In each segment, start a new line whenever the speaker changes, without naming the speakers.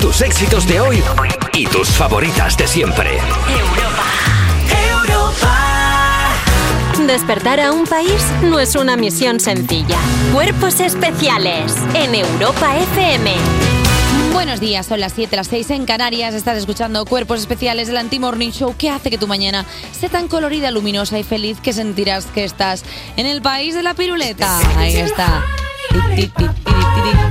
tus éxitos de hoy y tus favoritas de siempre.
Despertar a un país no es una misión sencilla. Cuerpos especiales en Europa FM.
Buenos días, son las 7, las 6 en Canarias. Estás escuchando Cuerpos Especiales, el Anti-Morning Show que hace que tu mañana sea tan colorida, luminosa y feliz que sentirás que estás en el país de la piruleta. Ahí está. Ti, ti, ti,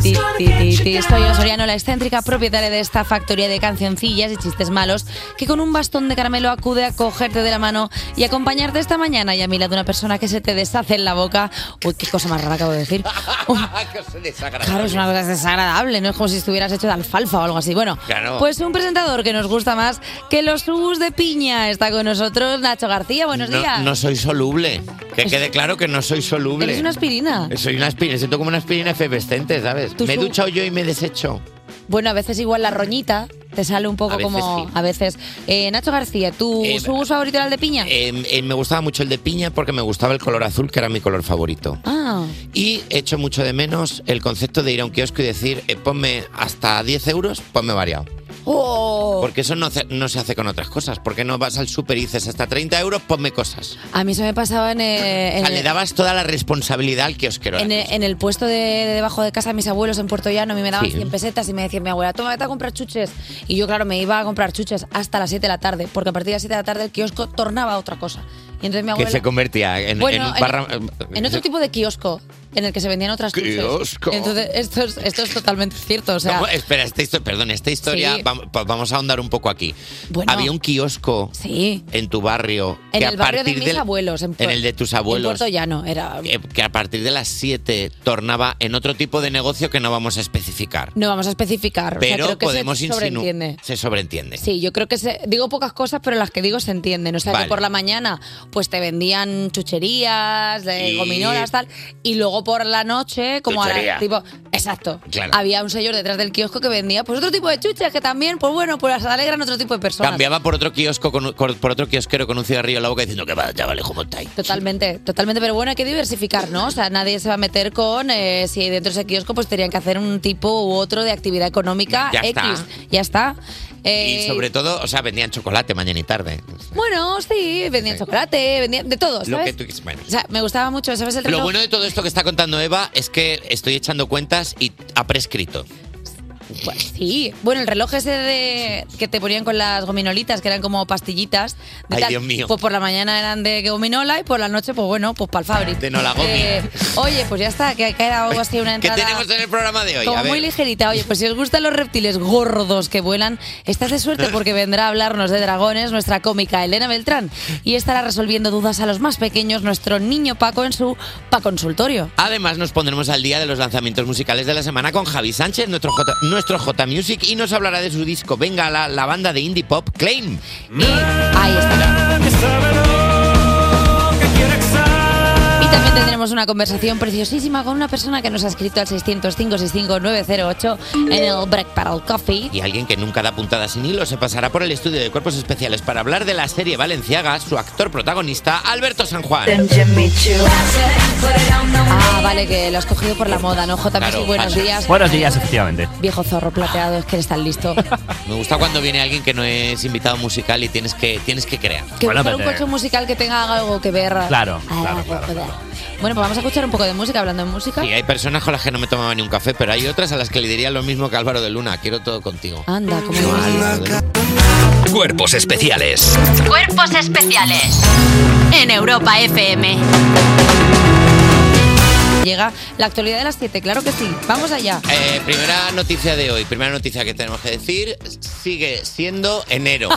ti, ti, ti. Soy Ana Soriano, la excéntrica propietaria de esta factoría de cancioncillas y chistes malos que con un bastón de caramelo acude a cogerte de la mano y acompañarte esta mañana y a mi lado una persona que se te deshace en la boca. Uy, qué cosa más rara acabo de decir. Uy, claro, es una cosa desagradable, no es como si estuvieras hecho de alfalfa o algo así. Bueno,
Claro.
pues un presentador que nos gusta más que los subus de piña está con nosotros, Nacho García. Buenos
No,
días.
no soy soluble. Que quede claro que no soy soluble. Eh,
Eres una aspirina.
Soy una aspirina, siento como una aspirina efervescente, ¿sabes?
Tú
Me he
su-
duchado yo y me he deshecho.
Bueno, a veces igual la roñita te sale un poco
A veces
como
sí.
a veces. Eh, Nacho García, ¿tu
Eh,
subus favorito era el de piña?
Eh, eh, me gustaba mucho el de piña porque me gustaba el color azul, que era mi color favorito.
ah,
Y echo mucho de menos el concepto de ir a un kiosco y decir, eh, ponme hasta 10 euros, ponme variado.
Oh.
Porque eso no, hace- no se hace con otras cosas. Porque no vas al súper y dices, hasta 30 euros, ponme cosas.
a mí eso me pasaba en, eh,
O
en
sea,
el-
le dabas toda la responsabilidad al kiosquero. ¿eh?
en el, en el puesto de, de debajo de casa de mis abuelos en Puerto Llano, a mí me daban
Sí.
100 pesetas y me decían mi abuela, toma, vete a comprar chuches. Y yo, claro, me iba a comprar chuches hasta las 7 de la tarde, porque a partir de las 7 de la tarde el kiosco tornaba a otra cosa. Y entonces mi
que
abuela...
se convertía en,
Bueno,
en
en-
barra- eh,
En otro tipo de kiosco, en el que se vendían otras chuches.
Kiosco.
Entonces, esto es, esto es totalmente cierto. O sea,
¿Cómo? pues, Espera, esta historia, perdón, esta historia
Sí.
vam- pa- vamos a ahondar un poco aquí.
Bueno.
Había un kiosco
sí.
en tu barrio
En
que
el
a
barrio de
partir
mis
del-
abuelos. En,
en el de tus
En
abuelos
Puerto Llano. Era,
que, que a partir de las 7 tornaba en otro tipo de negocio que no vamos a especificar.
no vamos a especificar. o sea,
pero
creo que
podemos
se
insinuar
sobreentiende.
se sobreentiende.
Sí, yo creo que se, digo pocas cosas, pero las que digo se entienden. O sea,
Vale.
que por la mañana pues te vendían chucherías, de
Y-
gominolas, tal. Y luego por la noche, como a la-
Chuchería.
tipo, exacto.
Claro.
Había un señor detrás del kiosco que vendía pues otro tipo de chuches que también, pues bueno, pues las alegran otro tipo de personas.
Cambiaba por otro kiosco con, un- cor- por otro kiosquero con un cigarrillo en la boca diciendo que va, ya vale, como estáis.
Totalmente, totalmente, pero bueno, hay que diversificar, ¿no? O sea, nadie se va a meter con eh, si dentro de ese kiosco pues tenían que hacer un tipo u otro de actividad económica
Ya
X.
está.
Ya está. Eh,
Y sobre todo, o sea, vendían chocolate mañana y tarde.
Bueno, sí, vendían chocolate, vendían de todo,
Lo que
¿sabes?
tú quis- bueno.
O sea, me gustaba mucho, ¿sabes? El reloj.
Lo bueno de todo esto que está contando Eva es que estoy echando cuentas y ha prescrito.
Pues sí. Bueno, el reloj ese de que te ponían con las gominolitas, que eran como pastillitas. de
Ay, Dios mío.
Pues por la mañana eran de gominola y por la noche, pues bueno, pues para el fabric.
De Nolagomi.
oye, pues ya está, que ha quedado así una
¿Qué
entrada.
tenemos en el programa de hoy?
Como
A ver.
muy ligerita. Oye, pues si os gustan los reptiles gordos que vuelan, estás de suerte porque vendrá a hablarnos de dragones nuestra cómica Elena Beltrán y estará resolviendo dudas a los más pequeños nuestro niño Paco en su Pa Consultorio.
Además, nos pondremos al día de los lanzamientos musicales de la semana con Javi Sánchez, nuestro J, nuestro J Music, y nos hablará de su disco Venga la, la banda de indie pop Claim.
Y ahí está. Y también tendremos una conversación preciosísima con una persona que nos ha escrito al 600-565-908 en el Break para el Coffee.
Y alguien que nunca da puntada sin hilo se pasará por el estudio de cuerpos especiales para hablar de la serie Valenciaga, su actor protagonista, Alberto San Juan.
Ah, vale, que lo has cogido por la moda, ¿no? J.
Claro,
buenos
facha.
días.
Buenos días, efectivamente.
Viejo zorro plateado, es que eres tan listo.
Me gusta cuando viene alguien que no es invitado musical y tienes que, tienes que crear.
Que
Bueno,
buscar un
pero-
coche musical que tenga algo que ver.
Claro,
Ah,
claro, claro,
joder. Bueno, pues vamos a escuchar un poco de música, hablando de música.
Y hay personas con las que no me tomaba ni un café, pero hay otras a las que le diría lo mismo que Álvaro de Luna, quiero todo contigo.
Anda, como
No, Álvaro de Luna.
Cuerpos especiales
Cuerpos especiales en Europa FM.
llega la actualidad de las 7, claro que sí. Vamos allá.
Eh, primera noticia de hoy, primera noticia que tenemos que decir, sigue siendo enero.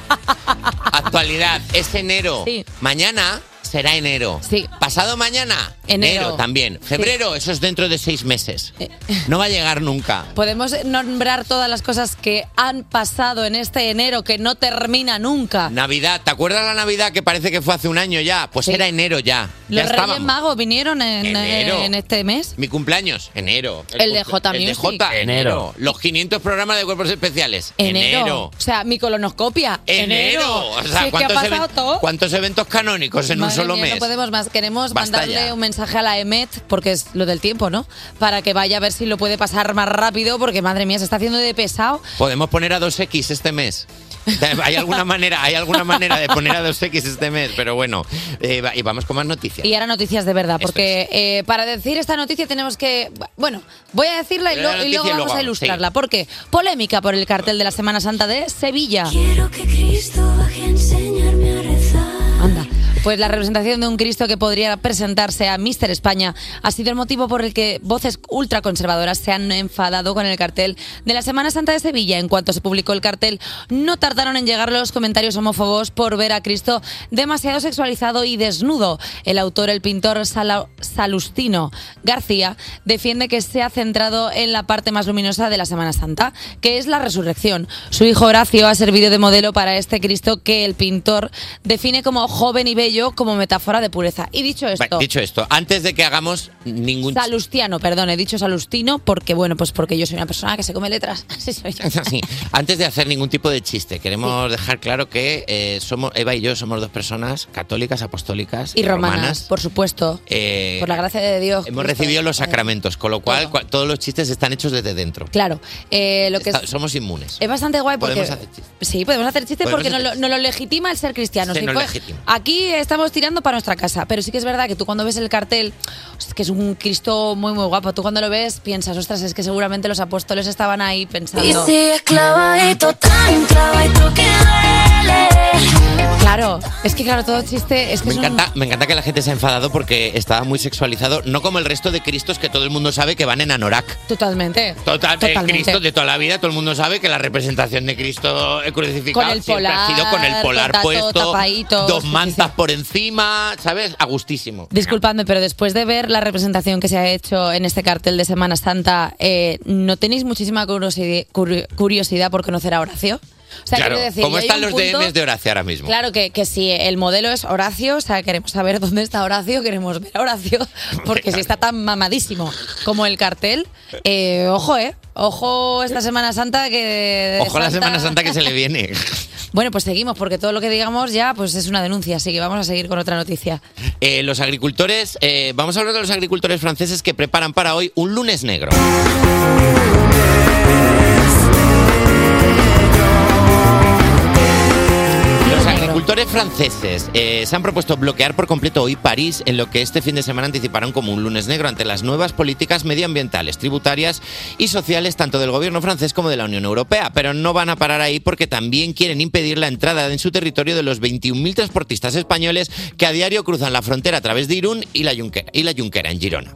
Actualidad, es enero.
Sí.
Mañana será enero.
Sí.
Pasado mañana,
Enero.
también. Febrero, eso es dentro de seis meses.
Eh.
No va a llegar nunca.
Podemos nombrar todas las cosas que han pasado en este enero que no termina nunca.
Navidad, ¿te acuerdas la Navidad que parece que fue hace un año ya? Pues
Sí.
era enero ya.
Los
ya
Reyes
estábamos.
Magos vinieron en,
Enero.
en este mes.
Mi cumpleaños, enero.
El de J
El de
Music.
J, enero.
Enero.
Los 500 programas de cuerpos especiales,
Enero. O sea, mi colonoscopia.
Enero. O sea,
Si es que ha
¿cuántos,
pasado
even-
todo.
cuántos eventos canónicos en un
Madre
solo
mía,
mes.
No podemos más. Queremos
Basta
mandarle
ya.
un mensaje a la EMET, porque es lo del tiempo, ¿no? Para que vaya a ver si lo puede pasar más rápido, porque madre mía, se está haciendo de pesado.
Podemos poner a 2X este mes. Hay alguna manera, hay alguna manera de poner a 2X este mes, pero bueno, eh, va- y vamos con más noticias.
Y ahora noticias de verdad, porque eh, para decir esta noticia tenemos que. Bueno, voy a decirla y,
Pero
lo-
la
y
noticia y
luego vamos
luego
a
vamos,
ilustrarla. Porque polémica por el cartel de la Semana Santa de Sevilla.
que Cristo baje a enseñarme a rezar.
Anda. Pues la representación de un Cristo que podría presentarse a Mister España ha sido el motivo por el que voces ultraconservadoras se han enfadado con el cartel de la Semana Santa de Sevilla. En cuanto se publicó el cartel, no tardaron en llegar los comentarios homófobos por ver a Cristo demasiado sexualizado y desnudo. El autor, el pintor Sala- Salustino García, defiende que se ha centrado en la parte más luminosa de la Semana Santa, que es la resurrección. Su hijo Horacio ha servido de modelo para este Cristo que el pintor define como joven y bello como metáfora de pureza. Y dicho esto,
Dicho esto, antes de que hagamos ningún
Salustiano, perdón, he dicho Salustino porque bueno, pues porque yo soy una persona que se come letras. Así soy yo.
Sí, Antes de hacer ningún tipo de chiste, queremos dejar claro que eh, somos Eva y yo somos dos personas católicas, apostólicas
Y romanas, por supuesto.
Eh,
por la gracia de Dios.
hemos
Cristo.
recibido los sacramentos, con lo cual cua- todos los chistes están hechos desde dentro.
Claro, eh, lo que es,
Está- somos inmunes.
es bastante guay porque
Podemos hacer chistes.
Sí, podemos hacer chistes
Podemos
porque nos
hacer
lo, nos lo legitima el ser cristianos.
Se
Y
nos
pues,
legitima.
aquí estamos tirando para nuestra casa, pero sí que es verdad que tú cuando ves el cartel, es que es un Cristo muy, muy guapo, tú cuando lo ves piensas, ostras, es que seguramente los apóstoles estaban ahí pensando...
Y sigues clavadito, tan clavadito que duele.
Claro, es que claro, todo chiste es que
Me
es un-
encanta, me encanta que la gente se ha enfadado porque estaba muy sexualizado, no como el resto de cristos que todo el mundo sabe que van en anorak.
Totalmente.
Total, el
Totalmente.
Cristo de toda la vida, todo el mundo sabe que la representación de Cristo eh, crucificado
Con el
siempre ha
polar,
sido con el polar
todo
puesto,
tapadito,
dos
sí,
mantas por encima, ¿sabes? A gustísimo.
Disculpadme, pero después de ver la representación que se ha hecho en este cartel de Semana Santa, eh, ¿no tenéis muchísima curiosi- curio- curiosidad por conocer a Horacio? O sea,
claro,
quiero decir,
¿cómo
hay
están
un
los
punto-
DMs de Horacio ahora mismo?
Claro que, que si el modelo es Horacio, o sea, queremos saber dónde está Horacio, queremos ver a Horacio, porque si está tan mamadísimo como el cartel, eh, ojo, ¿eh? Ojo esta Semana Santa que...
Ojo a la Semana Santa que se le viene.
Bueno, pues seguimos, porque todo lo que digamos ya pues es una denuncia, así que vamos a seguir con otra noticia.
Eh, los agricultores, eh, vamos a hablar de los agricultores franceses que preparan para hoy un lunes negro. Los agricultores franceses eh, se han propuesto bloquear por completo hoy París en lo que este fin de semana anticiparon como un lunes negro ante las nuevas políticas medioambientales, tributarias y sociales tanto del gobierno francés como de la Unión Europea. Pero no van a parar ahí porque también quieren impedir la entrada en su territorio de los 21.000 transportistas españoles que a diario cruzan la frontera a través de Irún y la Junquera, y la Junquera en Girona.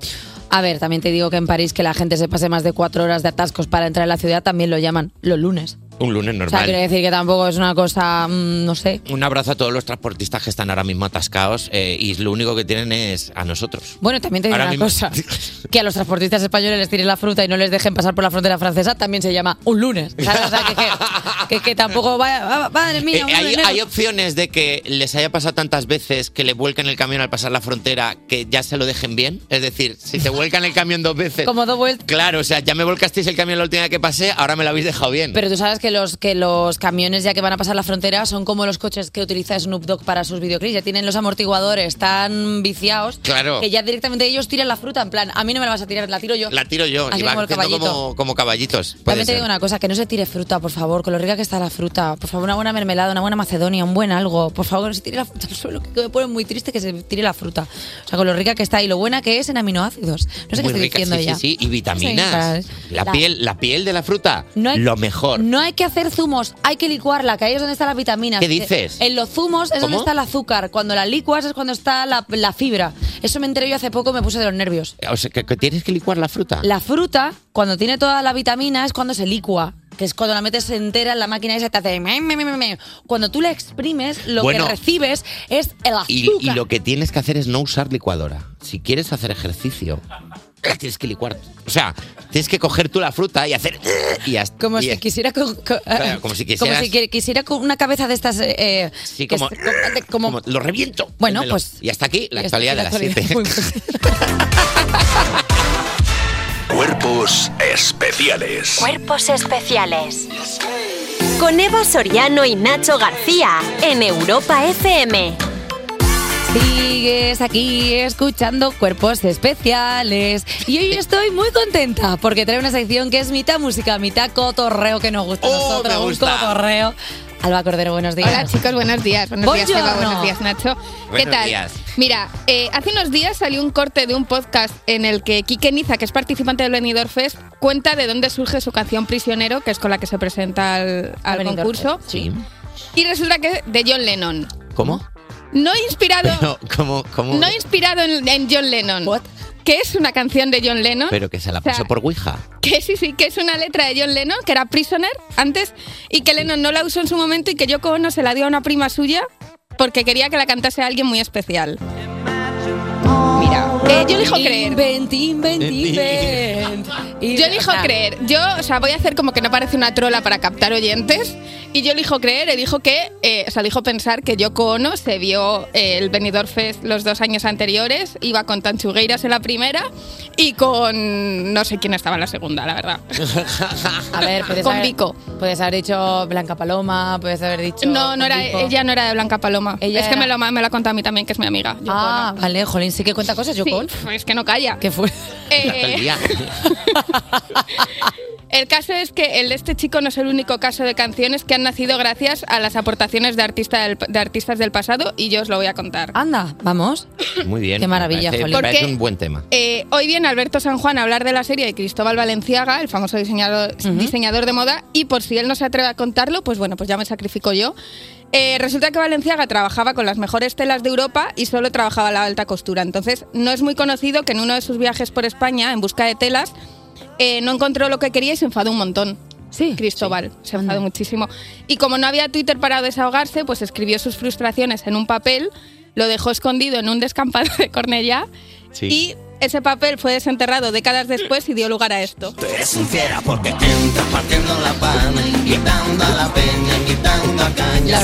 A ver, también te digo que en París que la gente se pase más de cuatro horas de atascos para entrar a la ciudad también lo llaman los lunes.
Un lunes
O sea,
normal.
quiero decir que tampoco es una cosa, mm, no sé.
Un abrazo a todos los transportistas que están ahora mismo atascados eh, y lo único que tienen es a nosotros.
Bueno, también te digo
Ahora
una
mismo-
cosa, que a los transportistas españoles les tiren la fruta y no les dejen pasar por la frontera francesa también se llama un lunes. ¿sabes? O sea, que, que- que- que tampoco vaya, va- va- madre
Eh,
mía, un
hay,
lunes, ¿no?
hay opciones de que les haya pasado tantas veces que le vuelcan el camión al pasar la frontera que ya se lo dejen bien. Es decir, si te vuelcan el camión dos veces.
Como dos vueltas.
Claro, o sea, ya me volcasteis el camión la última vez que pasé, ahora me lo habéis dejado bien.
Pero tú sabes que los, que los camiones ya que van a pasar la frontera son como los coches que utiliza Snoop Dogg para sus videoclips. Ya tienen los amortiguadores tan viciados
Claro.
que ya directamente ellos tiran la fruta. En plan, a mí no me la vas a tirar, la tiro yo.
la tiro yo
Así
y van
como el
haciendo
caballito.
como, como caballitos. Puede
También te
ser.
digo una cosa, que no se tire fruta, por favor, con lo rica que está la fruta. Por favor, una buena mermelada, una buena macedonia, un buen algo. Por favor, no se tire la fruta al suelo, que me pone muy triste que se tire la fruta. O sea, con lo rica que está y lo buena que es en aminoácidos. No
Muy
sé qué estoy
rica,
diciendo
sí,
ya.
sí, sí, y
claro.
vitaminas. La,
La-
piel, la piel de la fruta,
No hay-
lo mejor.
No hay que hacer zumos, hay que licuarla, que ahí es donde están las vitaminas.
¿Qué dices?
En los zumos es donde
¿Cómo?
está el azúcar. Cuando la licuas es cuando está la, la fibra. Eso me enteré yo hace poco, me puse de los nervios.
O sea, que, que tienes que licuar la fruta.
La fruta, cuando tiene toda la vitamina, es cuando se licua. Que es cuando la metes entera en la máquina y se te hace... me, me, me, me, me. Cuando tú la exprimes, lo
Bueno.
que recibes es el azúcar.
Y, y lo que tienes que hacer es no usar licuadora. Si quieres hacer ejercicio, eh, tienes que licuar. O sea, tienes que coger tú la fruta y hacer. eh, Y hasta,
Como
y-
si quisiera co- co-
Claro, como si quisieras-
como si qui- quisiera con una cabeza de estas eh, eh,
sí,
que
como, eh,
es- como- de- como-
como lo reviento.
Bueno,
Me lo-
pues-
Y hasta aquí la
y hasta aquí
actualidad de las
actualidad.
7.
Muy bien.
Cuerpos especiales.
Cuerpos especiales. Con Eva Soriano y Nacho García en Europa FM.
Sigues aquí escuchando cuerpos especiales. Y hoy estoy muy contenta porque trae una sección que es mitad música, mitad cotorreo que nos
Oh,
gusta a nosotros. un cotorreo. Alba Cordero, buenos días.
Hola chicos, buenos días. Buenos días, Eva.
Buongiorno.
Buenos días, Nacho. ¿Qué
Buenos
tal?
días.
Mira, eh, hace unos días salió un corte de un podcast en el que Quique Niza, que es participante del Benidorm Fest, cuenta de dónde surge su canción Prisionero, que es con la que se presenta al, al
Benidorm
concurso.
Sí.
Y resulta que es de John Lennon.
¿Cómo?
No inspirado,
Pero, ¿cómo, cómo?
no inspirado en, en John Lennon. Que es una canción de John Lennon.
Pero que se la
O sea,
pasó por Ouija.
Que sí, sí, que es una letra de John Lennon, que era Prisoner antes, y que Lennon no la usó en su momento y que Yoko Ono se la dio a una prima suya porque quería que la cantase a alguien muy especial. Mira, eh, yo elijo creer. Yo elijo
Ah.
creer. Yo, o sea, voy a hacer como que no parece una trola para captar oyentes. Y yo elijo creer, elijo que, eh, o sea, elijo pensar que Yoko Ono se vio eh, el Benidorm Fest los dos años anteriores, iba con Tanchugueiras en la primera y con no sé quién estaba en la segunda, la verdad.
A ver, puedes
Con
haber-
Vico.
Puedes haber dicho Blanca Paloma, puedes haber dicho.
No, no era,
Vico.
ella no era de Blanca Paloma.
Ella
es que
era-
me lo, ma- me lo ha contado a mí también, que es mi amiga. Yoko
Ah,
Ono.
vale, Jolín, sí que cuenta cosas, yo
Sí,
con.
Es que no calla.
¿Qué fue?
Eh, El caso es que el de este chico no es el único caso de canciones que han nacido gracias a las aportaciones de, artista del- de artistas del pasado y yo os lo voy a contar.
Anda, vamos.
Muy bien.
Qué
me
maravilla,
parece-
Jolín.
me parece
Porque-
un buen tema.
Eh, hoy viene Alberto San Juan a hablar de la serie de Cristóbal Valenciaga, el famoso diseñador, diseñador de moda, y por si él no se atreve a contarlo, pues bueno, pues ya me sacrifico yo. Eh, resulta que Valenciaga trabajaba con las mejores telas de Europa y solo trabajaba la alta costura. Entonces, no es muy conocido que en uno de sus viajes por España en busca de telas eh, no encontró lo que quería y se enfadó un montón.
Sí.
Cristóbal, se enfadó muchísimo. Y como no había Twitter para desahogarse, pues escribió sus frustraciones en un papel, lo dejó escondido en un descampado de Cornellá y ese papel fue desenterrado décadas después y dio lugar a esto.
Tú eres sincera porque entras partiendo la pana, quitando a la peña, quitando a caña.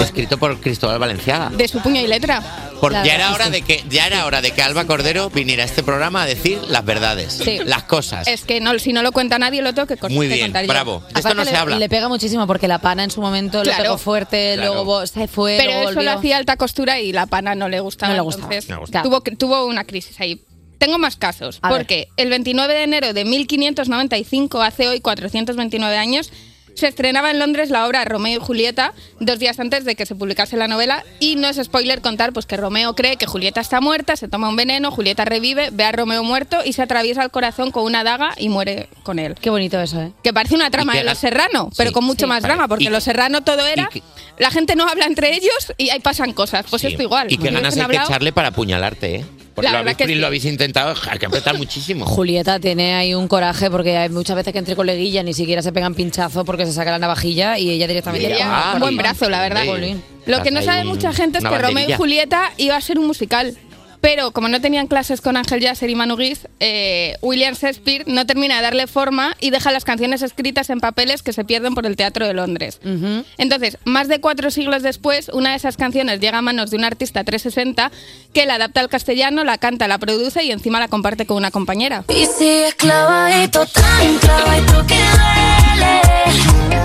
Escrito por Cristóbal Valenciaga.
De su puño y letra.
Por- ya, era hora de que, ya era hora de que Alba Cordero viniera a este programa a decir las verdades,
Sí.
las cosas.
Es que no, si no lo cuenta nadie, lo tengo que cort-
Muy
que
bien,
contar yo.
bravo. De esto no se habla.
Le pega muchísimo porque la pana en su momento
Claro.
lo pegó fuerte,
Claro.
luego se fue,
Pero
luego
eso
volvió.
lo hacía alta costura y la pana no le gustaba.
No le gustaba,
entonces
no le gustaba.
Tuvo, que- tuvo una crisis ahí. Tengo más casos.
A ver.
porque el 29 de enero de 1595, hace hoy 429 años, se estrenaba en Londres la obra Romeo y Julieta, dos días antes de que se publicase la novela. Y no es spoiler contar pues, que Romeo cree que Julieta está muerta, se toma un veneno, Julieta revive, ve a Romeo muerto y se atraviesa el corazón con una daga y muere con él.
Qué bonito eso, ¿eh?
Que parece una trama
Y que
de Los
la-
Serrano, pero
Sí,
con mucho
sí.
más drama, porque
Y-
Los Serrano todo era. La gente no habla entre ellos y ahí pasan cosas. Pues
Sí.
esto igual.
Y que
Hubiesen
ganas hay que
hablado-
echarle para apuñalarte, ¿eh? Porque
La
lo
verdad
habéis,
que sí.
lo habéis intentado, hay que apretar muchísimo.
Julieta tiene ahí un coraje porque hay muchas veces que entre coleguillas ni siquiera se pegan pinchazo porque se saca la navajilla y ella directamente.
Quería un buen brazo, la verdad.
Jolín.
Lo que no
Hay
sabe
un-
mucha gente es
una
que Romeo y
banderilla.
Julieta iba a ser un musical. Pero como no tenían clases con Ángel Yasser y Manu Guiz, eh, William Shakespeare no termina de darle forma y deja las canciones escritas en papeles que se pierden por el Teatro de Londres.
Ujú.
Entonces, más de cuatro siglos después, una de esas canciones llega a manos de un artista 360 que la adapta al castellano, la canta, la produce y encima la comparte con una compañera.
Y sigues clavadito, tan clavadito que duele.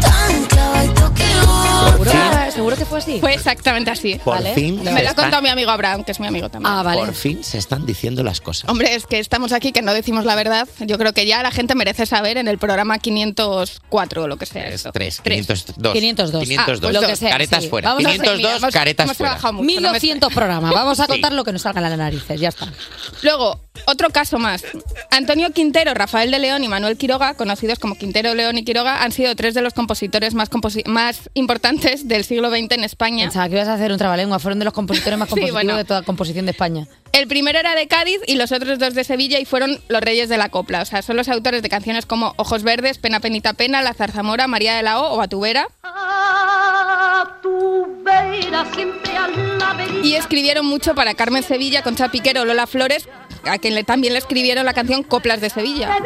Tan clavadito que
¿Seguro,
duele.
seguro que fue así?
Fue exactamente así.
Por Vale. fin
Me lo ha
está-
contado mi amigo Abraham, que es mi amigo
Ah,
también.
Por fin se están diciendo las cosas.
Ah, Hombre, es que estamos aquí que no decimos la verdad. Yo creo que ya la gente merece saber en el programa 504 o lo que sea. esto.
Tres, 502.
502.
502.
Ah, pues lo que sea,
caretas
sí.
fuera.
Vamos a hacer-
502,
mira, hemos-
caretas
hemos
fuera.
trabajado mucho, no me-
1200 programas. Vamos a contar lo que nos salga de las narices, ya está.
Luego, otro caso más. Antonio Quintero, Rafael de León y Manuel Quiroga, conocidos como Quintero, León y Quiroga, han sido tres de los compositores más, composi- más importantes del siglo XX en España.
Pensaba que ibas a hacer un trabalengua. Fueron de los compositores más
Sí,
compositivos
bueno.
de toda composición de España.
El primero era de Cádiz y los otros dos de Sevilla y fueron los reyes de la copla. O sea, son los autores de canciones como Ojos Verdes, Pena Penita Pena, La Zarzamora, María de la O o Atubera. Y escribieron mucho para Carmen Sevilla, Concha Piquero, Lola Flores, a quien le, también le escribieron la canción Coplas de Sevilla.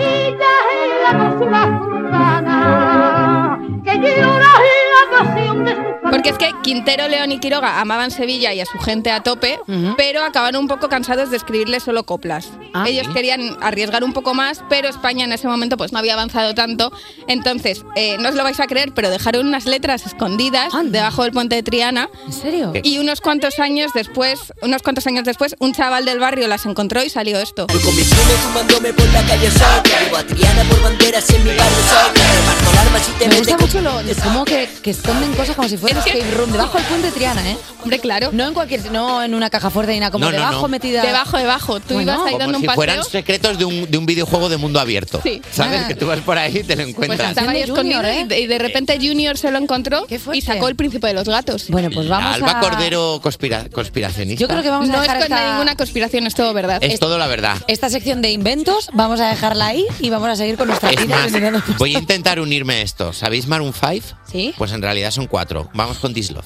Porque es que
Quintero, León y Quiroga amaban Sevilla y a su gente a tope, pero acabaron un poco cansados de escribirle solo coplas.
Ah,
Ellos
sí.
querían arriesgar un poco más, pero España en ese momento pues no había avanzado tanto. Entonces, eh, no os lo vais a creer, pero dejaron unas letras escondidas debajo del puente de Triana.
¿En serio?
Y unos cuantos años después, unos cuantos años después, un chaval del barrio las encontró y salió esto.
Pues
Fumándome por la calle Soca Llevo a Triana por banderas en mi barrio Soca Reparto alarmas y te
Me gusta
meten
mucho lo, como que, que esconden cosas como si fuera un escape room debajo del puente de Triana, ¿eh?
Hombre, claro.
No en cualquier, no en una caja fuerte ni nada, como
No, no,
debajo
no.
metida.
Debajo, debajo. Tú ibas ahí dando
Como
un
si
paseo.
fueran secretos de un, de un videojuego de mundo abierto.
Sí.
¿Sabes?
Ah.
Que tú vas por ahí y te lo
Pues
encuentras.
estaba ahí escondido
¿eh?
y, y de repente Junior se lo encontró y sacó el príncipe de los gatos.
Bueno, pues
La Alba Cordero conspira- conspiracionista.
no es con ninguna conspiración, es todo verdad.
Es todo la verdad.
Esta sección de inventos vamos a dejarla ahí y vamos a seguir con nuestra
Es
vida.
más, voy a intentar unirme a esto. ¿Sabéis Maroon 5?
Sí.
Pues en realidad son cuatro. Vamos con Dislove.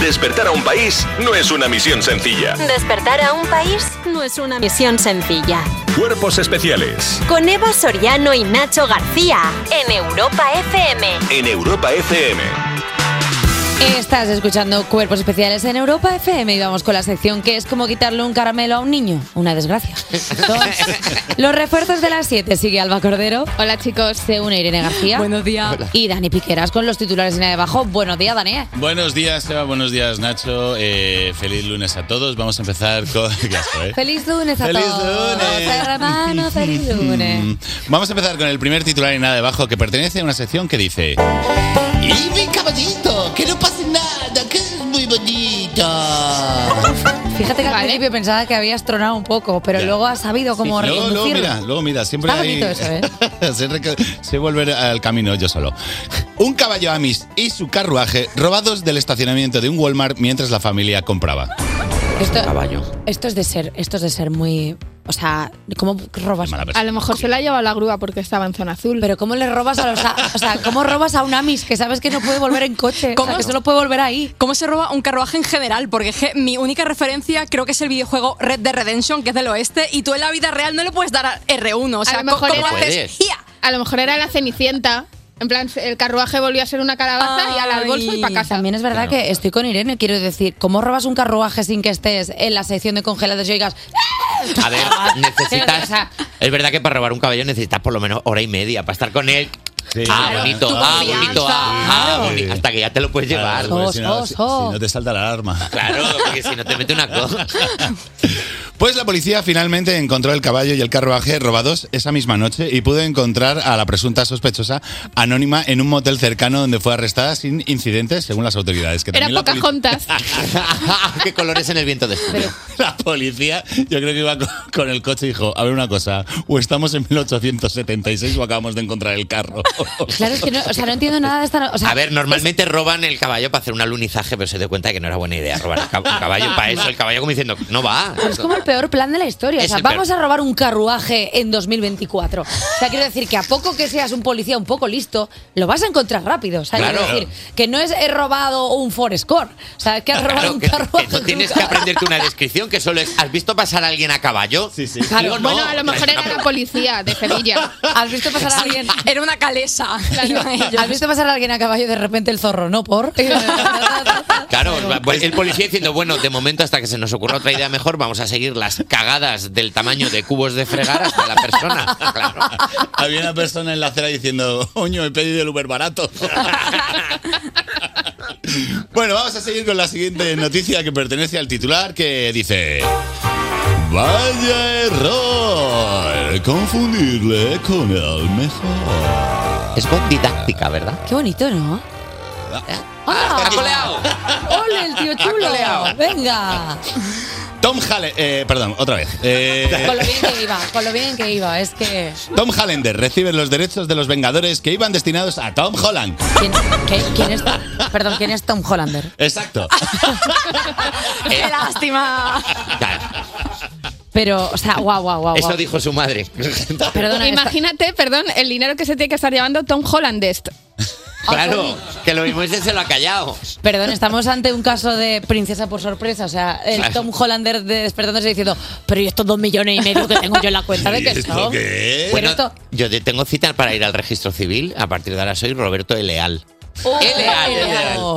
Despertar a un país no es una misión sencilla.
Despertar a un país no es una misión sencilla.
Cuerpos especiales
Con Eva Soriano y Nacho García en Europa FM.
en Europa FM.
Estás escuchando Cuerpos Especiales en Europa FM y vamos con la sección que es como quitarle un caramelo a un niño. Una desgracia. Los refuerzos de las 7 sigue Alba Cordero.
Hola chicos.
Se une Irene García.
Buenos días. Hola.
Y Dani Piqueras con los titulares de abajo. Buenos días, Dani.
Buenos días, Eva. Buenos días, Nacho. Eh, feliz lunes a todos. Vamos a empezar con. Ya estoy, ¿eh?
Feliz lunes a
Feliz
todos. Hermano, feliz lunes.
Mm, Vamos a empezar con el primer titular y nada debajo que pertenece a una sección que dice.
Y mi caballito, que no pase nada, que es muy bonito.
Ah. Fíjate que al principio pensaba que habías tronado un poco, pero
Ya.
luego has sabido cómo
Sí, luego, luego,
reconducirlo.
mira, luego mira, siempre
Está
hay-
bonito eso, ¿eh?
sé, reca- sé volver al camino yo solo. Un caballo Amis y su carruaje robados del estacionamiento de un Walmart mientras la familia compraba.
Esto,
Caballo.
esto es de ser, esto es de ser muy, o sea, ¿cómo robas?
A lo mejor se lo ha llevado la grúa porque estaba en zona azul.
Pero ¿cómo le robas a los, a- o sea, cómo robas a un amis que sabes que no puede volver en coche? ¿Cómo que solo puede volver ahí?
¿Cómo se roba un carruaje en general? Porque es que mi única referencia creo que es el videojuego Red Dead Redemption, que es del oeste, y tú en la vida real no le puedes dar a R1. O sea,
a lo mejor
¿cómo
era,
haces?
a lo mejor era la Cenicienta. En plan, el carruaje volvió a ser una calabaza y al bolso y para casa.
También es verdad que estoy con Irene, quiero decir, ¿cómo robas un carruaje sin que estés en la sección de congelados y oigas?
A ver,
O
necesitas.
sea,
Es verdad que para robar un caballo necesitas por lo menos hora y media para estar con él. ah,
Claro.
bonito,
Tu
ah,
confianza.
bonito, ah, ah,
Claro.
boni- Hasta que ya te lo puedes llevar.
Claro, porque si no- si- si no te salta la alarma.
Claro, porque si no te mete una cosa.
Pues la policía finalmente encontró el caballo y el carruaje robados esa misma noche y pudo encontrar a la presunta sospechosa anónima en un motel cercano donde fue arrestada sin incidentes, según las autoridades. Que
Era
también la
pocas
poli-
juntas.
¿Qué colores en el viento de
La policía, yo creo que iba con, con el coche y dijo, a ver una cosa, o estamos en 1876 o acabamos de encontrar el carro.
claro, es que no, o sea, no entiendo nada de esta, no- o sea,
a ver, normalmente roban el caballo para hacer un alunizaje, pero se dio cuenta de que no era buena idea robar el cab- un caballo para eso. El caballo como diciendo, no va.
Pero es como el peor plan de la historia. O
ah, Es
sea,
el peor.
vamos a robar un carruaje en 2024. O sea, quiero decir que a poco que seas un policía un poco listo, lo vas a encontrar rápido. O sea, quiero
Claro.
decir que no es he robado un Forest Core. O sea, es que has robado
Claro,
un
que,
carruaje.
que no tienes que aprenderte una descripción que solo es, ¿has visto pasar a alguien a caballo? Sí, sí.
Claro. bueno, a lo mejor era la policía de Sevilla.
¿Has visto pasar a alguien?
Era una calesa. Iban ellos.
¿Has visto pasar a alguien a caballo y de repente el zorro? No, por.
Claro, pues el policía diciendo, bueno, de momento hasta que se nos ocurra otra idea mejor, vamos a seguir las cagadas del tamaño de cubos de fregar hasta la persona.
Había una persona en la acera diciendo, oño, he pedido el Uber barato. bueno, vamos a seguir con la siguiente noticia que pertenece al titular que dice... Vaya error, confundirle con el mejor.
Es voz didáctica, ¿verdad?
Qué bonito, ¿no? ¡Ah! ¡Ole, el tío chulo! ¡Venga!
Tom Halle, eh, perdón, otra vez. Eh,
Con lo bien que iba, con lo bien que iba. Es que.
Tom Hollander recibe los derechos de los Vengadores que iban destinados a Tom Holland.
¿Quién, qué- quién es, perdón, ¿quién es Tom Hollander?
Exacto.
¡Qué lástima!
Pero, o sea, guau, guau, guau.
Eso
guau.
dijo su madre.
Imagínate, perdón, el dinero que se tiene que estar llevando Tom Hollandest.
Claro, que lo mismo ese se lo ha callado.
Perdón, estamos ante un caso de princesa por sorpresa. O sea, el
Claro.
Tom Hollander de- despertándose diciendo, pero ¿y estos dos millones y medio que tengo yo en la cuenta de
¿Y
que
esto
son?
qué?
Pero
Bueno,
esto-
yo te- tengo cita para ir al registro civil. A partir de ahora soy Roberto E. Leal.
Leal,
Oh.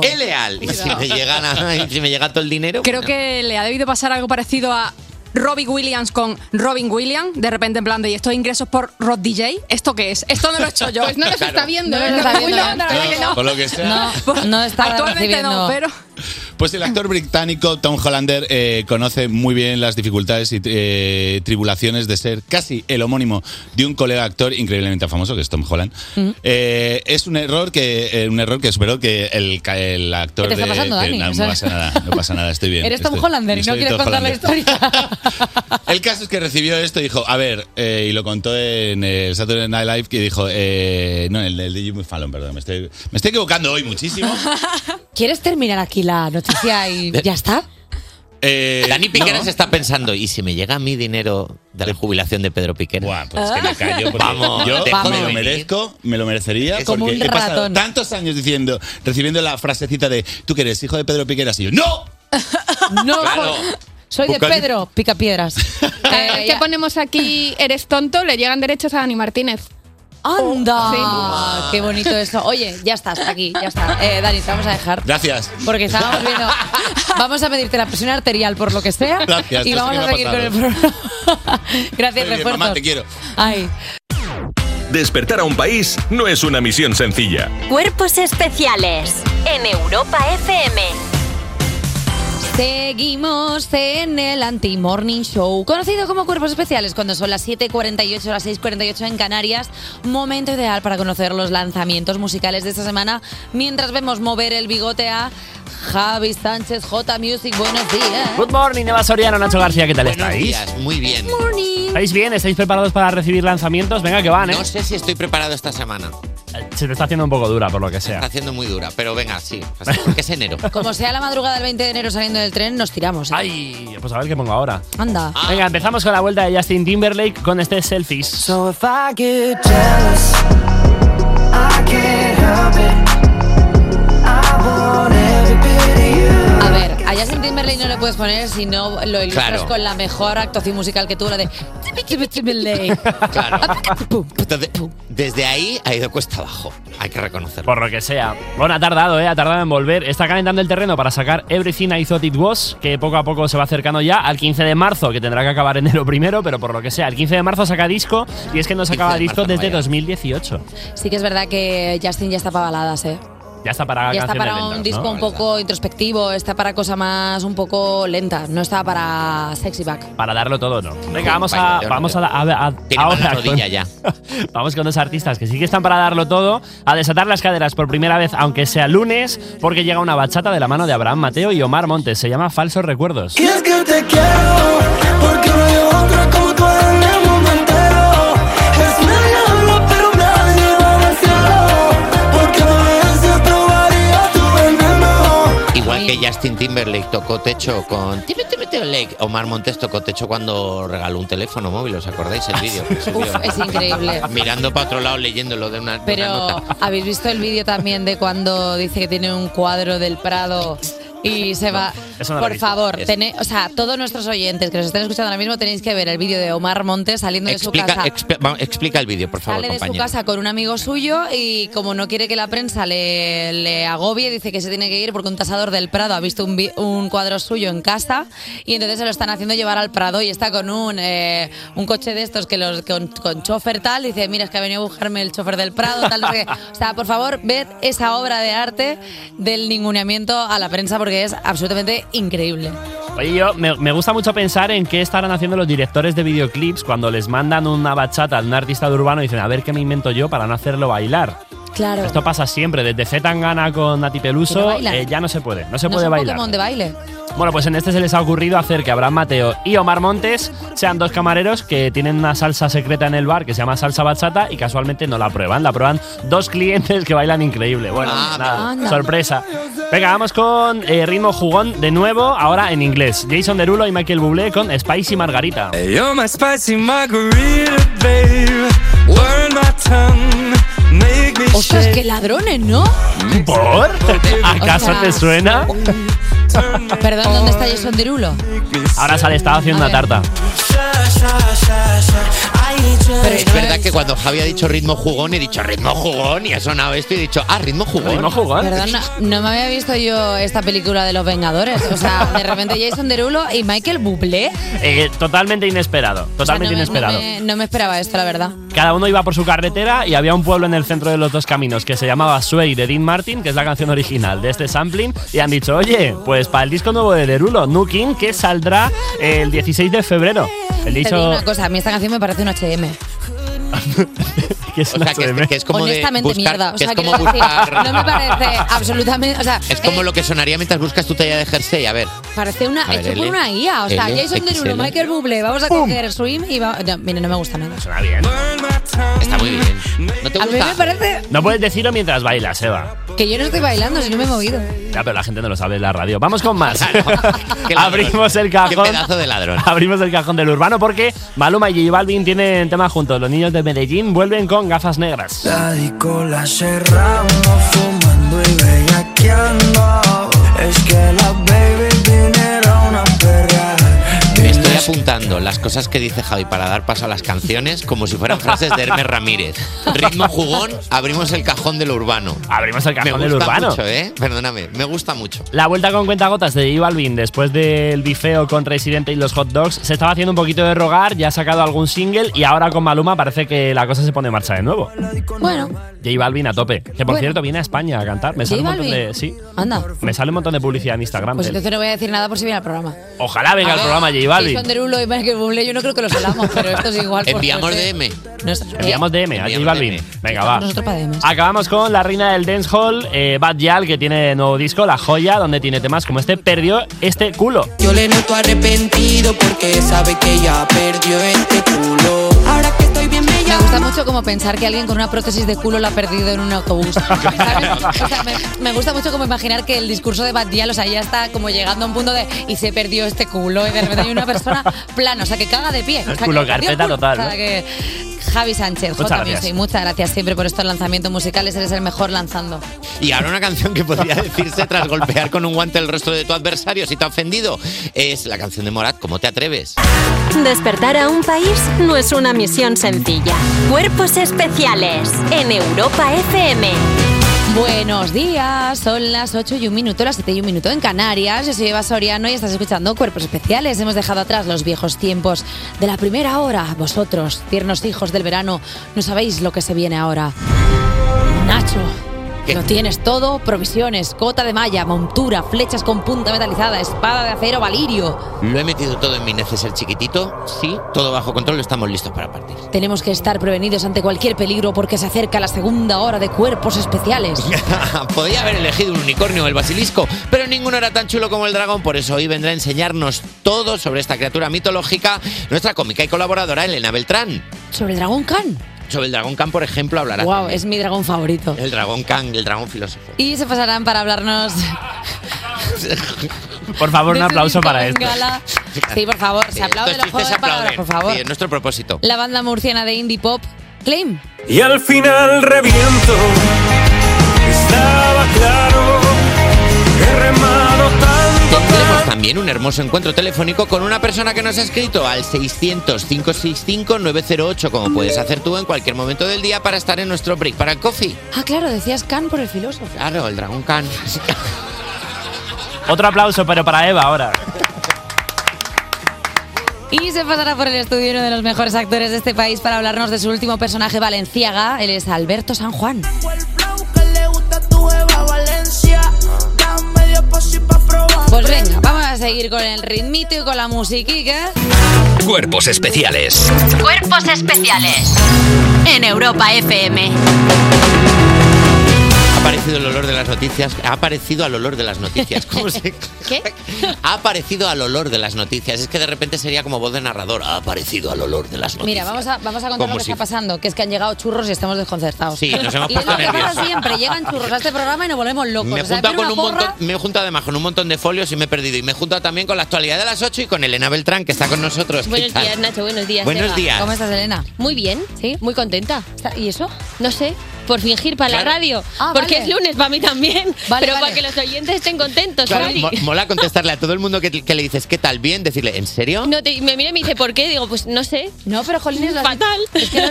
Leal, E. Leal. Y si me, llegan a- y si me llega todo el dinero.
Creo que le ha debido pasar algo parecido a Robbie Williams con Robin Williams, de repente en plan de, ¿y estos ingresos por Rod DJ? ¿Esto qué es? Esto no lo he hecho yo.
Pues no los está viendo,
No
¿eh?
los está viendo.
Uy, no, la verdad que no.
Por lo que sea.
No, no está
Actualmente no,
recibiendo-
pero...
Pues el actor británico Tom Hollander eh, conoce muy bien las dificultades y eh, tribulaciones de ser casi el homónimo de un colega actor increíblemente famoso que es Tom Holland. Eh, es un error que eh, un error que espero que el, ca- el actor
¿Qué te
de,
está pasando,
de-
Dani?
no,
O sea-
no pasa nada, no pasa nada, estoy bien.
Eres Tom
estoy-
Hollander y no
soy
quieres
Tom
contar la
Hollander.
historia.
El caso es que recibió esto y dijo, a ver, eh, y lo contó en el Saturday Night Live que dijo, eh, no, en el, el de Jimmy Fallon, perdón, me estoy, me estoy equivocando hoy muchísimo.
¿Quieres terminar aquí la noticia y ya está?
Eh,
Dani Piqueras está pensando, ¿y si me llega mi dinero de la jubilación de Pedro Piqueras?
pues que me callo porque
Vamos,
yo
dejo
me
de
lo
venir.
merezco, me lo merecería
Como
porque
un
he pasado
ratón.
tantos años diciendo, recibiendo la frasecita de tú que eres hijo de Pedro Piqueras y yo ¡No!
No,
Claro.
jo- soy de
Busca-
Pedro, pica piedras.
Cada vez que Eh, ponemos aquí eres tonto, le llegan derechos a Dani Martínez.
¡Anda!
Sí.
Ah, ¡Qué bonito eso! Oye, Eh, ya está, hasta aquí, ya está. Eh, Dani, te vamos a dejar.
Gracias.
Porque estábamos viendo. Vamos a medirte la presión arterial por lo que sea.
Gracias,
y
no
vamos
sé qué me
a
ha
seguir con el
pasado.
programa. Gracias,
Muy bien,
refuerzos.
mamá, te quiero.
Ay.
Despertar a un país no es una misión sencilla.
Cuerpos especiales en Europa FM.
Seguimos en el Anti-Morning Show, conocido como Cuerpos Especiales, cuando son las 7.48, las 6.48 en Canarias. Momento ideal para conocer los lanzamientos musicales de esta semana, mientras vemos mover el bigote a Javi Sánchez, J Music. Buenos días.
Good morning, Eva Soriano, Nacho García, ¿qué tal
Buenos
estáis?
días, muy bien.
¿Estáis bien? ¿Estáis preparados para recibir lanzamientos? Venga, que van, ¿eh?
No sé si estoy preparado esta semana.
Se te está haciendo un poco dura, por lo que
Está
sea.
haciendo muy dura, pero venga, sí. así, Porque es enero.
Como sea la madrugada del 20 de enero saliendo del tren, nos tiramos. ¿eh?
¡Ay! Pues a ver qué pongo ahora.
Anda.
Ah.
Venga, empezamos con la vuelta de Justin Timberlake con este selfies.
A ver, a Justin Timberlake no le puedes poner si no lo ilustras
Claro.
con la mejor actuación musical que tú, la de Timberlake.
Entonces, desde ahí ha ido cuesta abajo. Hay que reconocerlo.
Por lo que sea. Bueno, ha tardado, ¿eh? Ha tardado en volver. Está calentando el terreno para sacar Everything I Thought It Was, que poco a poco se va acercando ya al 15 de marzo, que tendrá que acabar enero primero, pero por lo que sea. El 15 de marzo saca disco y es que no
15 de
sacaba disco
marzo no
desde
vaya.
2018.
Sí que es verdad que Justin ya está para baladas, ¿eh?
Ya está para
Ya está
Ah, canciones
para un
lentas, ¿no?
disco un poco introspectivo, está para cosa más un poco lenta, no está para sexy back.
Para darlo todo, ¿no?
Sí,
Venga, vamos
vaya,
a.
yo no
Vamos a.
veo.
la- a- a-
Tiene
ahora
mala
con-
rodilla ya.
Vamos con dos artistas que sí que están para darlo todo, a desatar las caderas por primera vez, aunque sea lunes, porque llega una bachata de la mano de Abraham Mateo y Omar Montes. Se llama Falsos Recuerdos.
Y es que te quiero, porque no hay otra como tú en el mundo entero. Es mi diablo, pero nadie va al cielo, porque a veces probaría tu veneno.
Igual que Justin Timberlake tocó techo con Timmy Timmy Timberlake, Omar Montes tocó techo cuando regaló un teléfono móvil, ¿os acordáis
Ah,
el vídeo? que subió?
Uf, es increíble.
Mirando para otro lado, leyéndolo de una, de una
Pero
nota.
habéis visto el vídeo también de cuando dice que tiene un cuadro del Prado y se va.
eso no lo he
Por
visto.
favor,
Es-
tené- o sea, todos nuestros oyentes que nos estén escuchando ahora mismo tenéis que ver el vídeo de Omar Montes saliendo de su
Explica,
casa.
exp- va- explica Pues el vídeo, por favor,
Sale de su
compañero.
casa con un amigo suyo y como no quiere que la prensa le, le agobie, dice que se tiene que ir porque un tasador del Prado ha visto un, vi- un cuadro suyo en casa y entonces se lo están haciendo llevar al Prado y está con un, eh, un coche de estos que los con, con chofer tal, dice, mira, es que ha venido a buscarme el chofer del Prado, tal, no sé qué". O sea, por favor, ved esa obra de arte del ninguneamiento a la prensa porque es absolutamente increíble.
Oye, yo me, me gusta mucho pensar en qué estarán haciendo los directores de videoclips cuando les mandan una bachata de un artista de urbano y dicen, a ver qué me invento yo para no hacerlo bailar.
Claro.
Esto pasa siempre, desde Z Tangana con Nati
Que no
Peluso,
bailan.
eh, ya no se puede, no se
No
puede
es un
bailar.
Pokémon de baile.
Bueno, pues en este se les ha ocurrido hacer que Abraham Mateo y Omar Montes sean dos camareros que tienen una salsa secreta en el bar que se llama salsa bachata y casualmente no la prueban, la prueban dos clientes que bailan increíble. Bueno, nada,
anda.
sorpresa. Venga, vamos con eh, ritmo jugón de nuevo, ahora en inglés. Jason Derulo y Michael Bublé con Spicy Margarita.
You're my spicy margarita, babe. Word my tongue, make me
Ostras, qué ladrones, ¿no?
¿Por? ¿Acaso te
Ostras.
suena?
Perdón, ¿dónde está Jason Derulo?
Ahora sale, estaba haciendo una tarta.
Pero es verdad que cuando Javi ha dicho ritmo jugón, he dicho ritmo jugón y ha sonado esto y he dicho, ah, ritmo jugón. Ritmo
jugón.
Perdón, no, no me había visto yo esta película de los Vengadores. O sea, de repente Jason Derulo y Michael Bublé.
Eh, totalmente inesperado,
O sea,
totalmente
no me-
inesperado.
No me, no me esperaba esto, la verdad.
Cada uno iba por su carretera y había un pueblo en el centro de los dos caminos que se llamaba Sway de Dean Martin, que es la canción original de este sampling, y han dicho, oye, pues para el disco nuevo de Derulo, Nuking, que saldrá el 16 de febrero. El
Te digo
dicho
una cosa, a mí esta canción me parece un HM.
que es, una CM.
Honestamente, mierda. O
que
sea,
es como
quiero decir,
buscar-
no me parece absolutamente. O sea,
Es como lo que sonaría mientras buscas tu talla de jersey, a ver.
Parece una,
A ver,
hecho por
L,
una guía. O sea,
L,
Jason Derulo,
XL.
Michael Bublé. Vamos a coger Swim y va. No, mire, no me gusta nada.
Suena bien. Está muy bien. ¿No te
A mí me parece
No puedes decirlo mientras bailas, Eva.
que yo no estoy bailando, si no me he movido.
Ya, pero la gente no lo sabe en la radio. Vamos con más. Abrimos el cajón.
de ladrón.
Abrimos el cajón del urbano porque Maluma y J Balvin tienen tema juntos. Los niños de Medellín vuelven con gafas negras.
La discola cerramos fumando y bellaqueando. Es que la baby vinieron a perrear.
Me estoy apuntando las cosas que dice Javi para dar paso a las canciones como si fueran frases de Hermes Ramírez. Ritmo jugón, abrimos el cajón de lo urbano.
Abrimos el cajón
me
del
gusta
urbano.
Mucho, ¿eh? Perdóname, me gusta mucho.
La vuelta con cuentagotas de J Balvin después del bifeo con Residente y los hot dogs se estaba haciendo un poquito de rogar, ya ha sacado algún single y ahora con Maluma parece que la cosa se pone en marcha de nuevo.
Bueno, pues
J Balvin a tope, que por
Bueno.
cierto viene a España a cantar. Me
J
sale, un montón
Balvin.
de, sí,
anda.
me sale un montón de publicidad en Instagram.
Pues
de él.
entonces no voy a decir nada por si viene al programa.
Ojalá venga al programa J Balvin.
Jason Derulo y Michael Bublé, yo no creo que los hablamos, pero esto es igual. por
Enviamos
suerte.
DM.
Enviamos DM a J Balvin. Venga, va.
Nosotros para DM.
Acabamos con la reina del dancehall, eh, Bad Yal, que tiene nuevo disco, La Joya, donde tiene temas como este, perdió este culo.
Yo le noto arrepentido porque sabe que ya perdió este culo. Ahora que estoy bien me
Me gusta mucho como pensar que alguien con una prótesis de culo la ha perdido en un autobús. ¿Sabes? O sea, me, me gusta mucho como imaginar que el discurso de Bad Gyal, o sea, ya está como llegando a un punto de y se perdió este culo y de repente hay una persona plana, o sea, que caga de pie. O sea, que
Culo
perdió
carpeta
culo.
total,
O sea,
¿no?
que- Javi Sánchez,
Muchas
J
gracias.
Music, muchas gracias siempre por estos lanzamientos musicales, eres el mejor lanzando.
Y ahora una canción que podría decirse tras golpear con un guante el rostro de tu adversario si te ha ofendido. Es la canción de Morat, ¿Cómo te atreves?
Despertar a un país no es una misión sencilla. Cuerpos especiales en Europa FM.
Buenos días, son las 8 y un minuto, las 7 y un minuto en Canarias. Yo soy Eva Soriano y estás escuchando Cuerpos Especiales. Hemos dejado atrás los viejos tiempos de la primera hora. Vosotros, tiernos hijos del verano, no sabéis lo que se viene ahora. Nacho, lo tienes todo: provisiones, cota de malla, montura, flechas con punta metalizada, espada de acero, valirio.
Lo he metido todo en mi neceser chiquitito. Sí, todo bajo control, estamos listos para partir.
Tenemos que estar prevenidos ante cualquier peligro porque se acerca la segunda hora de Cuerpos Especiales.
Podía haber elegido un unicornio o el basilisco, pero ninguno era tan chulo como el dragón, por eso hoy vendrá a enseñarnos todo sobre esta criatura mitológica nuestra cómica y colaboradora Elena Beltrán.
Sobre el dragón Khan.
Sobre el dragón Khan, por ejemplo, hablará.
Wow, es mi dragón favorito.
El dragón Khan, el dragón filósofo.
Y se pasarán para hablarnos
Por favor,
de
un
su
aplauso
disco
para este. esto.
Bengala. Sí, por favor,
Sí,
se aplaude
estos
los juegos
chistes
de palabras,
aplauden.
por favor.
Sí, es nuestro propósito.
La banda murciana de indie pop, Claim.
Y al final reviento. Estaba claro. He remado tanto.
Tendremos también un hermoso encuentro telefónico con una persona que nos ha escrito al 600-565-908, como puedes hacer tú en cualquier momento del día para estar en nuestro break para el coffee.
Ah, claro, decías Khan por el filósofo.
Claro, el dragón Khan.
Otro aplauso, pero para Eva ahora.
Y se pasará por el estudio uno de los mejores actores de este país para hablarnos de su último personaje, Valenciaga. Él es Alberto San Juan. Pues venga, vamos a seguir con el ritmito y con la musiquica.
Cuerpos especiales.
Cuerpos especiales en Europa FM.
Ha aparecido el olor de las noticias. Ha aparecido al olor de las noticias. ¿Cómo se-
¿Qué?
Ha aparecido al olor de las noticias. Es que de repente sería como voz de narrador. Ha aparecido al olor de las noticias.
Mira, vamos a, vamos a contar
Como
lo que
si-
está pasando, que es que han llegado churros y estamos desconcertados.
Sí, nos hemos
y es
puesto
lo que pasa
nerviosos.
siempre, llegan churros a este programa y nos volvemos locos.
Me he,
O sea,
juntado
viene
con un
una porra-
montón, me he juntado además con un montón de folios y me he perdido. Y me he juntado también con la actualidad de las 8 y con Elena Beltrán, que está con nosotros. ¿Qué
Buenos
tal?
días, Nacho. Buenos días.
Buenos días.
¿Cómo
estás, Elena?
Muy bien. Sí. Muy contenta.
¿Y eso?
No sé. por fingir para la
Claro.
radio.
Ah,
porque
vale.
es lunes para mí también.
Vale, vale.
pero para que los oyentes estén contentos,
Claro,
Mari.
mo- mola contestarle a todo el mundo que, que le dices, ¿qué tal? Bien, decirle, ¿en serio?
No, te- me mira y me dice, ¿por qué? Digo, pues no sé.
No, pero Jolines, lo has-
Fatal.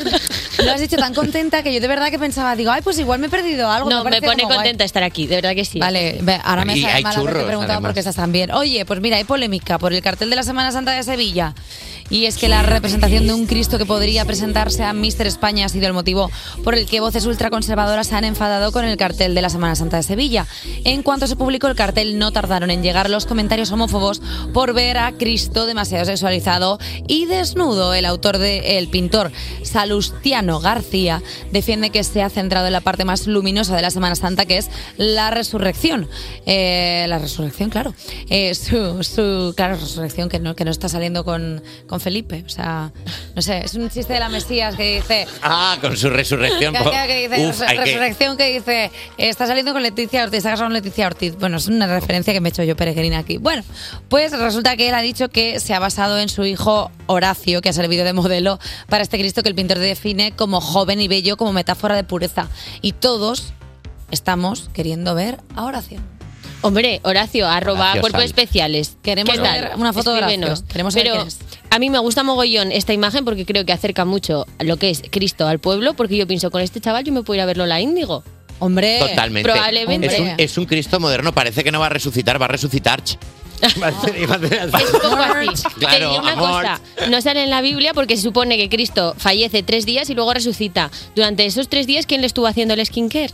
Lo has dicho tan contenta que yo de verdad que pensaba, digo, ay, pues igual me he perdido algo.
No, me
parece
pone
como guay".
contenta estar aquí, de verdad que sí.
Vale, ve, ahora me
Y
sale
hay
mal haberte
churros,
preguntado por
además.
qué estás tan bien. Oye, pues mira, hay polémica por el cartel de la Semana Santa de Sevilla. Y es que la representación de un Cristo que podría presentarse a Mister España ha sido el motivo por el que voces ultraconservadoras se han enfadado con el cartel de la Semana Santa de Sevilla. En cuanto se publicó el cartel, no tardaron en llegar los comentarios homófobos por ver a Cristo demasiado sexualizado y desnudo. El autor de El pintor, Salustiano García, defiende que se ha centrado en la parte más luminosa de la Semana Santa, que es la resurrección. Eh, la resurrección, claro. Eh, su, su- claro, resurrección que no, que no está saliendo con, con Felipe. O sea, no sé, es un chiste de la Mesías que dice...
Ah, con su resurrección.
Que-
po-
que- que dice,
Uf,
resu-
hay que-
resurrección que dice, está saliendo con Leticia Ortiz, está casado con Leticia Ortiz. Bueno, es una referencia que me he hecho yo peregrina aquí. Bueno, pues resulta que él ha dicho que se ha basado en su hijo Horacio, que ha servido de modelo para este Cristo que el pintor define como joven y bello, como metáfora de pureza. Y todos estamos queriendo ver a Horacio.
Hombre, Horacio, arroba
Horacio
cuerpos
Sal.
especiales.
Queremos
¿Qué tal?
ver una foto de Horacio.
Escríbenos.
Queremos saber
Pero
quién es.
a mí me gusta mogollón esta imagen porque creo que acerca mucho lo que es Cristo al pueblo, porque yo pienso, con este chaval yo me puedo ir a verlo la Índigo.
Hombre,
Totalmente.
Probablemente.
Es un, es un Cristo moderno, parece que no va a resucitar, va a resucitar. ch. Va a
Ah.
ser- va a ser así.
poco así. Te
Claro,
diré una
amor.
cosa, no sale en la Biblia porque se supone que Cristo fallece tres días y luego resucita. Durante esos tres días, ¿quién le estuvo haciendo el skincare?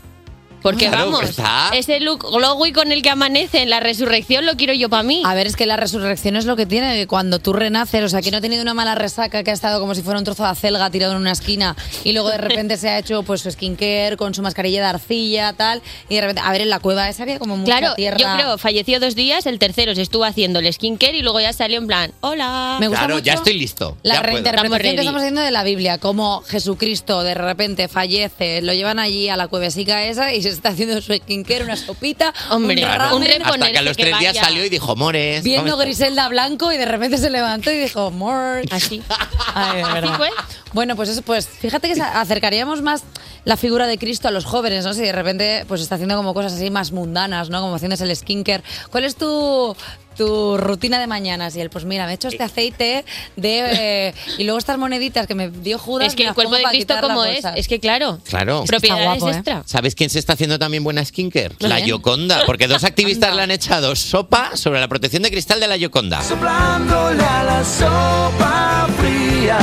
Porque
Claro,
vamos,
pues está.
ese look glowy con el que amanece en la resurrección lo quiero yo para mí.
A ver, es que la resurrección es lo que tiene, que cuando tú renaces, o sea, que no ha tenido una mala resaca, que ha estado como si fuera un trozo de acelga tirado en una esquina y luego de repente se ha hecho pues su skincare con su mascarilla de arcilla, tal, y de repente, a ver, en la cueva esa había como mucha
Claro,
tierra.
yo creo, falleció dos días, el tercero se estuvo haciendo el skincare y luego ya salió en plan, hola.
Me gusta
Claro, ya
mucho
estoy listo.
La
ya puedo.
reinterpretación que estamos haciendo de la Biblia, como Jesucristo de repente fallece, lo llevan allí a la cuevesica esa y se está haciendo su skincare, una sopita,
Hombre,
un
Claro,
ramen,
Hasta que a los tres días salió y dijo, Mores.
Viendo
¿cómo
Griselda Blanco y de repente se levantó y dijo, more.
Así.
fue.
Bueno, pues eso, pues fíjate que se acercaríamos más la figura de Cristo a los jóvenes, ¿no? Si de repente pues está haciendo como cosas así más mundanas, ¿no? Como haciéndose el skinker. ¿Cuál es tu, tu rutina de mañanas? Y él, pues mira, me he hecho
Eh.
este aceite de... eh, y luego estas moneditas que me dio Judas.
Es que
me
el
las
cuerpo
pongo
de
para
Cristo
quitar la
como es,
bolsa".
es que claro.
Claro.
Es que está Propiedades guapo, ¿eh? extra.
¿Sabes quién se está haciendo también buena skinker? La
¿Quién?
Yoconda, porque dos activistas le han echado sopa sobre la protección de cristal de la Yoconda.
Soplándole a la sopa fría.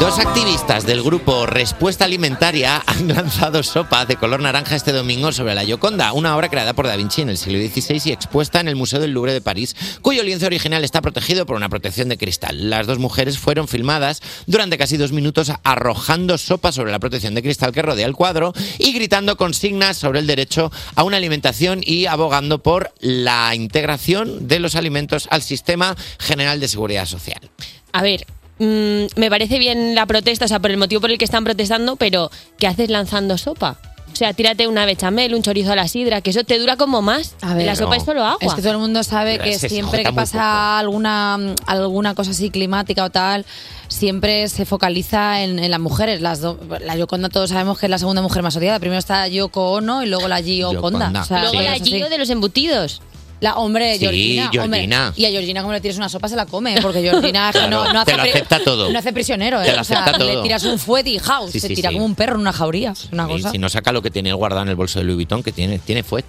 Dos activistas del grupo Respuesta Alimentaria han lanzado sopa de color naranja este domingo sobre la Yoconda, una obra creada por Da Vinci en el siglo XVI y expuesta en el Museo del Louvre de París, cuyo lienzo original está protegido por una protección de cristal. Las dos mujeres fueron filmadas durante casi dos minutos arrojando sopa sobre la protección de cristal que rodea el cuadro y gritando consignas sobre el derecho a una alimentación y abogando por la integración de los alimentos al sistema general de seguridad social.
A ver, mm, me parece bien la protesta, o sea, por el motivo por el que están protestando, pero ¿qué haces lanzando sopa? O sea, tírate una bechamel, un chorizo a la sidra, que eso te dura como más.
A ver,
la sopa
no.
es solo agua.
Es que todo el mundo sabe
Pero
que
es que se
siempre
junta
que
muy
pasa alguna, alguna cosa así climática o tal, siempre se focaliza en, en las mujeres. Las do- la Yoconda todos sabemos que es la segunda mujer más odiada. Primero está Yoko Ono y luego la Gioconda.
Yoconda,
O sea,
Luego
es
la
así.
Gio de los embutidos.
La, hombre,
Sí,
Georgina, hombre.
Georgina.
Y a Georgina, como le tires una sopa, se la come. Porque Georgina es que no,
Claro,
no hace
te lo
pri-
acepta todo.
No hace prisionero, ¿eh?
Te lo
o sea,
acepta todo.
le tiras un fuete y house.
Sí,
se
sí,
tira
sí.
como un perro en una jauría. Es una
Y
cosa.
si no saca lo que tiene él guardado en el bolso de Louis Vuitton, que tiene, tiene fuet.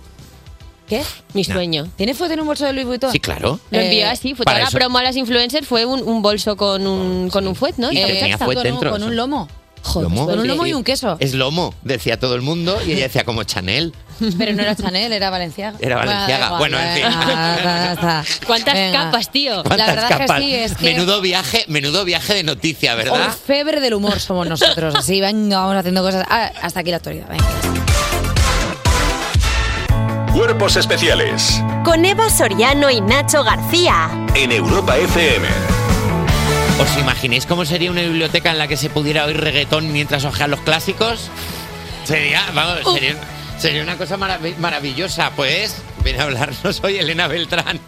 ¿Qué?
Mi
Nah.
sueño.
¿Tiene fuete en un bolso de Louis Vuitton?
Sí, claro.
Lo
Eh,
envió así, fue
para
toda la
eso-
promo a las influencers fue un, un bolso con un, con un fuet, ¿no?
Y que
Estaba
tenía
hecha
fuet
con un-
dentro,
con
eso.
un lomo.
Joder,
Lomo.
con un
Sí.
lomo y un queso.
Es lomo, decía todo el mundo, y ella decía como Chanel.
Pero no era Chanel, era Valenciaga.
Era Valenciaga. Bueno, en fin.
¿Cuántas
capas,
tío?
La verdad
¿Cuántas
que
capas?
sí, es que
Menudo viaje, menudo viaje de noticia, ¿verdad?
febre del humor somos nosotros. Así, venga, vamos haciendo cosas. Ah, hasta aquí la actualidad, venga.
Cuerpos especiales
Con Eva Soriano y Nacho García.
en Europa FM.
¿Os imagináis cómo sería una biblioteca en la que se pudiera oír reggaetón mientras ojean los clásicos? Sería, vamos, sería, sería una cosa marav- maravillosa, pues. Viene a hablarnos hoy Elena Beltrán.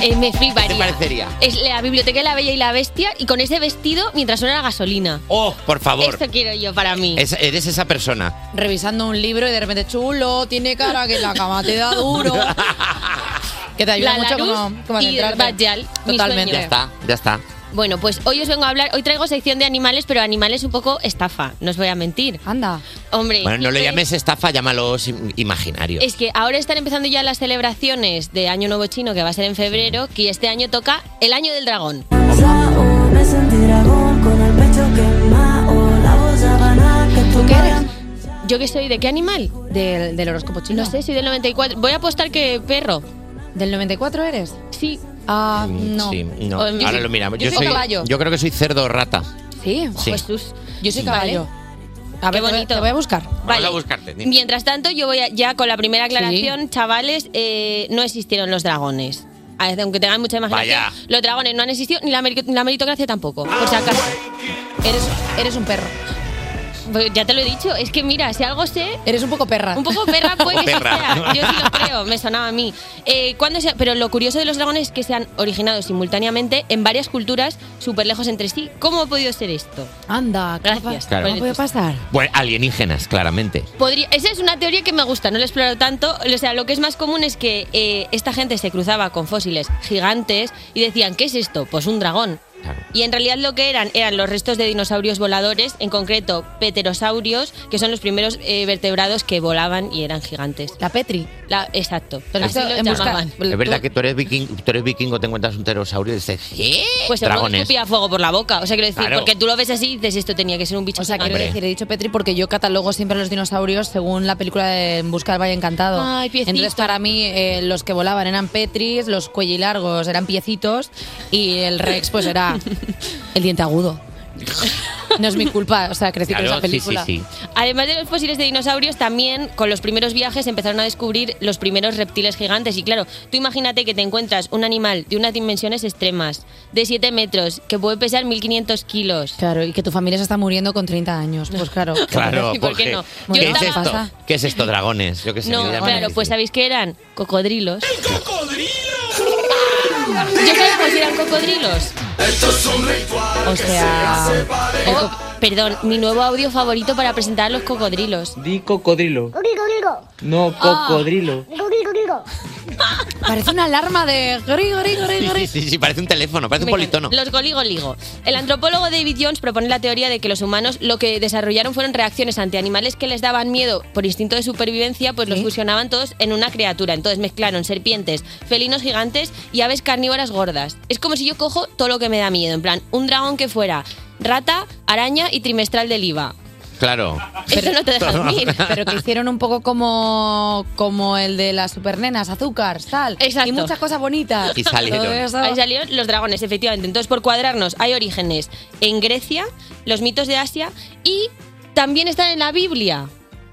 Eh, me
¿Qué te
fliparía.
parecería?
Es la biblioteca de la Bella y la Bestia y con ese vestido mientras suena la gasolina.
Oh, por favor.
Esto quiero yo para mí.
Es- eres esa persona.
Revisando un libro y de repente chulo, tiene cara que la cama te da duro. Que te ayuda
La
mucho
Larus
como, como a
y
centrarte.
Bajal, mi
Totalmente.
sueño.
Ya está, ya está.
Bueno, pues hoy os vengo a hablar, hoy traigo sección de animales, pero animales un poco estafa, no os voy a mentir.
Anda.
Hombre,
Bueno, no le
siempre-
llames estafa, llámalo sim- imaginario.
Es que ahora están empezando ya las celebraciones de Año Nuevo Chino, que va a ser en febrero, que este año toca el Año del Dragón.
Me sentí dragón con el pecho quemado, la voz sabana que tú quieres.
¿Yo qué soy? ¿De qué animal?
Del, del horóscopo chino.
No sé, soy del 94. Voy a apostar que perro.
¿Del 94 eres?
Sí.
Ah,
Mm,
no.
Sí, no.
Yo soy-
Ahora lo miramos.
yo soy caballo.
Yo creo que soy cerdo o rata.
Sí,
Sí.
Jesús.
Yo soy
Vale.
caballo. A ver,
Qué
te voy-
bonito.
Te voy a buscar.
Vamos a buscarte. dime.
Mientras tanto, yo voy a- ya con la primera aclaración, chavales, eh, no existieron los dragones. A ver, Aunque tengan mucha imaginación,
Vaya.
los dragones no han existido, ni la, meri- ni la meritocracia tampoco. Por si acaso.
Eres, eres un perro.
Pues ya te lo he dicho, es que mira, si algo sé...
Eres un poco perra.
Un poco perra puede
Un
que sí
perra.
sea, yo sí lo creo, me sonaba a mí. Eh, ¿cuándo se- pero lo curioso de los dragones es que se han originado simultáneamente en varias culturas súper lejos entre sí. ¿Cómo ha podido ser esto?
Anda,
gracias.
Claro.
por
¿Cómo
el
puede
testigo.
Bueno, Pues alienígenas, claramente.
Podría- esa es una teoría que me gusta, no la he explorado tanto. O sea, lo que es más común es que eh, esta gente se cruzaba con fósiles gigantes y decían, ¿qué es esto? Pues un dragón. Y en realidad lo que eran eran los restos de dinosaurios voladores, en concreto pterosaurios, que son los primeros eh, vertebrados que volaban y eran gigantes.
La Petri.
exacto.
Pero
Así
esto
lo
en busca-
llamaban.
Es verdad que tú eres, viking- tú eres vikingo, te encuentras un pterosaurio y dices, ¿qué?
Pues seguro que
Dragones.
escupía fuego por la boca. O sea, quiero decir,
Claro.
porque tú lo ves así y dices, esto tenía que ser un bicho
O sea, quiero
gigante.
decir, he dicho Petri porque yo catalogo siempre a los dinosaurios según la película de En Busca del Valle Encantado.
Ay, piecito.
Entonces, para mí, eh, los que volaban eran Petris, los cuellilargos eran piecitos y el Rex, pues era el diente agudo. No es mi culpa, o sea, crecí con esa película.
Además de los fósiles de dinosaurios, también con los primeros viajes empezaron a descubrir los primeros reptiles gigantes. Y claro, tú imagínate que te encuentras un animal de unas dimensiones extremas, de 7 metros, que puede pesar 1500 kilos.
Claro, y que tu familia se está muriendo con 30 años. Pues claro.
Claro,
¿Y por qué
Jorge.
no?
¿Qué,
Yo
es
estaba-
esto?
pasa?
¿Qué es esto, dragones? Yo qué sé.
No,
me llaman
claro,
así.
pues sabéis que eran cocodrilos. Yo sabía que eran cocodrilos. O sea, oh, perdón, mi nuevo audio favorito para presentar a los cocodrilos.
Di cocodrilo. No,
Ah.
cocodrilo.
Parece una alarma de grigo, grigo, grigo, grigo.
Sí, sí, sí, parece un teléfono, parece un
Me
politono.
encanta. Los goligoligo. El antropólogo David Jones propone la teoría de que los humanos lo que desarrollaron fueron reacciones ante animales que les daban miedo por instinto de supervivencia, pues los fusionaban todos en una criatura. Entonces mezclaron serpientes, felinos gigantes y aves carnívoras gordas. Es como si yo cojo todo lo que me da miedo, en plan, un dragón que fuera rata, araña y trimestral del IVA.
Claro.
Eso no te deja dormir.
Pero que hicieron un poco como, como el de las supernenas, azúcar, sal. Y muchas cosas bonitas.
Y salieron.
Todo eso.
Ahí salieron los dragones, efectivamente. Entonces, por cuadrarnos, hay orígenes en Grecia, los mitos de Asia y también están en la Biblia.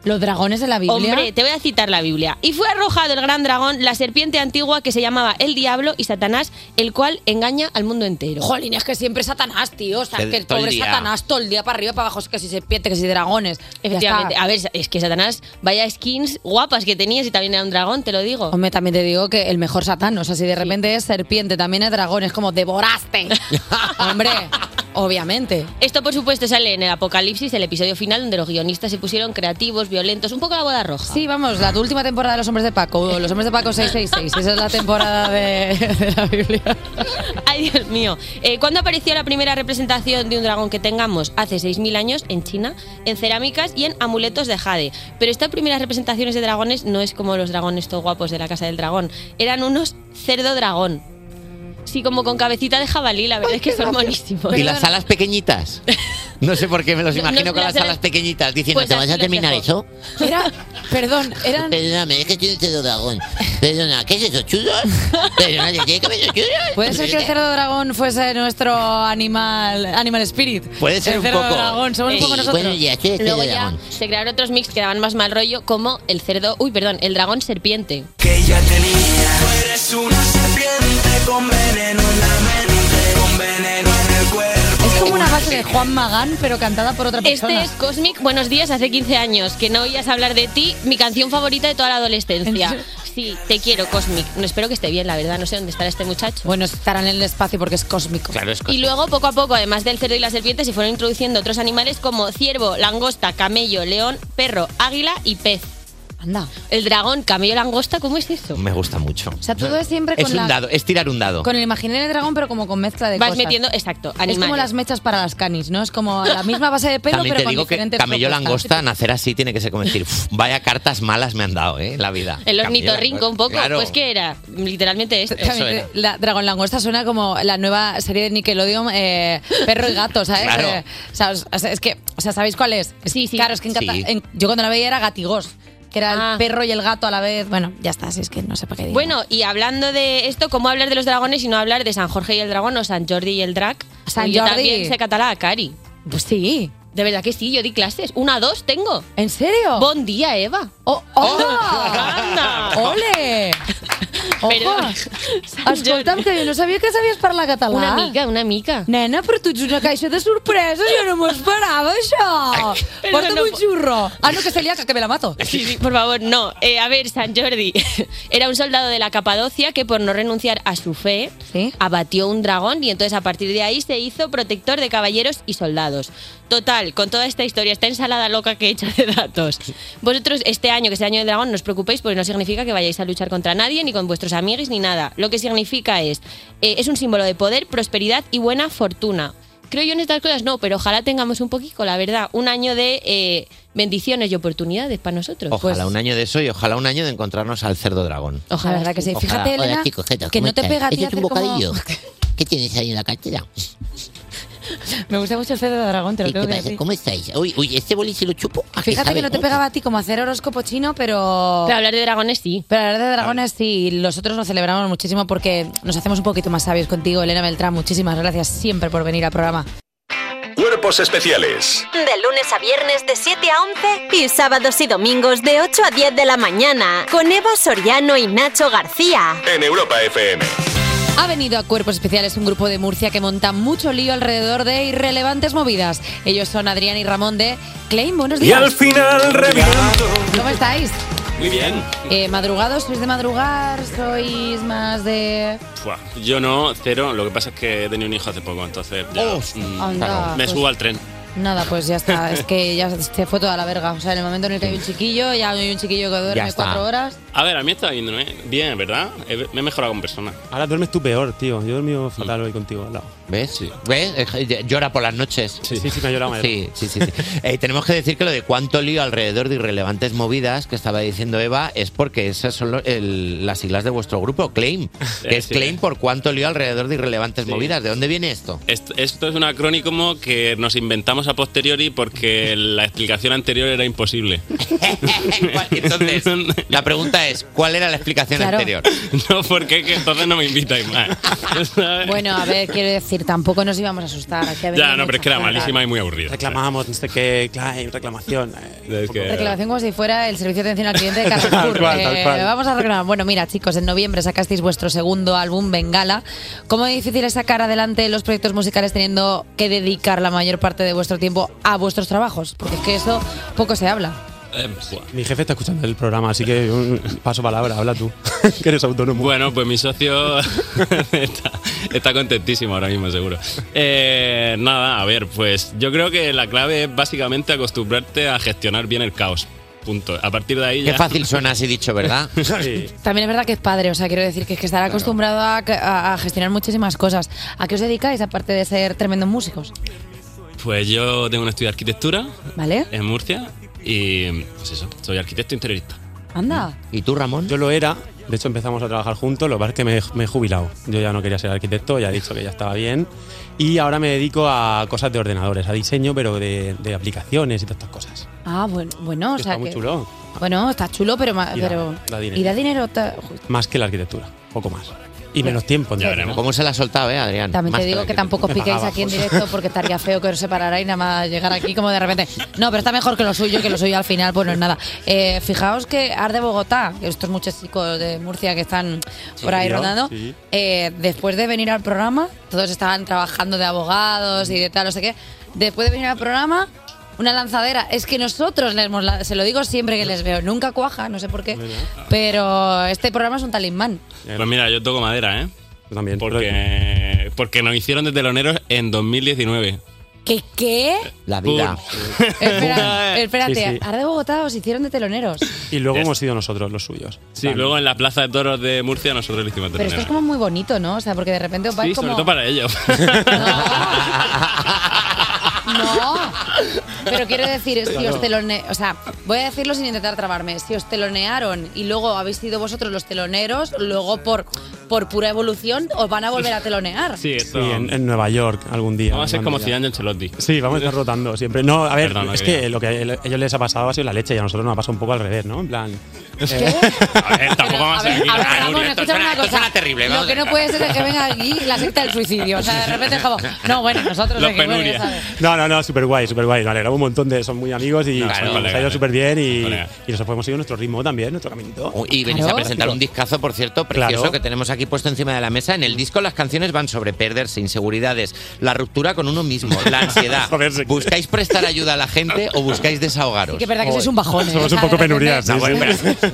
Los dragones de la Biblia.
Hombre, te voy a citar la Biblia. Y fue arrojado el gran dragón, la serpiente antigua que se llamaba el diablo y Satanás, el cual engaña al mundo entero.
Jolín, es que siempre Satanás, tío. O sea,
Todo
que el
el
pobre
día.
Satanás todo el día para arriba, para abajo, es que si serpiente, que si dragones.
Efectivamente. A ver, es que Satanás, vaya skins guapas que tenías y también era un dragón, te lo digo.
Hombre, también te digo que el mejor Satán, o sea, si de repente es serpiente, también es dragón, es como devoraste. Hombre, obviamente.
Esto, por supuesto, sale en el Apocalipsis, el episodio final, donde los guionistas se pusieron creativos, violentos, un poco la boda roja.
Sí, vamos, la última temporada de Los Hombres de Paco, Los Hombres de Paco 666, esa es la temporada de, de la Biblia.
Ay, Dios mío. Eh, ¿Cuándo apareció la primera representación de un dragón que tengamos? Hace 6.000 años en China, en cerámicas y en amuletos de jade. Pero estas primeras representaciones de dragones no es como los dragones todos guapos de la Casa del Dragón. Eran unos cerdo dragón. Sí, como con cabecita de jabalí, la verdad es que son monísimos.
¿Y las alas pequeñitas? No sé por qué me los
No,
imagino
no,
con
no
las
sé.
alas pequeñitas diciendo,
Pues
¿te
así
vas a
los
terminar
dejo.
eso?
Era, perdón, eran...
Perdóname, es que tiene cerdo dragón. Perdona, ¿qué es eso, churros? Perdona, ¿qué es eso, churros?
¿Puede ser que el cerdo dragón fuese nuestro animal animal spirit?
Puede ser
El
un
cerdo
poco.
dragón, somos un
Sí,
poco nosotros.
buenos días, soy el cerdo
Luego ya
dragón.
se crearon otros mix que daban más mal rollo, como el cerdo, uy, perdón, el dragón serpiente.
Que ya tenía. Tú eres una serpiente con veneno en la mente, con veneno en el cuerpo.
Es como una base de Juan Magán, pero cantada por otra persona.
Este es Cosmic Buenos Días hace 15 años, que no oías hablar de ti, mi canción favorita de toda la adolescencia. sí, te quiero, Cosmic. No espero que esté bien, la verdad, no sé dónde estará este muchacho.
Bueno, estará en el espacio porque es cósmico.
Claro, es
Y luego, poco a poco, además del cerdo y la serpiente, se fueron introduciendo otros animales como ciervo, langosta, camello, león, perro, águila y pez.
Anda.
El dragón, camello, langosta, ¿cómo es eso?
Me gusta mucho. O
sea, todo es siempre
es
con
un
la-
dado, es tirar un dado.
Con el imaginario de dragón, pero como con mezcla de
Vas
cosas.
metiendo, exacto,
Es como
animales.
las mechas para las canis, ¿no? Es como la misma base de pelo,
También
pero
te
con
digo que
diferentes
camello
propuestas.
langosta, nacer así tiene que ser como decir, "Uf, vaya cartas malas me han dado, ¿eh? en La vida.
El
Camello
ornitorrinco,
langosta.
un poco.
Claro.
Pues que era literalmente esto.
Eso era.
La Dragon Langosta suena como la nueva serie de Nickelodeon, eh, Perro y Gato, ¿sabes?
Claro.
Eh, ¿sabes? O sea, es que, o sea, ¿sabéis cuál es? Sí, sí. Claro, es que en cata-
Sí. Ah.
en- yo cuando la veía era Gatigos, que era el perro y el gato a la vez. Bueno, ya está, si es que no sé para qué digo.
Bueno, y hablando de esto, ¿cómo hablar de los dragones y no hablar de San Jorge y el dragón o San Jordi y el drag?
San
Porque
Jordi.
también se catalá a Cari.
Pues sí.
De verdad que sí, yo di clases. Una, dos tengo.
¿En serio? Oh,
Buen día, Eva.
¡Ole!
Perdón.
Escolta'm, que jo no sabia que sabies parlar català.
Una mica, una mica.
Nena, però tu ets una caixa de sorpreses, jo no m'ho esperava, això.
Però
Porta'm
no
un
po-
xurro. Ah, no, que se lia, que que me la mato.
Sí, sí, por favor, no. Eh, a ver, San Jordi era un soldado de la Capadocia que por no renunciar a su fe abatió un dragón y entonces a partir de ahí se hizo protector de caballeros y soldados. Total, con toda esta historia, esta ensalada loca que he hecho de datos. Vosotros este año, que es el año del dragón, no os preocupéis porque no significa que vayáis a luchar contra nadie, ni con vuestros amigos, ni nada. Lo que significa es, eh, es un símbolo de poder, prosperidad y buena fortuna. Creo yo en estas cosas no, pero ojalá tengamos un poquito, la verdad, un año de eh, bendiciones y oportunidades para
Pues
nosotros. Pues,
Ojalá un año de eso y ojalá un año de encontrarnos al cerdo dragón.
Ojalá,
La verdad que sí.
Ojalá.
Fíjate,
Hola,
Elena,
chicos, ¿qué tal?
que
¿Cómo
no te
estáis?
pega a ti
¿Esto es un
hacer como-
bocadillo? ¿Qué tienes ahí en la cartera?
Me gusta mucho el cerdo de dragón, te lo
¿Y
tengo
qué
que
pasa?
decir.
¿Cómo estáis? Uy, uy, este boli se lo chupo. ¿A qué
Fíjate
sabe?
que no te pegaba a ti como hacer horóscopo chino, pero...
Pero hablar de dragones sí.
Pero hablar de dragones sí. Y nosotros lo celebramos muchísimo porque nos hacemos un poquito más sabios contigo, Elena Beltrán. Muchísimas gracias siempre por venir al programa.
Cuerpos especiales
De lunes a viernes de 7 a 11 y sábados y domingos de 8 a 10 de la mañana con Eva Soriano y Nacho García.
en Europa FM.
Ha venido a Cuerpos Especiales un grupo de Murcia que monta mucho lío alrededor de irrelevantes movidas. Ellos son Adrián y Ramón de Claim. Buenos
Y
días.
al final reviento.
¿Cómo estáis?
Muy bien.
Eh, ¿Madrugados? ¿Sois de madrugar? ¿Sois más de...?
Fua, Yo no, cero. Lo que pasa es que he tenido un hijo hace poco, entonces ya,
Oh,
mm,
Anda,
me
pues-
subo al tren.
Nada, pues ya está. Es que ya se fue toda la verga. O sea, en el momento en el que hay un chiquillo, ya hay un chiquillo que duerme cuatro horas.
A ver, a mí está yéndome bien, ¿verdad? He- Me he mejorado con persona.
Ahora duermes tú peor, tío. Yo he dormido fatal hoy contigo al lado.
¿Ves? ¿Ves? Eh, Llora por las noches. Sí,
sí, me ha llorado, me ha
Sí, sí, sí. sí. Eh, tenemos que decir que lo de cuánto lío alrededor de irrelevantes movidas que estaba diciendo Eva es porque esas son lo- el- las siglas de vuestro grupo, Claim. Que es
Sí.
Claim por cuánto lío alrededor de irrelevantes movidas. ¿De dónde viene esto?
Esto, esto es un acrónimo que nos inventamos a posteriori porque la explicación anterior era imposible.
Pues, Entonces, la pregunta es, ¿cuál era la explicación
Claro.
anterior?
No, porque es que entonces no me invitáis más. ¿sabes?
Bueno, a ver, quiero decir, tampoco nos íbamos a asustar. Aquí ha venido
Ya, no, pero es que era
mucha gente.
malísima y muy aburrida.
Reclamamos, no sé qué, claro, reclamación. eh, un poco-
Reclamación como si fuera el servicio de atención al cliente de Carrefour.
Tal cual, tal
Eh,
cual.
vamos a reclamar. Bueno, mira, chicos, en noviembre sacasteis vuestro segundo álbum, Bengala. ¿Cómo es difícil es sacar adelante los proyectos musicales teniendo que dedicar la mayor parte de vuestro tiempo a vuestros trabajos? Porque es que eso poco se habla.
Eh,
Mi jefe está escuchando el programa, así que mm, paso palabra, habla tú, que eres autónomo.
Bueno, pues mi socio está, está contentísimo ahora mismo, seguro. Eh, nada, a ver, pues yo creo que la clave es básicamente acostumbrarte a gestionar bien el caos. Punto. A partir de ahí
Qué
ya-
fácil suena así dicho, ¿verdad?
Sí.
También es verdad que es padre, o sea, quiero decir que es que estar acostumbrado a, a- a gestionar muchísimas cosas. ¿A qué os dedicáis aparte de ser tremendos músicos?
Pues yo tengo un estudio de arquitectura
¿Vale?
en Murcia y pues eso, soy arquitecto interiorista.
Anda.
¿Y tú, Ramón?
Yo lo era. De hecho, empezamos a trabajar juntos. Lo que pasa es que me, me he jubilado. Yo ya no quería ser arquitecto, ya he dicho que ya estaba bien. Y ahora me dedico a cosas de ordenadores, a diseño, pero de, de aplicaciones y todas estas cosas.
Ah, bueno, bueno o sea
Está muy
que-
chulo.
Bueno, está chulo, pero... ma-
Y da-
pero
da dinero.
Y da dinero... ta-
Más que la arquitectura, poco más. Y menos tiempo. Ya veremos.
¿Cóos se la ha soltado, eh, Adrián?
También
Más
te digo que
tranquilo.
tampoco os piquéis aquí en directo porque estaría feo que os separarais nada más llegar aquí como de repente. No, pero está mejor que lo suyo, que lo suyo al final, pues no es nada. Eh, fijaos que Arde Bogotá, que estos muchos chicos de Murcia que están por ahí
yo,
rodando,
sí.
eh, después de venir al programa, todos estaban trabajando de abogados y de tal, no sé qué, después de venir al programa... una lanzadera. Es que nosotros les hemos la- se lo digo siempre que les veo, nunca cuaja, no sé por qué. Pero este programa es un talismán.
Pues mira, yo toco madera, ¿eh?
también.
Porque, porque nos hicieron de teloneros en 2019.
¿Qué qué?
La
vida.
Espera, espérate,
Sí, sí.
ahora de Bogotá os hicieron de teloneros.
Y luego hemos sido nosotros los suyos.
Sí, luego en la Plaza de Toros de Murcia nosotros le hicimos
Pero esto es
teloneros.
como muy bonito, ¿no? O sea, porque de repente os vais
Sí,
como...
sobre todo para ellos.
No, pero quiero decir, si
Claro.
os telone... O sea, voy a decirlo sin intentar trabarme. Si os telonearon y luego habéis sido vosotros los teloneros, luego por, por pura evolución os van a volver a telonear.
Sí, esto.
en, en Nueva York algún día.
Vamos a ser
Cuando
como
ya-
Zidane y Ancelotti.
Sí, vamos a estar rotando siempre. No, a ver,
Perdón, no
es
quería.
que lo que a ellos les ha pasado ha sido la leche y a nosotros nos ha pasado un poco al revés, ¿no? En plan. eh,
A ver, tampoco vamos a
ver,
seguir.
a ver,
Ah,
Ramón,
Nuria, esto
escúchame
suena-
una
esto
cosa.
suena terrible.
Lo
vamos
que
a-
no puede ser es que venga aquí la secta del suicidio. O sea, de repente es como, no, bueno, nosotros
Los
aquí, bueno, ya
penurias.
sabes.
No, no, no, súper guay, súper guay. Nos alegramos un montón de. Son muy amigos y
Claro,
nos
colega,
ha ido
colega.
súper bien y,
Colega.
y nosotros podemos seguir nuestro ritmo también, nuestro caminito.
Oh, Y venís a presentar un discazo, por cierto, precioso
Claro.
que tenemos aquí puesto encima de la mesa. En el disco las canciones van sobre perderse, inseguridades, la ruptura con uno mismo, la ansiedad. ¿Buscáis prestar ayuda a la gente o buscáis desahogaros?
Sí que es verdad que sois un bajón, ¿eh? Somos un O sea, poco de repente- penurias,
No,
sí,
bueno,
sí.
pero-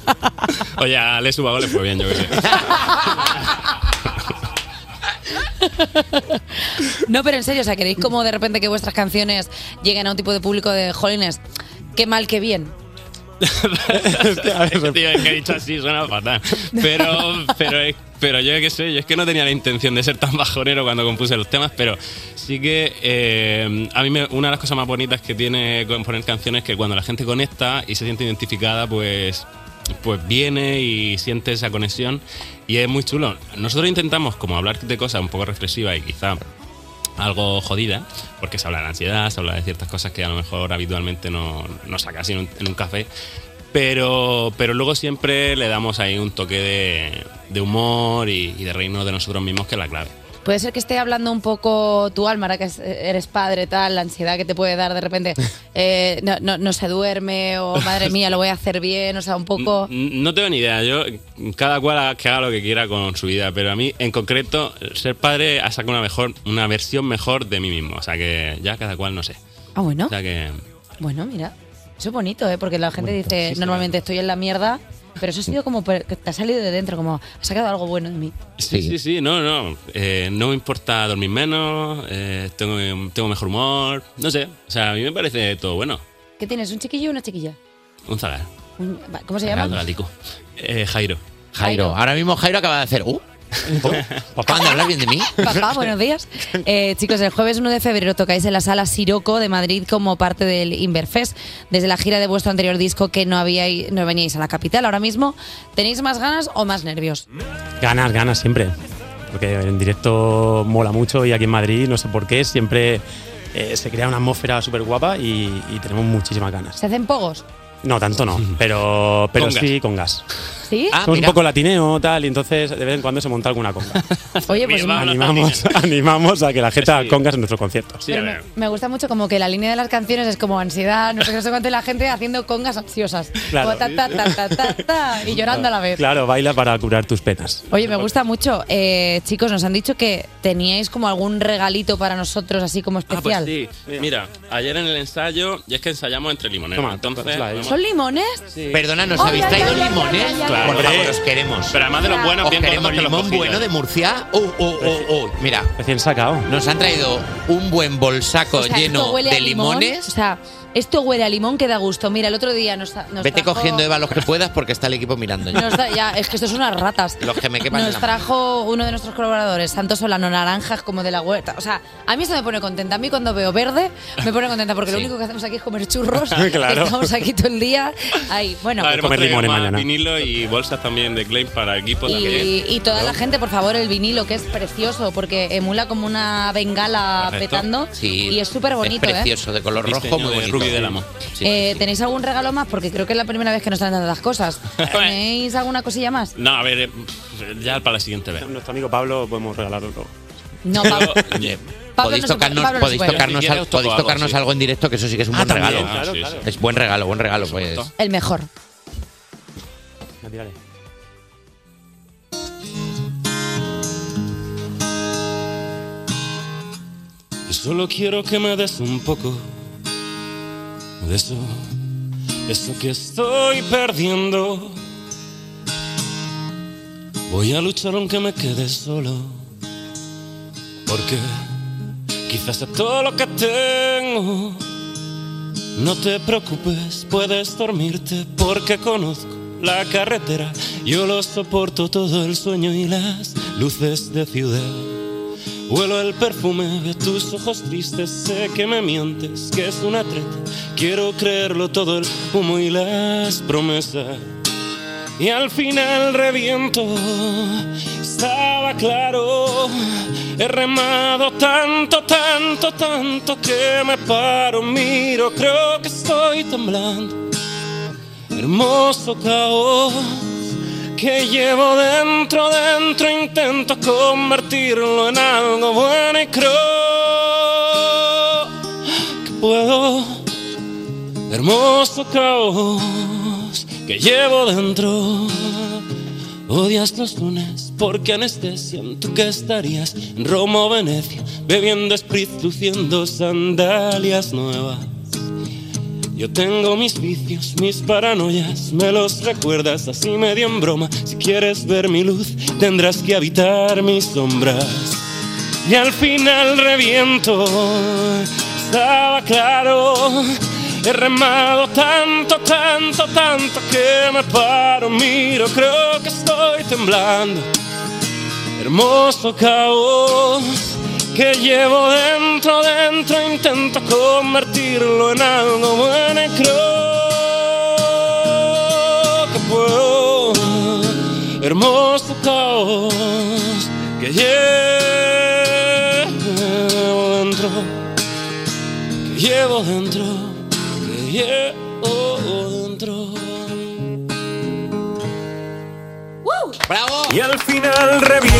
Oye, a Les Ubago le fue bien, yo qué sé.
No, pero en serio, o sea, ¿queréis como de repente que vuestras canciones lleguen a un tipo de público de jolines? Qué mal, qué bien.
Es que, tío, es que he dicho así, suena fatal. Pero, pero, es- pero yo qué sé, yo es que no tenía la intención de ser tan bajonero cuando compuse los temas, pero sí que eh, a mí me- una de las cosas más bonitas que tiene componer canciones es que cuando la gente conecta y se siente identificada, pues pues viene y siente esa conexión y es muy chulo. Nosotros intentamos como hablar de cosas un poco reflexivas y quizá algo jodida, porque se habla de la ansiedad, se habla de ciertas cosas que a lo mejor habitualmente no, no sacas en un, en un café, pero, pero luego siempre le damos ahí un toque de, de humor y, y de reírnos de nosotros mismos, que es la clave.
Puede ser que esté hablando un poco tu alma, ahora que es- eres padre, tal, la ansiedad que te puede dar de repente, eh, no, no- no se duerme, o madre mía, lo voy a hacer bien, o sea, un poco...
N- No tengo ni idea, yo cada cual ha- que haga lo que quiera con su vida, pero a mí en concreto ser padre ha sacado una mejor una versión mejor de mí mismo, o sea que ya cada cual no sé.
Ah, bueno.
O sea que
Bueno, mira, eso es bonito, ¿eh? Porque la gente dice, normalmente estoy en la mierda, pero eso ha sido como per- que te ha salido de dentro, como, ha sacado algo bueno de mí.
Sí, sí, sí, no, no. eh, no me importa dormir menos, eh, tengo, tengo mejor humor, no sé. O sea, a mí me parece todo bueno.
¿Qué tienes, un chiquillo o una chiquilla?
Un zagal.
Un- ¿Cómo se llama?
zagal galáctico. Eh, Jairo.
Jairo, ahora mismo Jairo acaba de hacer. Uh, papá, ¿no hablas bien de mí?
Papá, buenos días. Eh, chicos, el jueves 1 de febrero tocáis en la sala Siroco de Madrid como parte del Inverfest. Desde la gira de vuestro anterior disco que no, habíais, no veníais a la capital, ahora mismo, ¿tenéis más ganas o más nervios?
Ganas, ganas siempre. Porque en directo mola mucho y aquí en Madrid, no sé por qué, siempre eh, se crea una atmósfera súper guapa y, y tenemos muchísimas ganas.
¿Se hacen pogos?
No, tanto no, pero, pero
Con gas. Ah,
sí con gas.
¿Sí?
Somos un poco latineo, tal, y entonces de vez en cuando se monta alguna conga.
Oye, pues
animamos, animamos a que la gente haga congas en nuestros conciertos.
pero me, me gusta mucho como que la línea de las canciones es como ansiedad, no sé qué, no sé cuánto, y la gente haciendo congas ansiosas.
Claro.
Como ta, ta, ta, ta, ta, ta, y llorando a la vez.
Claro, baila para curar tus penas.
Oye, me gusta mucho. Eh, chicos, nos han dicho que teníais como algún regalito para nosotros, así como
Ah, pues
especial.
sí. Mira, ayer en el ensayo, y es que ensayamos entre limoneros.
Toma,
entonces,
tómala,
vamos-
¿Son limones?
Perdona, ¿nos
Ay,
habéis
ay,
traído
ay, ay,
limones?
ay, ay, ay,
Claro,
Por
hombre.
favor, os queremos.
Pero además de los buenos,
Os
bien
queremos
gordos que los
limón
cogidos.
bueno de Murcia. Uh, uh, uh, uh. Mira,
Recién sacado.
nos han traído un buen bolsaco
O sea,
lleno
esto huele a
de
limón,
limones.
O sea, esto huele a limón que da gusto. Mira, el otro día nos, nos
Vete
trajo-
cogiendo, Eva, los que puedas porque está el equipo mirando ya.
nos da- ya, es que esto son unas ratas.
Los que me queman en
Nos
la-
trajo uno de nuestros colaboradores, Santos Solano, naranjas como de la huerta. O sea, a mí eso me pone contenta. A mí cuando veo verde me pone contenta porque lo
Sí.
único que hacemos aquí es comer churros.
Claro.
Estamos aquí todo el día. Ahí, bueno.
A ver, hemos
comer
traído
limones
más
mañana.
vinilo y bolsas también de Claim para equipos
Y,
también.
y toda la gente, por favor, el vinilo, que es precioso, porque emula como una bengala
Correcto.
petando.
Sí,
y es ¿eh? súper bonito,
Es precioso, de color
Diseño
rojo, muy
de
bonito.
Ruby del Amo.
Sí.
Eh, ¿Tenéis algún regalo más? Porque creo que es la primera vez que nos traen tantas cosas. ¿Tenéis alguna cosilla más?
No, a ver, eh, ya para la siguiente vez.
Nuestro amigo Pablo podemos regalarlo.
No, Pablo. Pablo
podéis
no se puede-
tocarnos,
Pablo no
podéis
se puede.
tocarnos,
Si quieres,
al-
os toco
podéis
algo,
tocarnos
sí.
algo en directo, que eso sí que es un
Ah,
buen
también,
regalo.
claro, Ah, sí, claro. sí.
Es buen regalo, buen regalo. Pues.
El mejor.
Yo solo quiero que me des un poco
de eso, eso que estoy perdiendo. Voy a luchar aunque me quede solo, porque quizás sea todo lo que tengo. No te preocupes, puedes dormirte, porque conozco la carretera. Yo lo soporto todo el sueño y las luces de ciudad. Huelo el perfume de tus ojos tristes, sé que me mientes, que es una treta. Quiero creerlo todo el humo y las promesas. Y al final reviento, estaba claro. He remado tanto, tanto, tanto que me paro, miro, creo que estoy temblando. Hermoso caos que llevo dentro, dentro intento convertirlo en algo bueno y creo que puedo. Hermoso caos que llevo dentro. Odias los lunes porque anestesian tú que estarías en Roma o Venecia bebiendo spritz, luciendo sandalias nuevas. Yo tengo mis vicios, mis paranoias, me los recuerdas así medio en broma. Si quieres ver mi luz, tendrás que habitar mis sombras. Y al final reviento, estaba claro. He remado tanto, tanto, tanto que me paro, miro, creo que estoy temblando. Hermoso caos que llevo dentro, dentro, intento convertirlo en algo bueno y creo que puedo. Hermoso caos que llevo dentro, que llevo dentro, que llevo dentro.
¡Bravo!
Y al final reviento.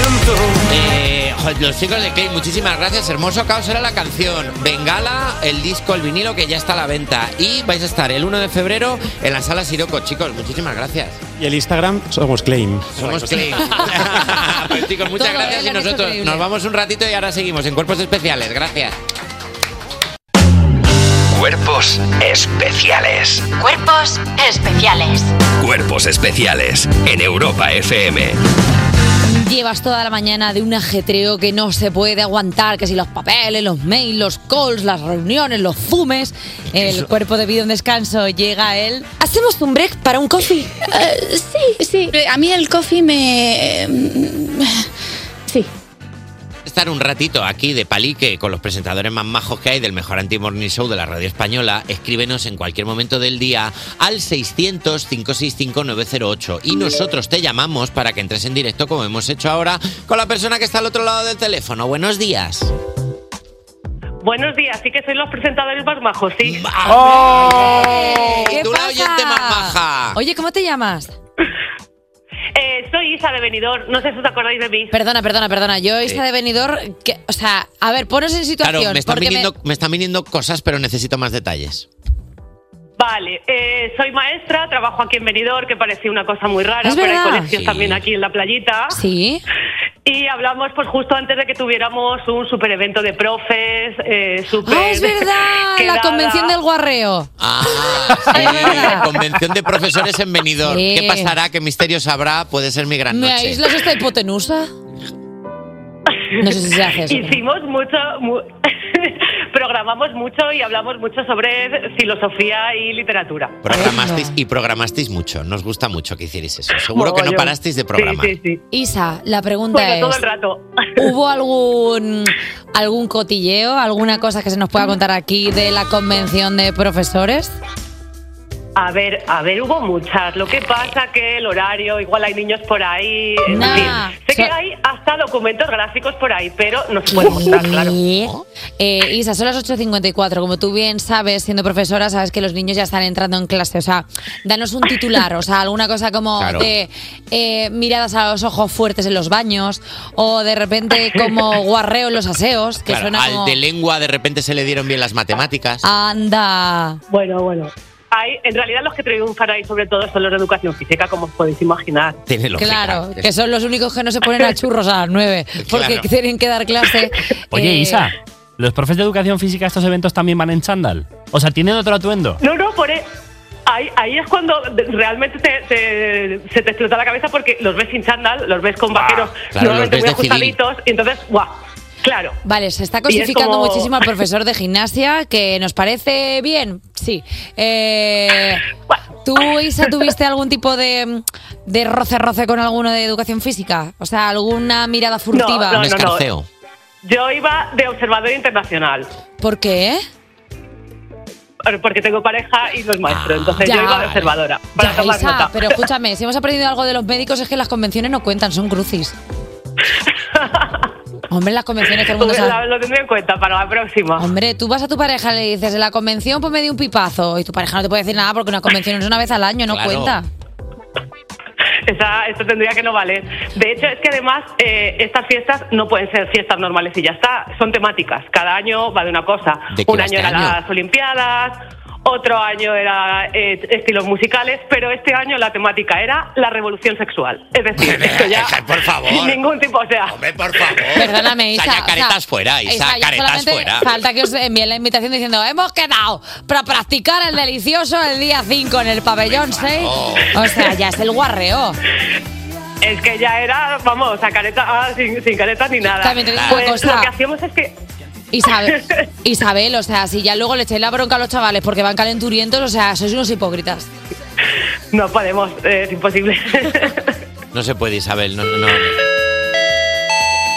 Eh, jo- los chicos de Key, muchísimas gracias. Hermoso caos era la canción. Bengala, el disco, el vinilo que ya está a la venta. Y vais a estar el 1 de febrero en la sala Siroco, chicos. Muchísimas gracias.
Y el Instagram somos Claim.
Somos Clay. Pues, chicos, muchas gracias. Y nosotros nos vamos un ratito y ahora seguimos en Cuerpos Especiales. Gracias.
Cuerpos especiales.
Cuerpos especiales.
Cuerpos especiales en Europa FM.
Llevas toda la mañana de un ajetreo que no se puede aguantar, que si los papeles, los mails, los calls, las reuniones, los zumes, el
Eso.
cuerpo debido a un descanso, llega él. Hacemos un break para un coffee.
Eh, sí, sí. A mí el coffee me. mm, Sí.
estar un ratito aquí de palique con los presentadores más majos que hay del mejor anti-morning show de la radio española, escríbenos en cualquier momento del día al 600-565-908 y nosotros te llamamos para que entres en directo como hemos hecho ahora con la persona que está al otro lado del teléfono. Buenos días.
Buenos días, sí que sois los presentadores más majos, sí.
¿Qué pasa? Oye, ¿cómo te llamas?
Eh, soy Isa de Benidorm, no sé si os acordáis de mí.
Perdona, perdona, perdona. Yo, Isa
Eh.
de Benidorm, que- o sea, a ver, ponos en situación.
Claro, me están,
porque me-
viniendo, me están viniendo cosas, pero necesito más detalles.
Vale, eh, soy maestra, trabajo aquí en Benidorm, que parecía una cosa muy rara,
Es
pero hay
verdad.
colegios
Sí.
también aquí en la playita.
Sí.
Y hablamos pues justo antes de que tuviéramos un super evento de profes, eh, super...
¡Ah, es verdad! La
quedada.
convención del guarreo.
La convención de profesores en Benidorm.
Ah. Sí.
¿Qué pasará? ¿Qué misterios habrá? Puede ser mi gran
¿Me
noche.
aíslas esta hipotenusa? No sé si se hace eso.
Hicimos mucho, mu- programamos mucho y hablamos mucho sobre filosofía y literatura.
Programasteis y programasteis mucho. Nos gusta mucho que hicierais eso. Seguro que no
Mogollón.
parasteis de programar.
Sí, sí, sí.
Isa, la pregunta
Bueno, todo
es...
el rato.
¿Hubo algún, algún cotilleo, alguna cosa que se nos pueda contar aquí de la convención de profesores?
A ver, a ver, hubo muchas. Lo que pasa que el horario, igual hay niños por ahí. en
Nah.
fin. sé que
So-
hay hasta documentos gráficos por ahí, pero no se pueden mostrar, claro.
Eh, Isa, son las 8.54. Como tú bien sabes, siendo profesora, sabes que los niños ya están entrando en clase. O sea, danos un titular, o sea, alguna cosa como
Claro.
de eh, miradas a los ojos fuertes en los baños o de repente como guarreo en los aseos, que
Claro,
suena
al
como...
de lengua de repente se le dieron bien las matemáticas.
Anda.
Bueno, bueno. Hay, en realidad los que triunfan ahí sobre todo son los de educación física, como os podéis imaginar.
Tiene
Claro, que son los únicos que no se ponen a churros a las 9 porque
Claro.
tienen que dar clase.
Oye,
Eh,
Isa, ¿los profes de educación física a estos eventos también van en chándal? O sea, tienen otro atuendo.
No, no, por e- ahí, ahí es cuando de- realmente te, te- se te explota la cabeza porque los ves sin chándal, los ves con vaqueros
Ah, claro,
normalmente
los
muy
ves de civil.
ajustaditos, y entonces, ¡guau! Claro.
Vale, se está
Y es
cosificando
como-
muchísimo al profesor de gimnasia, que nos parece bien, sí. Eh, ¿Tú, Isa, tuviste algún tipo de, de roce-roce con alguno de educación física? O sea, alguna mirada furtiva.
no, no, no. escarceo. Yo iba de observador internacional. eh,
¿Por qué?
Porque tengo pareja y no es maestro, entonces
ya,
yo iba de
vale.
observadora para
Ya,
tomar
Isa,
nota.
pero escúchame, si hemos aprendido algo de los médicos es que las convenciones no cuentan, son crucis. Hombre, las convenciones que el mundo
Pues
sabe.
lo, lo tendré en cuenta para la próxima.
Hombre, tú vas a tu pareja y le dices, en la convención pues me di un pipazo. Y tu pareja no te puede decir nada porque una convención es una vez al año, no
Claro.
cuenta.
Esa- esto tendría que no valer. De hecho, es que además eh, estas fiestas no pueden ser fiestas normales y ya está. Son temáticas. Cada año va de una cosa.
¿De qué
Un
va
año
este
eran
año?
las Olimpiadas, otro año era eh, estilos musicales, pero este año la temática era la revolución sexual. Es decir, esto ya
Por favor.
ningún tipo, o sea,
por favor.
Perdóname, Isa.
O sea, ya caretas
o sea,
fuera, Isa,
ya
caretas
solamente
fuera.
Falta que os envíen la invitación diciendo, hemos quedado para practicar el delicioso el día 5 en el pabellón 6. O sea, ya es el guarreo.
es que ya era, vamos, a careta, ah, sin, sin careta ni nada.
También te digo
Pues
una cosa.
Lo que hacíamos es que
Isabel, Isabel, o sea, si ya luego le echáis la bronca a los chavales porque van calenturientos, o sea, sois unos hipócritas.
no podemos, eh, es imposible.
No se puede, Isabel. No, no, no.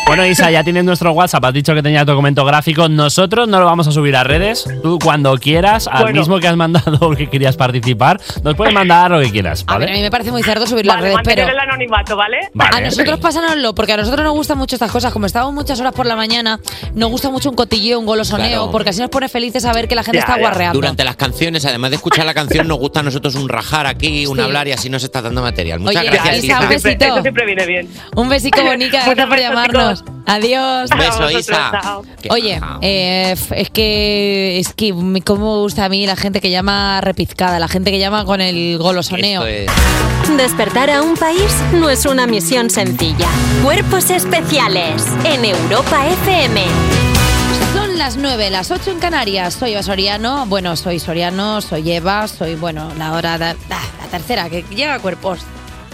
Bueno, Isa, ya tienes nuestro WhatsApp. Has dicho que tenías documento gráfico. Nosotros no lo vamos a subir a redes. Tú, cuando quieras, al
Bueno.
mismo que has mandado que querías participar, nos puedes mandar lo que quieras,
A ver, a mí
¿vale?
me parece muy cerdo subir
Vale,
las redes,
mantener
pero...
el anonimato, ¿vale?
Vale,
a nosotros pásanoslo, porque a nosotros nos gustan mucho estas cosas. Como estamos muchas horas por la mañana, nos gusta mucho un cotilleo, un golosoneo,
Claro.
porque así nos pone felices saber que la gente está guarreando.
Durante las canciones, además de escuchar la canción, nos gusta a nosotros un rajar aquí, un
Sí.
hablar y así nos está dando material. Muchas
Oye,
gracias,
Isa, un
Isa.
besito. Eso
siempre viene bien.
Un besico, Bonica. Gracias por llamarnos. Adiós.
Un beso, Isa. Qué
Oye,
majao.
eh, f- es que es que me- cómo me gusta a mí la gente que llama repizcada, la gente que llama con el golosoneo.
Despertar a un país no es una misión sencilla. Cuerpos especiales en Europa FM.
Son las 9, las 8 en Canarias. Soy Eva Soriano. Bueno, soy Soriano, soy Eva, soy, bueno, la hora, da- da- la tercera, que llega a cuerpos.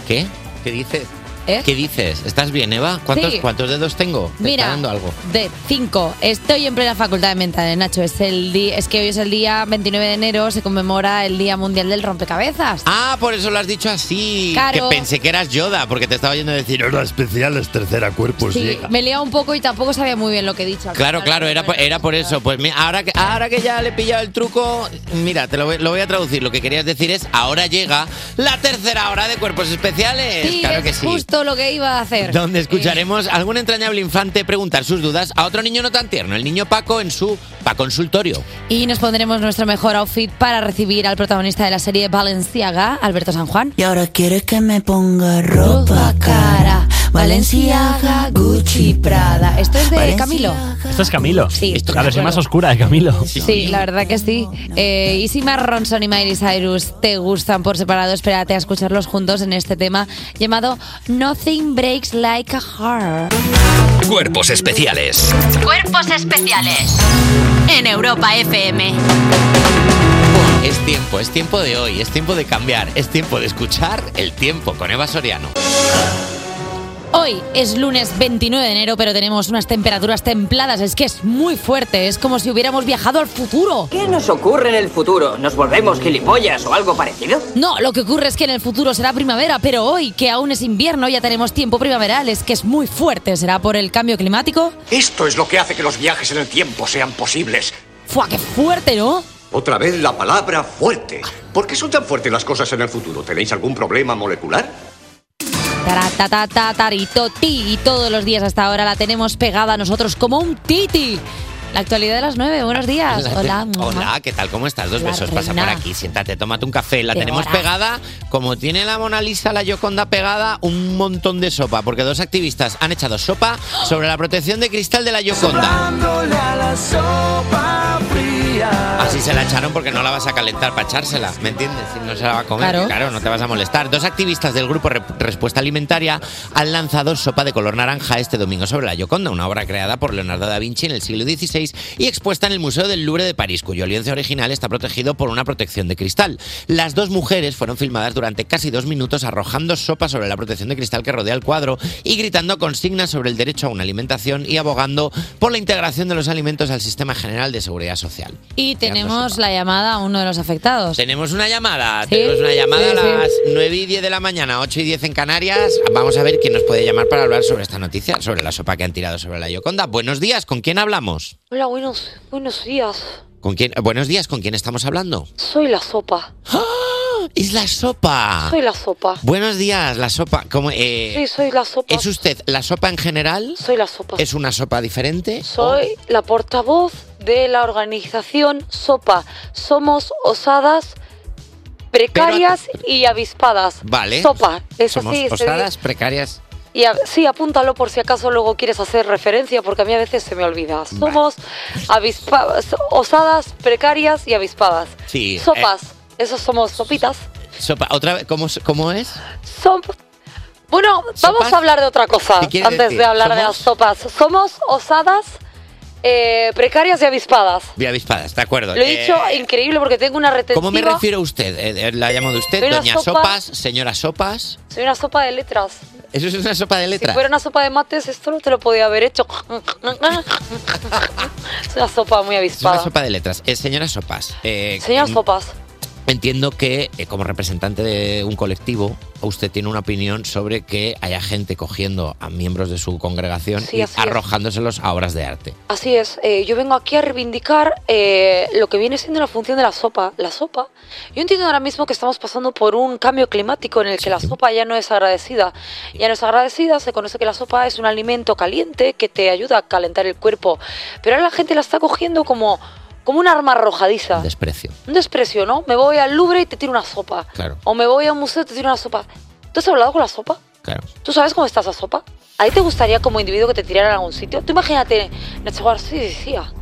¿Qué? ¿Qué dices?
¿Eh?
¿Qué dices? ¿Estás bien, Eva? ¿Cuántos,
Sí.
cuántos dedos tengo? Te
Mira.
está dando algo.
De 5. Estoy en plena facultad de mentales, Nacho. Es el di- es que hoy es el día 29 de enero, se conmemora el Día Mundial del Rompecabezas.
Ah, por eso lo has dicho así.
Claro.
Que pensé que eras Yoda, porque te estaba oyendo decir hora especial es tercera cuerpos
Sí,
llega.
me he liado un poco y tampoco sabía muy bien lo que he dicho.
Claro, claro, era por, era por eso. Pues mi- ahora que, ahora que ya le he pillado el truco, mira, te lo voy, lo voy a traducir. Lo que querías decir es, ahora llega la tercera hora de cuerpos especiales.
Sí,
claro
es
que sí.
justo lo que iba a hacer.
Donde escucharemos a algún entrañable infante preguntar sus dudas a otro niño no tan tierno, el niño Paco en su pa consultorio.
Y nos pondremos nuestro mejor outfit para recibir al protagonista de la serie Valenciaga, Alberto San Juan.
Y ahora quieres que me ponga ropa cara.
Valenciaga, Gucci, Prada. Esto es de Camilo.
Esto es Camilo.
Sí,
Esto- la versión más oscura de Camilo.
Sí, la verdad que sí. Eh, y si Mark Ronson y Miley Cyrus te gustan por separado, espérate a escucharlos juntos en este tema llamado Nothing Breaks Like a Heart.
Cuerpos especiales.
Cuerpos especiales en Europa FM.
Es tiempo, es tiempo de hoy, es tiempo de cambiar, es tiempo de escuchar el tiempo con Eva Soriano.
Hoy es lunes 29 de enero, pero tenemos unas temperaturas templadas. Es que es muy fuerte, es como si hubiéramos viajado al futuro.
¿Qué nos ocurre en el futuro? ¿Nos volvemos gilipollas o algo parecido?
No, lo que ocurre es que en el futuro será primavera, pero hoy, que aún es invierno, ya tenemos tiempo primaveral, es que es muy fuerte. ¿Será por el cambio climático?
Esto es lo que hace que los viajes en el tiempo sean posibles.
¡Fua, qué fuerte, ¿no?
Otra vez la palabra fuerte. ¿Por qué son tan fuertes las cosas en el futuro? ¿Tenéis algún problema molecular?
Taratatatataritoti. Y todos los días hasta ahora la tenemos pegada a nosotros como un titi. La actualidad de las nueve, buenos días. Hola.
Hola, ¿qué tal? ¿Cómo estás? Dos
La
besos, pasa por
reina.
aquí, siéntate, tómate un café. La
Qué
tenemos
hora.
pegada, como tiene la Mona Lisa, la Yoconda pegada, un montón de sopa, porque dos activistas han echado sopa sobre la protección de cristal de la Yoconda.
Dándole a la sopa fría.
Así se la echaron porque no la vas a calentar para echársela, ¿me entiendes? Si no se la va a comer,
Claro.
claro. no te vas a molestar. Dos activistas del grupo Re- Respuesta Alimentaria han lanzado Sopa de color naranja este domingo sobre la Gioconda, una obra creada por Leonardo da Vinci en el siglo XVI y expuesta en el Museo del Louvre de París, cuyo lienzo original está protegido por una protección de cristal. Las dos mujeres fueron filmadas durante casi dos minutos arrojando sopa sobre la protección de cristal que rodea el cuadro y gritando consignas sobre el derecho a una alimentación y abogando por la integración de los alimentos al sistema general de seguridad social.
Y tenemos la llamada a uno de los afectados.
Tenemos una llamada, tenemos una llamada
sí,
a
sí.
las 9 y 10 de la mañana, 8 y 10 en Canarias. Vamos a ver quién nos puede llamar para hablar sobre esta noticia, sobre la sopa que han tirado sobre la Yoconda. Buenos días, ¿con quién hablamos?
Hola, buenos, buenos días.
¿Con quién? eh, Buenos días, ¿con quién estamos hablando?
Soy la sopa. ¡Ah!
Es la sopa.
Soy la sopa.
Buenos días, la sopa. ¿Cómo, eh,
Sí, soy la sopa.
Ah. ¿Es usted la sopa en general?
Soy la sopa.
¿Es una sopa diferente?
Soy la portavoz de la organización Sopa. Somos osadas, precarias y avispadas.
Vale.
Sopa. Es
Somos
así. se dice.
osadas, precarias.
Y a- sí, apúntalo por si acaso luego quieres hacer referencia, porque a mí a veces se me olvida. Somos avispa- osadas, precarias y avispadas.
Sí. eh,
Sopas. Eso somos sopitas.
sopa. Otra vez, ¿cómo, ¿cómo es?
Som- bueno, vamos a hablar de otra cosa
¿Qué
antes
quiere decir?
de hablar de las sopas. Somos osadas, eh, precarias y avispadas.
Vía avispadas, de acuerdo.
Lo he
Eh,
dicho increíble porque tengo una retentiva.
¿Cómo me refiero a usted? Eh, eh, ¿La llamo de usted?
Soy una
Doña
sopa-
Sopas, señora Sopas.
Soy una sopa de letras.
Eso es una sopa de
Si
letras.
fuera una sopa de mates, esto no te lo podía haber hecho. es una sopa muy
Es una
avispada.
sopa de letras. Eh, señora Sopas. eh,
Señoras
mm,
sopas,
Entiendo que eh, como representante de un colectivo, usted tiene una opinión sobre que haya gente cogiendo a miembros de su congregación
Sí,
y
así es.
arrojándoselos a obras de arte.
así es. eh, yo vengo aquí a reivindicar eh, lo que viene siendo la función de la sopa. La sopa. Yo entiendo ahora mismo que estamos pasando por un cambio climático en el que la sopa ya no es agradecida. Ya no es agradecida, se conoce que la sopa es un alimento caliente que te ayuda a calentar el cuerpo. Pero ahora la gente la está cogiendo como, como un arma arrojadiza.
Desprecio.
Un desprecio, ¿no? Me voy al Louvre y te tiro una sopa.
Claro.
O me voy a un museo y te tiro una sopa. ¿Tú has hablado con la sopa?
Claro.
¿Tú sabes cómo está esa sopa? ¿A ti te gustaría como individuo que te tiraran a algún sitio? Tú imagínate, Nacho García decía,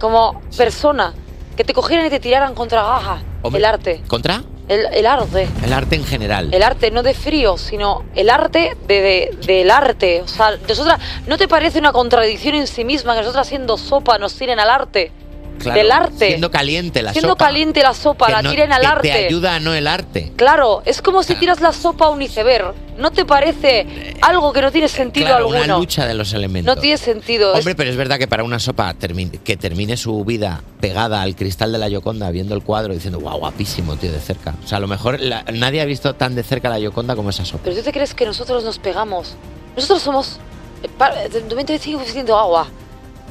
como persona, que te cogieran y te tiraran contra gaja.
Hombre.
El arte.
¿Contra?
El, el arte.
El arte en general.
El arte, no de frío, sino el arte de, de- del arte. O sea, nosotras, ¿no te parece una contradicción en sí misma que nosotras siendo sopa nos tiren al arte?
Claro,
del arte.
Siendo caliente la
siendo
sopa.
caliente la sopa,
que
la
no-
tiren al
que
arte.
Te ayuda a no el arte.
Claro, es como
Ah.
si tiras la sopa a un iceberg. ¿No te parece algo que no tiene sentido
Claro, una
alguno?
lucha de los elementos.
No tiene sentido.
Hombre, pero es verdad que para una sopa termi- que termine su vida pegada al cristal de la Yoconda, viendo el cuadro, diciendo, guau, guapísimo, tío, de cerca. O sea, a lo mejor la- nadie ha visto tan de cerca la Yoconda como esa sopa.
Pero tú te crees que nosotros nos pegamos. Nosotros somos eh, pa- 95% agua.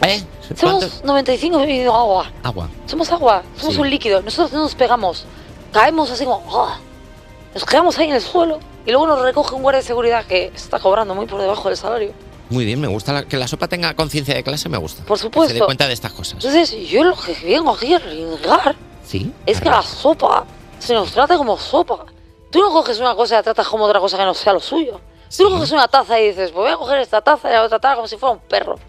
¿Eh?
Somos 95% agua.
Agua.
Somos agua, somos
Sí.
un líquido. Nosotros no nos pegamos. Caemos así como... ¡ah! Nos quedamos ahí en el suelo y luego nos recoge un guardia de seguridad que está cobrando muy por debajo del salario.
Muy bien, me gusta la- que la sopa tenga conciencia de clase, me gusta.
Por
Se
supuesto.
dé cuenta de estas cosas.
Entonces, yo lo que vengo aquí a reivindicar
Sí.
es que la sopa se nos trata como sopa. Tú no coges una cosa y la tratas como otra cosa que no sea lo suyo. Tú no coges una taza y dices, pues voy a coger esta taza y la voy a tratar como si fuera un perro.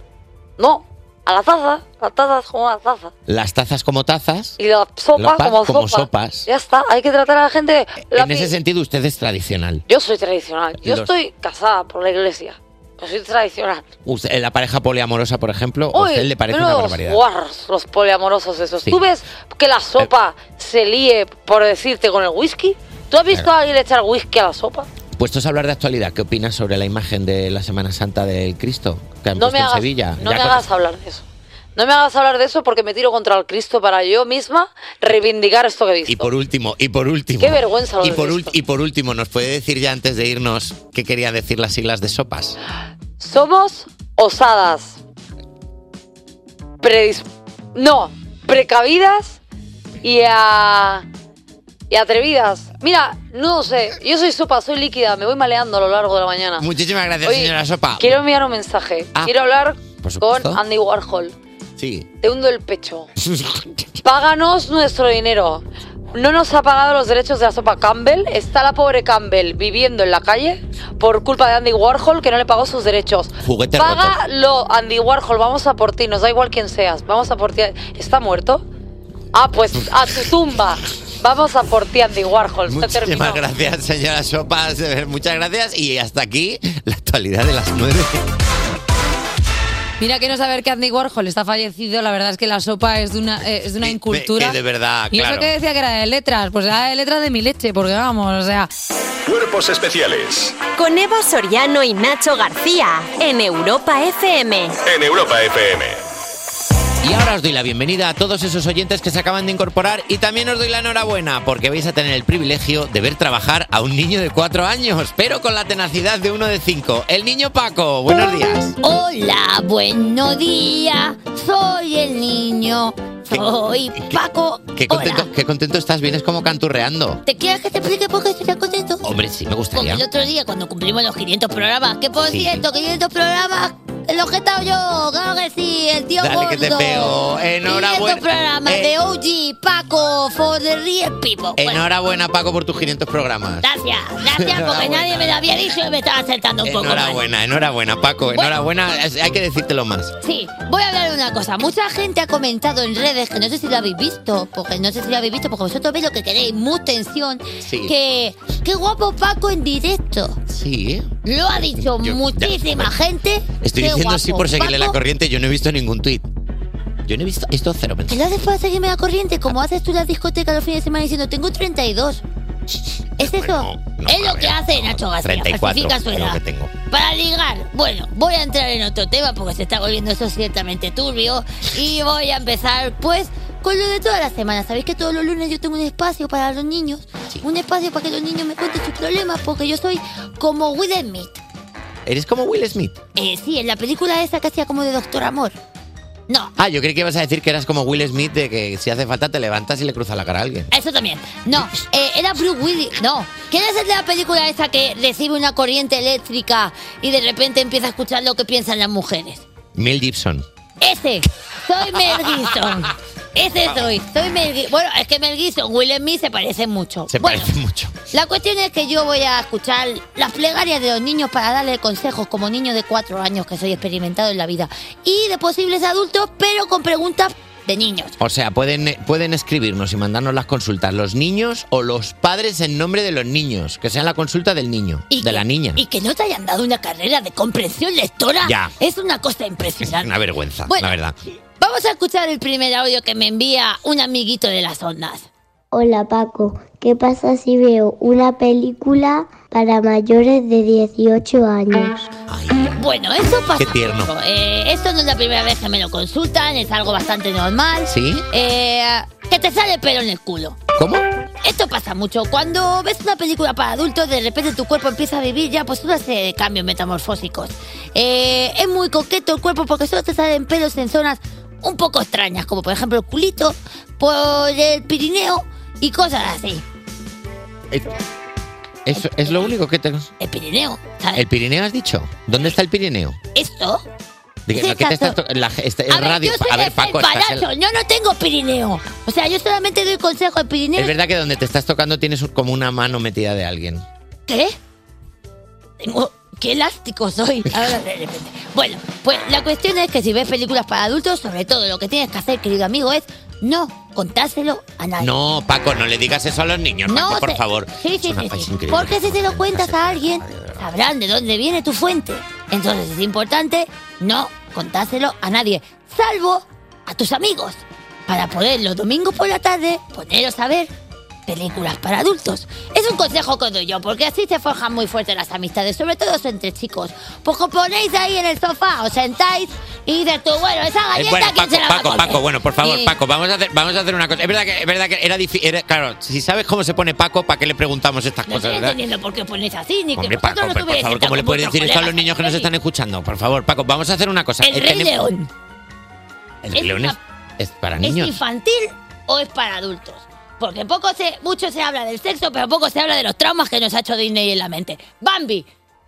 No, a la taza, la taza es como una taza.
Las tazas como tazas.
Y la sopa
Lopa,
como,
como
sopa.
sopas.
Ya está, hay que tratar a la gente. la
En ese sentido, usted es tradicional.
Yo soy tradicional. Yo
Los-
estoy casada por la iglesia. Yo soy tradicional.
Usted- en eh, la pareja poliamorosa, por ejemplo, a
Uy,
usted le parece una
menudos
barbaridad.
guarros, los poliamorosos esos.
Sí.
¿Tú ves que la sopa se líe, por decirte, con el whisky? ¿Tú has visto
Claro.
a alguien echar whisky a la sopa?
Puestos a hablar de actualidad, ¿qué opinas sobre la imagen de la Semana Santa del Cristo que han
No
puesto
me hagas,
en Sevilla?
no
Ya
me
con-
hagas hablar de eso. No me hagas hablar de eso porque me tiro contra el Cristo para yo misma reivindicar esto que he
Y
visto.
por último, y por último.
Qué vergüenza lo
y
del
por, ul-
Cristo.
y por último, ¿nos puede decir ya antes de irnos qué quería decir las siglas de sopas?
Somos osadas. Predis- no, precavidas y a- y atrevidas. Mira, no sé, yo soy sopa, soy líquida, me voy maleando a lo largo de la mañana.
Muchísimas gracias,
Oye,
señora Sopa.
Quiero enviar un mensaje.
Ah,
quiero hablar
por supuesto.
con Andy Warhol.
Sí.
Te hundo el pecho. Páganos nuestro dinero. No nos ha pagado los derechos de la sopa Campbell. Está la pobre Campbell viviendo en la calle por culpa de Andy Warhol que no le pagó sus derechos.
Juguete roto.
Págalo, Andy Warhol. Vamos a por ti. Nos da igual quién seas. Vamos a por ti. ¿Está muerto?
Ah, pues a tu tumba. Vamos a por ti, Andy Warhol. Se terminó.
Muchísimas gracias, señora Sopas. de ver, Muchas gracias. Y hasta aquí la actualidad de las nueve.
Mira que no saber que Andy Warhol está fallecido, la verdad es que la sopa es de una, eh, es de una incultura.
Que de verdad,
y
claro.
eso que decía que era de letras, pues era de letras de mi leche, porque vamos, o sea.
Cuerpos especiales
Con Eva Soriano y Nacho García en Europa FM.
en Europa FM.
Y ahora os doy la bienvenida a todos esos oyentes que se acaban de incorporar y también os doy la enhorabuena porque vais a tener el privilegio de ver trabajar a un niño de cuatro años, pero con la tenacidad de uno de cinco. El niño Paco, buenos días.
Hola, buenos días. Soy el niño. Soy Paco.
Qué contento, qué contento estás, vienes como canturreando.
¿Te quieres que te explique por qué estoy contento?
Hombre, sí, me
Porque
gustaría.
el otro día, cuando cumplimos los 500 programas, que por
Sí.
cierto, 500 programas, los que he estado yo, claro que sí, el tío
Dale,
gordo.
que te veo.
500
Enhorabuena.
programas
Eh.
de OG, Paco, for the real people. Bueno,
Enhorabuena, Paco, por tus 500 programas.
gracias, gracias, porque
Enhorabuena.
nadie me lo había dicho y me estaba acertando un poco mal.
Enhorabuena, enhorabuena, Paco.
Bueno.
Enhorabuena, Es- hay que decírtelo más.
Sí, voy a hablar de una cosa. Mucha gente ha comentado en redes, que no sé si lo habéis visto, porque no sé si lo habéis visto, porque vosotros veis lo que queréis, mucha tensión.
Sí.
Que qué guapo Paco en directo.
Sí.
Lo ha dicho
Yo- ya,
muchísima gente.
Estoy
Qué
diciendo
guapo.
sí por seguirle la
Paco,
corriente. Yo no he visto ningún tuit. Yo no he visto esto cero.
¿Te lo haces para seguirme la corriente? Como haces tú en la discoteca los fines de semana diciendo, tengo 32. ¿Es eso? es lo que hace Nacho García.
34
falsifica su
creo
edad.
que tengo.
Para ligar, bueno, voy a entrar en otro tema porque se está volviendo eso ciertamente turbio y voy a empezar pues con lo de toda la semana. Sabéis que todos los lunes yo tengo un espacio para los niños, un espacio para que los niños me cuenten sus problemas porque yo soy como Will Smith.
Eres como Will Smith.
Eh, sí, en la película esa que hacía como de Doctor Amor. No,
Ah, yo creí que ibas a decir que eras como Will Smith de que si hace falta te levantas y le cruzas la cara a alguien.
eso también. No, eh, era Bruce Willis. No, ¿quién es el de la película esa que recibe una corriente eléctrica y de repente empieza a escuchar lo que piensan las mujeres?
Mel Gibson.
Ese, soy Mel Gibson. Ese soy, soy Mel Gibson. Bueno, es que Mel Gibson, Will Smith se parecen mucho.
Se
bueno,
parece mucho.
la cuestión es que yo voy a escuchar las plegarias de los niños para darle consejos como niño de cuatro años que soy experimentado en la vida y de posibles adultos, pero con preguntas de niños.
O sea, pueden, pueden escribirnos y mandarnos las consultas los niños o los padres en nombre de los niños. Que sea la consulta del niño, de la niña.
Y que no te hayan dado una carrera de comprensión lectora
Ya.
es una cosa impresionante.
Una vergüenza,
Bueno.
la verdad.
Vamos a escuchar el primer audio que me envía un amiguito de las ondas.
Hola Paco, ¿qué pasa si veo una película para mayores de 18 años?
Bueno, eso pasa.
Qué tierno.
mucho. Eh, esto no es la primera vez que me lo consultan, es algo bastante normal.
¿Sí?
Eh, que te sale pelo en el culo.
¿Cómo?
Esto pasa mucho. Cuando ves una película para adultos, de repente tu cuerpo empieza a vivir ya pues una serie de cambios metamorfósicos. Eh, es muy coqueto el cuerpo porque solo te salen pelos en zonas un poco extrañas, como por ejemplo el culito, por el Pirineo y cosas así.
Eh, Eso es lo único que te...
El Pirineo, ¿sabes?
¿El Pirineo has dicho? ¿Dónde está el Pirineo?
Esto.
Diga,
Sí,
¿no? ¿Qué te
exacto.
estás to- la- este- el
A ver,
radio.
yo soy
a ver,
de
Paco, estás en-
Felparacho, yo no tengo Pirineo. O sea, yo solamente doy consejo de Pirineo.
Es verdad que donde te estás tocando tienes un- como una mano metida de alguien.
¿Qué? Tengo... ¡Qué elástico soy! Ahora de repente. Bueno, pues la cuestión es que si ves películas para adultos, sobre todo lo que tienes que hacer, querido amigo, es no contárselo a nadie.
No, Paco, no le digas eso a los niños,
No,
Paco, por
se-
favor.
Sí,
Es
sí,
una-
sí,
es
sí.
increíble.
Porque si se lo cuentas a alguien, sabrán de dónde viene tu fuente. Entonces es importante no contárselo a nadie, salvo a tus amigos, para poder los domingos por la tarde poneros a ver películas para adultos. Es un consejo que doy yo, porque así se forjan muy fuerte las amistades, sobre todo entre chicos. Pues os ponéis ahí en el sofá, os sentáis y dices tú, bueno, esa
Eh,
galleta,
bueno,
¿quién se
Paco,
la va a
Paco,
comer?
Paco, bueno, por favor,
Y-
Paco, vamos a hacer, vamos a hacer una cosa. Es verdad que, es verdad que era difícil. Claro, si sabes cómo se pone Paco, ¿para qué le preguntamos estas
No
cosas,
estoy
verdad?
entendiendo por qué os ponéis así, ni que
Hombre,
vosotros
Paco,
no
pero, por
tuvierais
favor,
que
¿cómo le
estar
puedes
con
decir esto a los
vuestros
niños que nos
colegas?
están escuchando? Por favor, Paco, vamos a hacer una cosa.
El
Eh,
Rey
tenemos-
León.
El
Es
Rey León es, es para niños.
¿Es infantil o es para adultos? Porque poco se, mucho se habla del sexo, pero poco se habla de los traumas que nos ha hecho Disney en la mente. Bambi,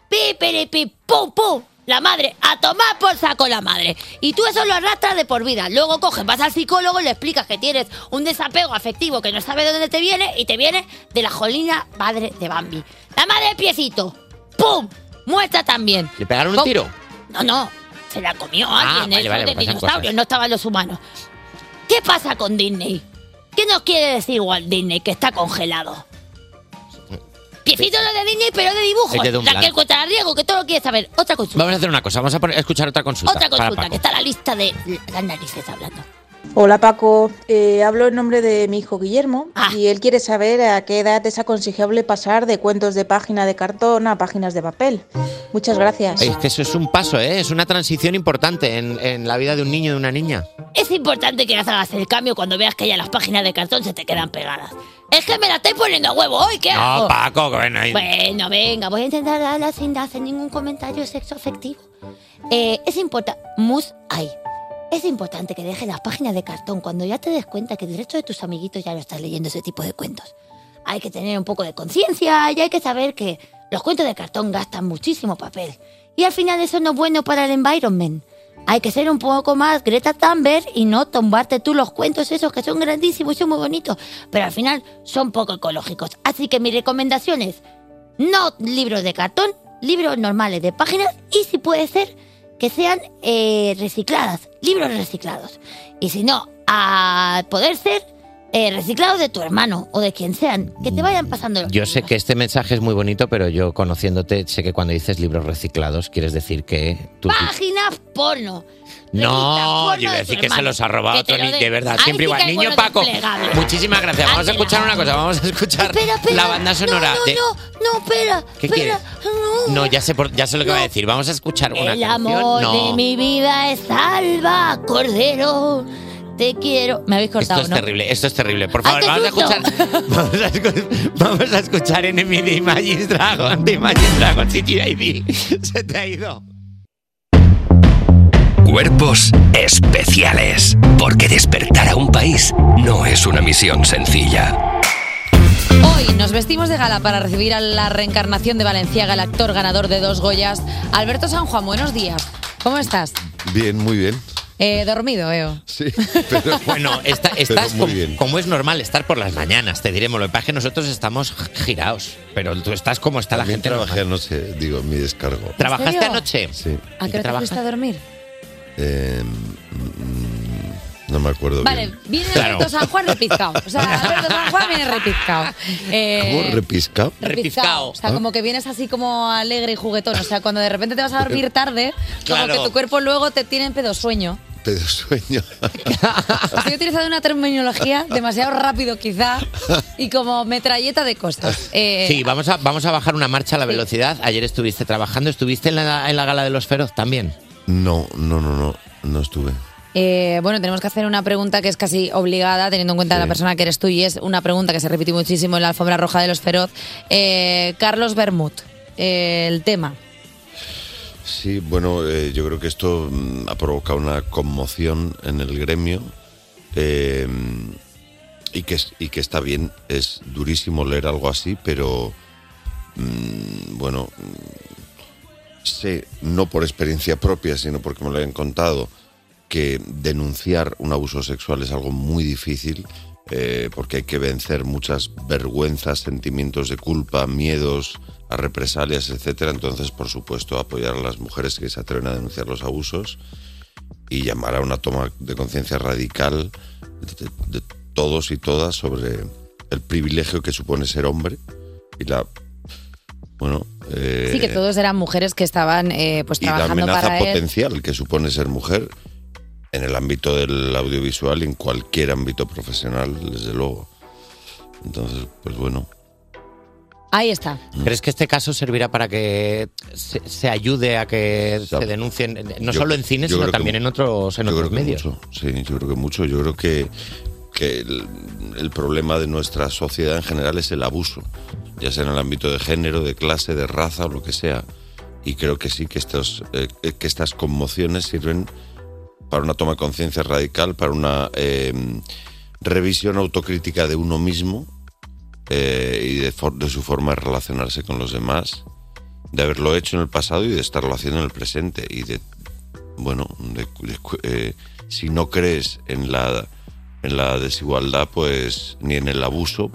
pi, piri, pi, pum, pum. La madre, a tomar por saco la madre. Y tú eso lo arrastras de por vida. Luego coges, vas al psicólogo, le explicas que tienes un desapego afectivo que no sabe de dónde te viene y te viene de la jolina madre de Bambi. La madre de piecito, ¡pum! Muerta también.
¿Le pegaron un
Con-
tiro?
No, no, se la comió
Ah,
alguien,
vale,
eso
vale,
de
pasan
dinosaurios,
cosas.
no estaban los humanos. ¿Qué pasa con Disney? ¿Qué nos quiere decir Walt Disney que está congelado? Piecito no de Disney, pero de dibujo.
Es de Don
Raquel
Blanc.
Cuesta Riego, que todo lo quiere saber. Otra consulta.
Vamos a hacer una cosa, vamos a poner- a escuchar otra consulta.
Otra
para
consulta,
Paco.
que está la lista de las narices hablando.
Hola Paco, Eh, hablo en nombre de mi hijo Guillermo y él quiere saber a qué edad es aconsejable pasar de cuentos de página de cartón a páginas de papel. Muchas gracias.
Es que eso es un paso, ¿eh? es una transición importante en, en la vida de un niño y de una niña.
Es importante que las hagas el cambio cuando veas que ya las páginas de cartón se te quedan pegadas. Es que me la estáis poniendo a huevo hoy, ¿qué
No,
hago?
Paco, que bueno, ahí-
Bueno, venga, voy a intentar darla sin hacer ningún comentario sexo afectivo. Eh, es importante. Mus, ay. Es importante que dejes las páginas de cartón cuando ya te des cuenta que el resto de tus amiguitos ya no estás leyendo ese tipo de cuentos. Hay que tener un poco de conciencia y hay que saber que los cuentos de cartón gastan muchísimo papel. Y al final eso no es bueno para el environment. Hay que ser un poco más Greta Thunberg y no tombarte tú los cuentos esos que son grandísimos y son muy bonitos, pero al final son poco ecológicos. Así que mi recomendación es no libros de cartón, libros normales de páginas y si puede ser que sean eh, recicladas, libros reciclados. Y si no, a poder ser eh, reciclados de tu hermano o de quien sean, que te vayan pasando los
Yo sé que este mensaje es muy bonito, pero yo conociéndote sé que cuando dices libros reciclados quieres decir que tú...
páginas porno.
No,
porno
yo iba a
de
decir
tu
que se
hermano.
los ha robado
Que te lo
Tony,
den.
de verdad,
Ahí
siempre
sí que
igual.
hay
Niño
bueno
Paco,
desplegable.
muchísimas gracias. Vamos a
Ángela.
escuchar una cosa, vamos a escuchar
Espera, espera.
la banda sonora
no,
de...
no, no, espera.
¿Qué
espera. No.
No, ya sé, por- ya sé lo que va a decir. Vamos a escuchar una
El
canción.
amor
No.
de mi vida es Alba Cordero. Te quiero. Me habéis
Esto
cortado,
es
¿no?
terrible, esto es terrible. Por favor,
¡Ay, qué
vamos a
susto!
escuchar. Vamos a, escu- vamos a escuchar Enemy de Imagine Dragon, de Imagine Dragon City ID. Se te ha ido.
Cuerpos especiales. Porque despertar a un país no es una misión sencilla.
Hoy nos vestimos de gala para recibir a la reencarnación de Valenciaga, el actor ganador de dos Goyas, Alberto San Juan. Buenos días. ¿Cómo estás?
Bien, muy bien.
Eh, dormido, Eo.
Sí, pero
bueno, esta- estás
muy
com- como, es normal estar por las mañanas, te diremos. Lo que pasa es que nosotros estamos girados, pero tú estás como está la
también
gente.
trabajé anoche, digo, mi descargo.
¿Trabajaste
serio?
anoche?
Sí.
¿A qué hora te
trabajas?
fuiste a dormir?
Eh, mm, no me acuerdo
Vale,
bien.
viene
Claro.
Alberto San Juan repizcao. O sea, Alberto San Juan viene repizcao.
¿Cómo?
Eh,
¿Repiscao?
repizcao. O sea, como que vienes así como alegre y juguetón. O sea, cuando de repente te vas a dormir tarde,
Claro.
como que tu cuerpo luego te tiene en pedo sueño.
Pero Ah, sueño.
Estoy utilizando una terminología demasiado rápido quizá y como metralleta de cosas. Eh,
Sí, vamos a, vamos a bajar una marcha a la velocidad. Ayer estuviste trabajando, estuviste en la, en la gala de los feroz también.
No, no, no, no, no estuve.
eh, bueno, tenemos que hacer una pregunta que es casi obligada, teniendo en cuenta la persona que eres tú, y es una pregunta que se repitió muchísimo en la alfombra roja de los feroz. Eh, Carlos Bermud, eh, el tema.
Sí, bueno, eh, yo creo que esto mm, ha provocado una conmoción en el gremio eh, y, que, es- y que está bien, es durísimo leer algo así, pero mm, bueno, mm, sé, no por experiencia propia, sino porque me lo han contado, que denunciar un abuso sexual es algo muy difícil. eh, porque hay que vencer muchas vergüenzas, sentimientos de culpa, miedos a represalias, etcétera. Entonces, por supuesto, apoyar a las mujeres que se atreven a denunciar los abusos y llamar a una toma de conciencia radical de, de todos y todas sobre el privilegio que supone ser hombre y la bueno eh,
Sí, que todos eran mujeres que estaban eh, pues
y la
trabajando
amenaza
para él.
potencial que supone ser mujer en el ámbito del audiovisual y en cualquier ámbito profesional, desde luego. Entonces, pues bueno.
Ahí está.
¿Crees que este caso servirá para que se, se ayude a que se denuncien, eh, no
Yo-
solo en cine,
yo
sino
creo que
también
mu-
en otros, en
yo
otros
creo que
medios?
mucho, sí, yo creo que mucho. Yo creo que, que el, el problema de nuestra sociedad en general es el abuso, ya sea en el ámbito de género, de clase, de raza o lo que sea. Y creo que sí, que, estos, eh, que estas conmociones sirven para una toma de conciencia radical, para una eh, revisión autocrítica de uno mismo eh, y de, for- de su forma de relacionarse con los demás, de haberlo hecho en el pasado y de estarlo haciendo en el presente y de bueno, de- de- eh, si no crees en la, en la desigualdad, pues ni en el abuso,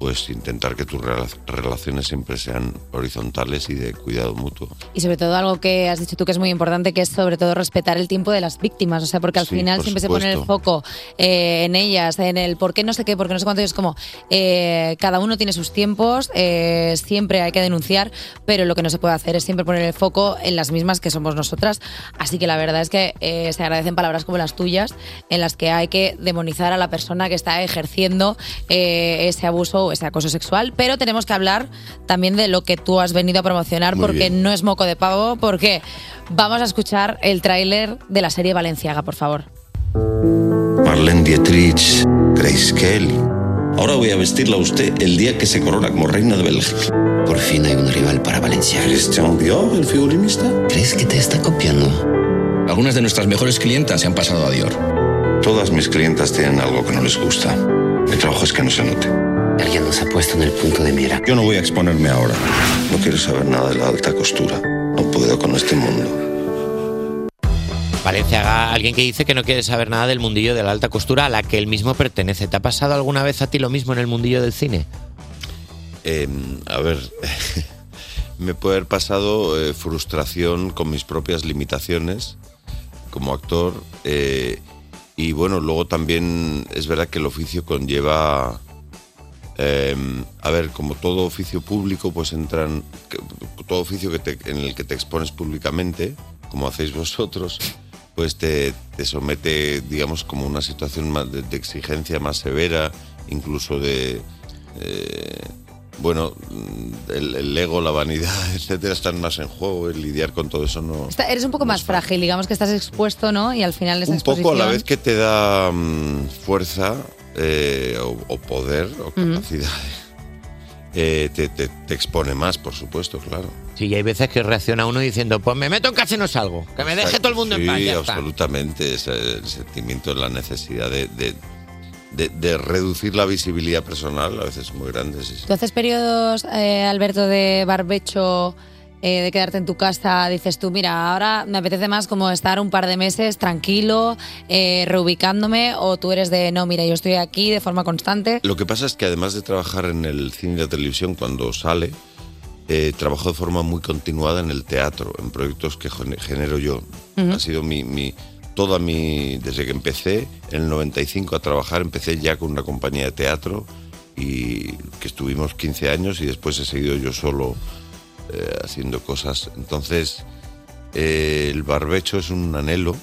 pues intentar que tus rela- relaciones siempre sean horizontales y de cuidado mutuo.
Y sobre todo algo que has dicho tú que es muy importante, que es sobre todo respetar el tiempo de las víctimas, o sea, porque al
Sí,
final
por
siempre se pone el foco eh, en ellas, en el por qué no sé qué, por qué no sé cuánto, y es como, eh, cada uno tiene sus tiempos, eh, siempre hay que denunciar, pero lo que no se puede hacer es siempre poner el foco en las mismas que somos nosotras, así que la verdad es que eh, se agradecen palabras como las tuyas, en las que hay que demonizar a la persona que está ejerciendo eh, ese abuso o ese acoso sexual, pero tenemos que hablar también de lo que tú has venido a promocionar,
Muy
porque
bien.
no es moco de pavo, porque vamos a escuchar el tráiler de la serie Valenciaga, por favor.
Marlene Dietrich, Grace Kelly. Ahora voy a vestirla a usted el día que se corona como reina de Bélgica. Por fin hay un rival para Valencia. ¿Christian Dior, el figurinista? ¿Crees que te está copiando? Algunas de nuestras mejores clientas se han pasado a Dior. Todas mis clientas tienen algo que no les gusta. Mi trabajo es que no se note. Alguien nos ha puesto en el punto de mira. Yo no voy a exponerme ahora. No quiero saber nada de la alta costura. No puedo con este mundo.
Valenciaga, alguien que dice que no quiere saber nada del mundillo de la alta costura a la que él mismo pertenece. ¿Te ha pasado alguna vez a ti lo mismo en el mundillo del cine?
Eh, a ver, me puede haber pasado eh, frustración con mis propias limitaciones como actor. eh, y bueno, luego también es verdad que el oficio conlleva... eh, a ver, como todo oficio público, pues entran... que- Todo oficio que te- en el que te expones públicamente, como hacéis vosotros, pues te, te somete, digamos, como una situación más de, de exigencia más severa, incluso de... eh, bueno, mm, el, el ego, la vanidad, etcétera, están más en juego. El lidiar con todo eso no.
Está- eres un poco más frágil, digamos que estás expuesto, ¿no? Y al final esa
Un poco a la
exposición-
vez que te da mm, fuerza eh, o, o poder o capacidad, eh, te, te- te expone más, por supuesto, claro.
Sí, y hay veces que reacciona uno diciendo, pues me meto en casa y no salgo. Que me deje todo el mundo
sí,
en paz. ya está".
absolutamente. Es el sentimiento, la necesidad de, de- de- de reducir la visibilidad personal, a veces muy grande. sí, sí.
¿Tú haces periodos, eh, Alberto, de barbecho, eh, de quedarte en tu casa? Dices tú, mira, ahora me apetece más como estar un par de meses tranquilo, eh, reubicándome, o tú eres de, no, mira, yo estoy aquí de forma constante.
Lo que pasa es que además de trabajar en el cine y la televisión cuando sale, eh, trabajo de forma muy continuada en el teatro, en proyectos que gen- genero yo.
Ujú.
Ha sido mi, mi- toda mi desde que empecé en el 95 a trabajar, empecé ya con una compañía de teatro y que estuvimos 15 años y después he seguido yo solo eh, haciendo cosas. Entonces, eh, el barbecho es un anhelo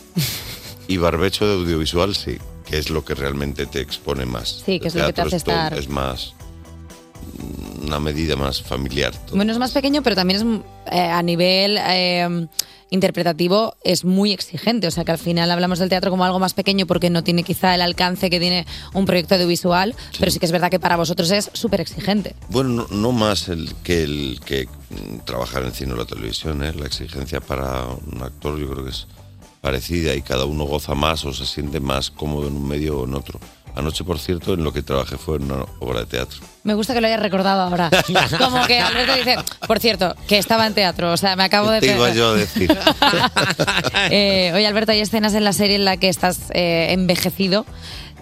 y barbecho de audiovisual sí, que es lo que realmente te expone más.
Sí, que es lo que te
Teatro
hace
es todo-
estar-
Es más mm, una medida más familiar.
Bueno, es más pequeño, pero también es eh, a nivel eh, interpretativo es muy exigente. O sea que al final hablamos del teatro como algo más pequeño porque no tiene quizá el alcance que tiene un proyecto audiovisual, pero sí que es verdad que para vosotros es súper exigente.
Bueno, no, no más el que el que mm, trabajar en cine o la televisión, ¿eh? la exigencia para un actor yo creo que es parecida y cada uno goza más o se siente más cómodo en un medio o en otro. Anoche, por cierto, en lo que trabajé fue en una obra de teatro.
Me gusta que lo hayas recordado ahora. Como que Alberto dice, por cierto, que estaba en teatro, o sea, me acabo de...
Te iba yo a decir.
Eh, oye, Alberto, hay escenas en la serie en la que estás eh, envejecido.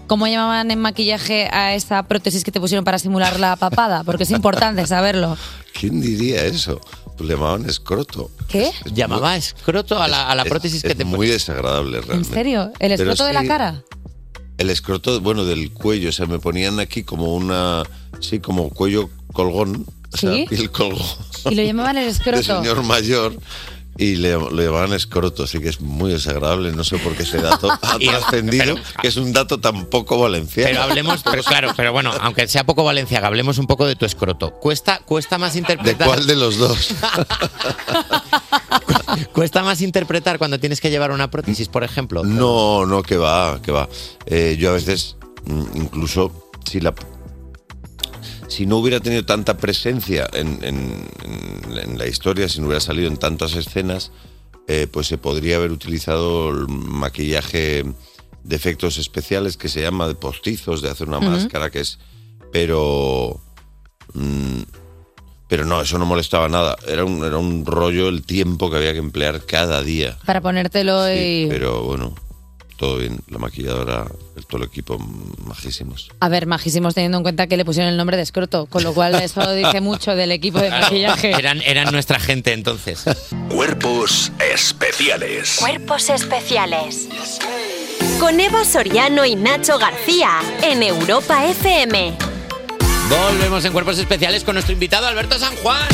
¿Cómo llamaban en maquillaje a esa prótesis que te pusieron para simular la papada? Porque es importante saberlo.
¿Quién diría eso? Pues le llamaban escroto.
¿Qué?
Llamaba escroto a la, a la
Es-
prótesis
es
que te
muy desagradable
¿En
realmente.
serio? ¿El
Pero
escroto de la
sí.
cara?
El escroto, bueno, del cuello, o sea, me ponían aquí como una, sí, como cuello colgón, o sea,
¿Sí?
piel colgón
Y lo llamaban el
de
escroto.
señor mayor. Y le, lo llamaban escroto, así que es muy desagradable. No sé por qué ese dato ha
Y-
trascendido, que es un dato tan poco valenciano.
Pero hablemos, pero claro, pero bueno, aunque sea poco valenciaga, hablemos un poco de tu escroto. Cuesta, cuesta más interpretar. ¿De
cuál de los dos?
cuesta más interpretar cuando tienes que llevar una prótesis, por ejemplo.
No, no, que va, que va. Eh, yo a veces, mm, incluso si la. Si no hubiera tenido tanta presencia en, en- en- en la historia, si no hubiera salido en tantas escenas, eh, pues se podría haber utilizado el maquillaje de efectos especiales que se llama de postizos, de hacer una
Ujú.
máscara que es. Pero. mm, pero no, eso no molestaba nada. Era un, era un rollo el tiempo que había que emplear cada día.
Para ponértelo y...
Pero bueno. todo bien. La maquilladora, el, todo el equipo, majísimos.
A ver, majísimos teniendo en cuenta que le pusieron el nombre de escroto, con lo cual eso dice mucho del equipo de
Claro,
maquillaje.
eran, eran nuestra gente entonces.
Cuerpos especiales.
Cuerpos especiales. Con Eva Soriano y Nacho García en Europa FM.
Volvemos en Cuerpos Especiales con nuestro invitado Alberto San Juan.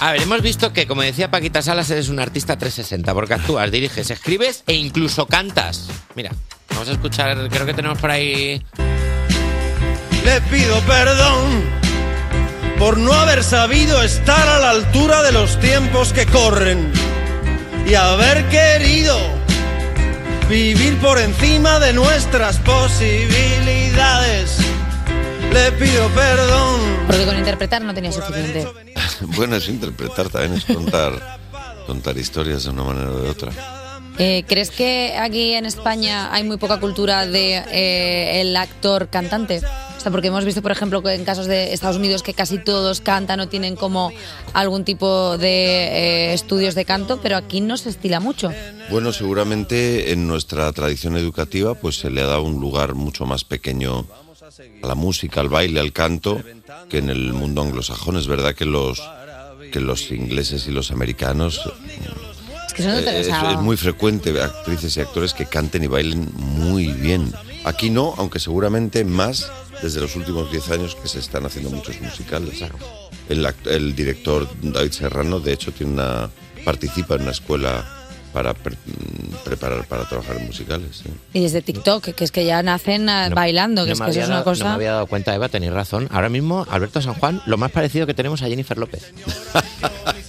A ver, hemos visto que, como decía Paquita Salas, eres un artista 360, porque actúas, diriges, escribes e incluso cantas. Mira, vamos a escuchar, creo que tenemos por ahí...
Le pido perdón por no haber sabido estar a la altura de los tiempos que corren y haber querido vivir por encima de nuestras posibilidades. Le pido perdón.
Porque con interpretar no tenía suficiente.
Bueno, es interpretar también, es contar, contar historias de una manera o de otra.
Eh, ¿Crees que aquí en España hay muy poca cultura de eh, el actor cantante? O sea, porque hemos visto, por ejemplo, que en casos de Estados Unidos que casi todos cantan o tienen como algún tipo de eh, estudios de canto, pero aquí no se estila mucho.
Bueno, seguramente en nuestra tradición educativa pues se le ha dado un lugar mucho más pequeño a la música, al baile, al canto que en el mundo anglosajón. Es verdad que los que los ingleses y los americanos
Es que eso no
eh,
te lo
es,
sabe.
es muy frecuente actrices y actores que canten y bailen muy bien. Aquí no, aunque seguramente más desde los últimos 10 años que se están haciendo muchos musicales. El, act- el director David Serrano, de hecho, tiene una, participa en una escuela para pre- mm, preparar para trabajar en musicales. sí.
Y desde TikTok, que es que ya nacen ah, bailando, que
No
es
me
que eso
había
es una
dado- no me
cosa...
había dado cuenta, Eva, tenéis razón. Ahora mismo, Alberto San Juan, lo más parecido que tenemos a Jennifer López.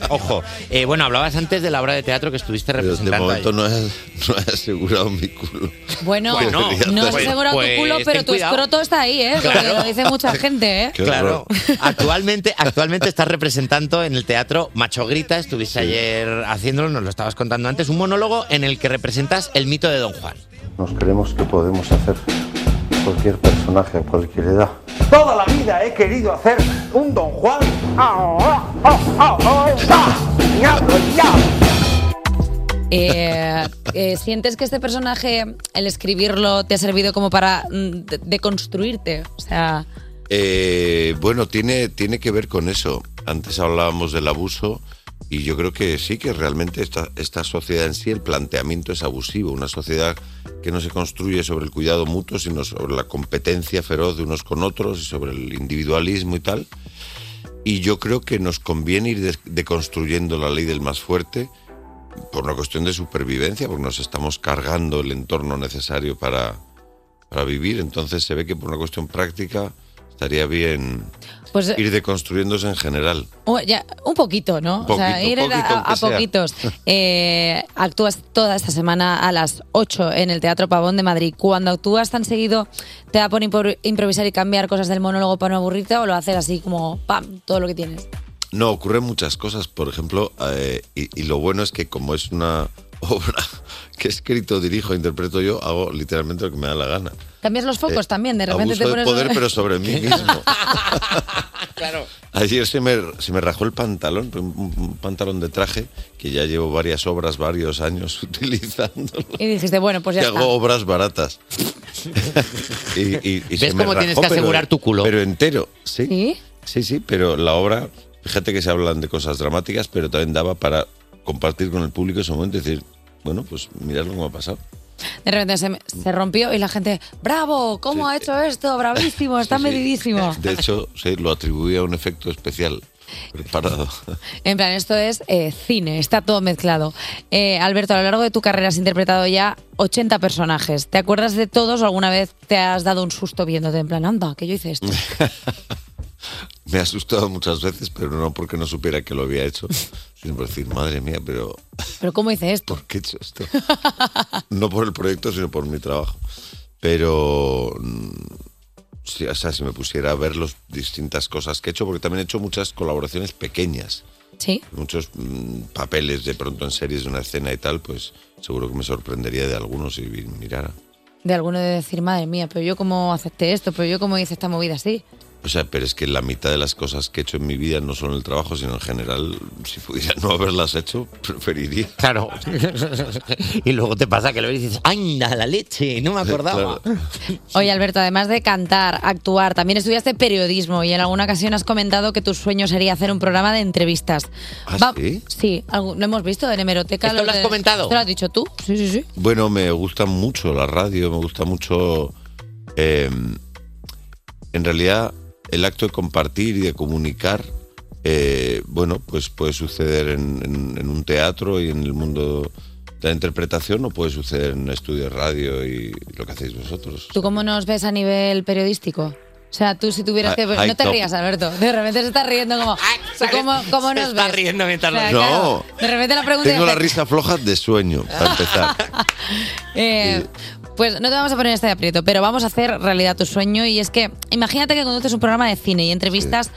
Ojo, eh, bueno, hablabas antes de la obra de teatro que estuviste
Pero de
representando.
momento no he, no he asegurado mi culo.
Bueno,
Bueno,
no has
pues-
asegurado
pues
tu culo, pero
ten
tu
cuidado.
escroto está ahí, ¿eh? Porque
Claro.
lo dice mucha gente, ¿eh?
Claro. Actualmente, actualmente estás representando en el teatro Macho Grita, estuviste ayer haciéndolo, nos lo estabas contando antes, un monólogo en el que representas el mito de Don Juan.
Nos creemos que podemos hacer cualquier personaje a cualquier edad.
Toda la vida he querido hacer un Don Juan.
Eh, eh, ¿Sientes que este personaje, el escribirlo, te ha servido como para mm, de- deconstruirte? O sea,
Eh, bueno, tiene, tiene que ver con eso. Antes hablábamos del abuso y yo creo que sí que realmente esta, esta sociedad en sí, el planteamiento es abusivo. Una sociedad que no se construye sobre el cuidado mutuo, sino sobre la competencia feroz de unos con otros y sobre el individualismo y tal. Y yo creo que nos conviene ir des- deconstruyendo la ley del más fuerte por una cuestión de supervivencia, porque nos estamos cargando el entorno necesario para, para vivir. Entonces se ve que por una cuestión práctica estaría bien
Pues, eh,
ir deconstruyéndose en general.
o- ya, un poquito, ¿no?
Un
o sea,
poquito,
ir
poquito,
a- a,
aunque sea.
poquitos. Eh, actúas toda esta semana a las 8 en el Teatro Pavón de Madrid. Cuando actúas tan seguido, ¿te da por impro- improvisar y cambiar cosas del monólogo para no aburrirte o lo haces así como, ¡pam!, todo lo que tienes?
No, ocurren muchas cosas, por ejemplo, eh, y, y lo bueno es que como es una obra que he escrito, dirijo, interpreto yo, hago literalmente lo que me da la gana.
Cambias los focos
Eh,
también, de repente
abuso
te pones...
de poder, pero sobre mí mismo. Ayer se me, se me rajó el pantalón, un, un- un pantalón de traje que ya llevo varias obras, varios años utilizándolo.
Y dijiste, bueno, pues ya
que
está.
hago obras baratas. y, y- y se
¿Ves
me
cómo tienes
rajó,
que
pero-
asegurar tu culo?
Pero entero, sí.
¿Sí?
Sí, sí, pero la obra, fíjate que se hablan de cosas dramáticas, pero también daba para compartir con el público ese momento y decir, bueno, pues mirad lo que me ha pasado.
De repente se, me- se rompió y la gente, bravo, ¿cómo ha hecho esto? Bravísimo, está medidísimo.
De hecho, sí, lo atribuía a un efecto especial preparado.
En plan, esto es eh, cine, está todo mezclado. Eh, Alberto, a lo largo de tu carrera has interpretado ya 80 personajes. ¿Te acuerdas de todos o alguna vez te has dado un susto viéndote en plan, anda, que yo hice esto?
Me ha asustado muchas veces, pero no porque no supiera que lo había hecho, sino por decir, madre mía, pero
¿Pero cómo hice esto?
¿qué he hecho esto? No por el proyecto, sino por mi trabajo. Pero, mm, sí, o sea, si me pusiera a ver las distintas cosas que he hecho, porque también he hecho muchas colaboraciones pequeñas,
Sí.
muchos mm, papeles de pronto en series de una escena y tal, pues seguro que me sorprendería de algunos si vi- mirara.
De alguno de decir, madre mía, pero yo cómo acepté esto, pero yo cómo hice esta movida así.
O sea, pero es que la mitad de las cosas que he hecho en mi vida, no solo en el trabajo, sino en general, si pudiera no haberlas hecho, preferiría.
Claro. y luego te pasa que lo ves y dices, anda la leche! No me acordaba.
Oye, Alberto, además de cantar, actuar, también estudiaste periodismo y en alguna ocasión has comentado que tu sueño sería hacer un programa de entrevistas.
¿Ah, sí?
algo- lo hemos visto en Hemeroteca.
¿Esto lo has
de-
comentado?
¿Esto lo has dicho tú? Sí, sí, sí.
Bueno, me gusta mucho la radio, me gusta mucho. eh, en realidad, el acto de compartir y de comunicar, eh, bueno, pues puede suceder en, en- en un teatro y en el mundo de la interpretación, o puede suceder en un estudio de radio y lo que hacéis vosotros.
¿Tú cómo nos ves a nivel periodístico? O sea, tú si tuvieras
Ah,
que...
ay,
No te
no.
rías, Alberto. De repente se está riendo como... ¿tú ¿Cómo, cómo nos ves?
riendo mientras
O sea,
lo- No.
claro, De repente la pregunta
Tengo
es,
la risa floja de sueño, para empezar.
eh, pues no te vamos a poner este de aprieto, pero vamos a hacer realidad tu sueño y es que imagínate que conduces un programa de cine y entrevistas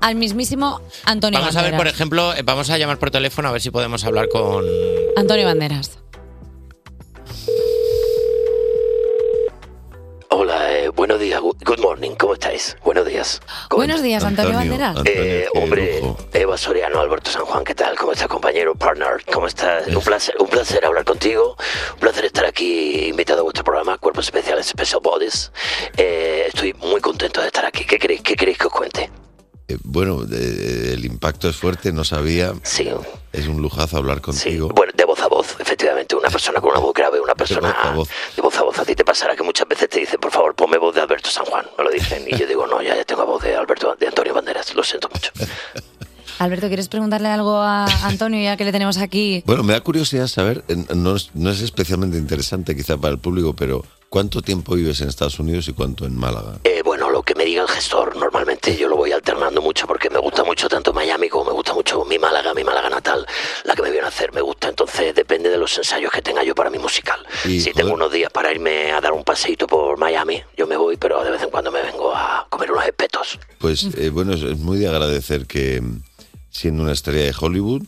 al mismísimo Antonio
Vamos a
Banderas.
ver, por ejemplo, eh, vamos a llamar por teléfono a ver si podemos hablar con.
Antonio Banderas.
Hola, eh, buenos días. gu- Good morning, ¿cómo estáis? Buenos días.
Buenos días, Antonio, Banderas.
Eh, hombre, Eva Soriano, Alberto San Juan, ¿qué tal? ¿Cómo estás, compañero, partner? ¿Cómo estás? Un placer, un placer hablar contigo. Un placer estar aquí invitado a vuestro programa, Cuerpos Especiales, Special Bodies. Eh, estoy muy contento de estar aquí. ¿Qué queréis, qué queréis que os cuente?
Eh, bueno, eh, el impacto es fuerte, no sabía.
Sí.
Es un lujazo hablar contigo.
Bueno, de voz a voz, efectivamente. Una persona con una voz grave, una persona de voz a voz. A ti te pasará que muchas veces te dicen, por favor, ponme voz de Alberto San Juan. Me lo dicen. Y yo digo, no, ya, ya tengo voz de Alberto, de Antonio Banderas. Lo siento mucho.
Alberto, ¿quieres preguntarle algo a Antonio ya que le tenemos aquí?
Bueno, me da curiosidad saber, eh, no es, no es especialmente interesante quizá para el público, pero ¿cuánto tiempo vives en Estados Unidos y cuánto en Málaga?
Eh, bueno, lo que me diga el gestor, normalmente yo lo voy alternando mucho porque me gusta mucho tanto Miami como me gusta mucho mi Málaga, mi Málaga natal, la que me vieron hacer, me gusta. Entonces depende de los ensayos que tenga yo para mi musical.
Y,
si tengo unos días para irme a dar un paseíto por Miami, yo me voy, pero de vez en cuando me vengo a comer unos espetos.
Pues eh, bueno, es, es muy de agradecer que mm, siendo una estrella de Hollywood,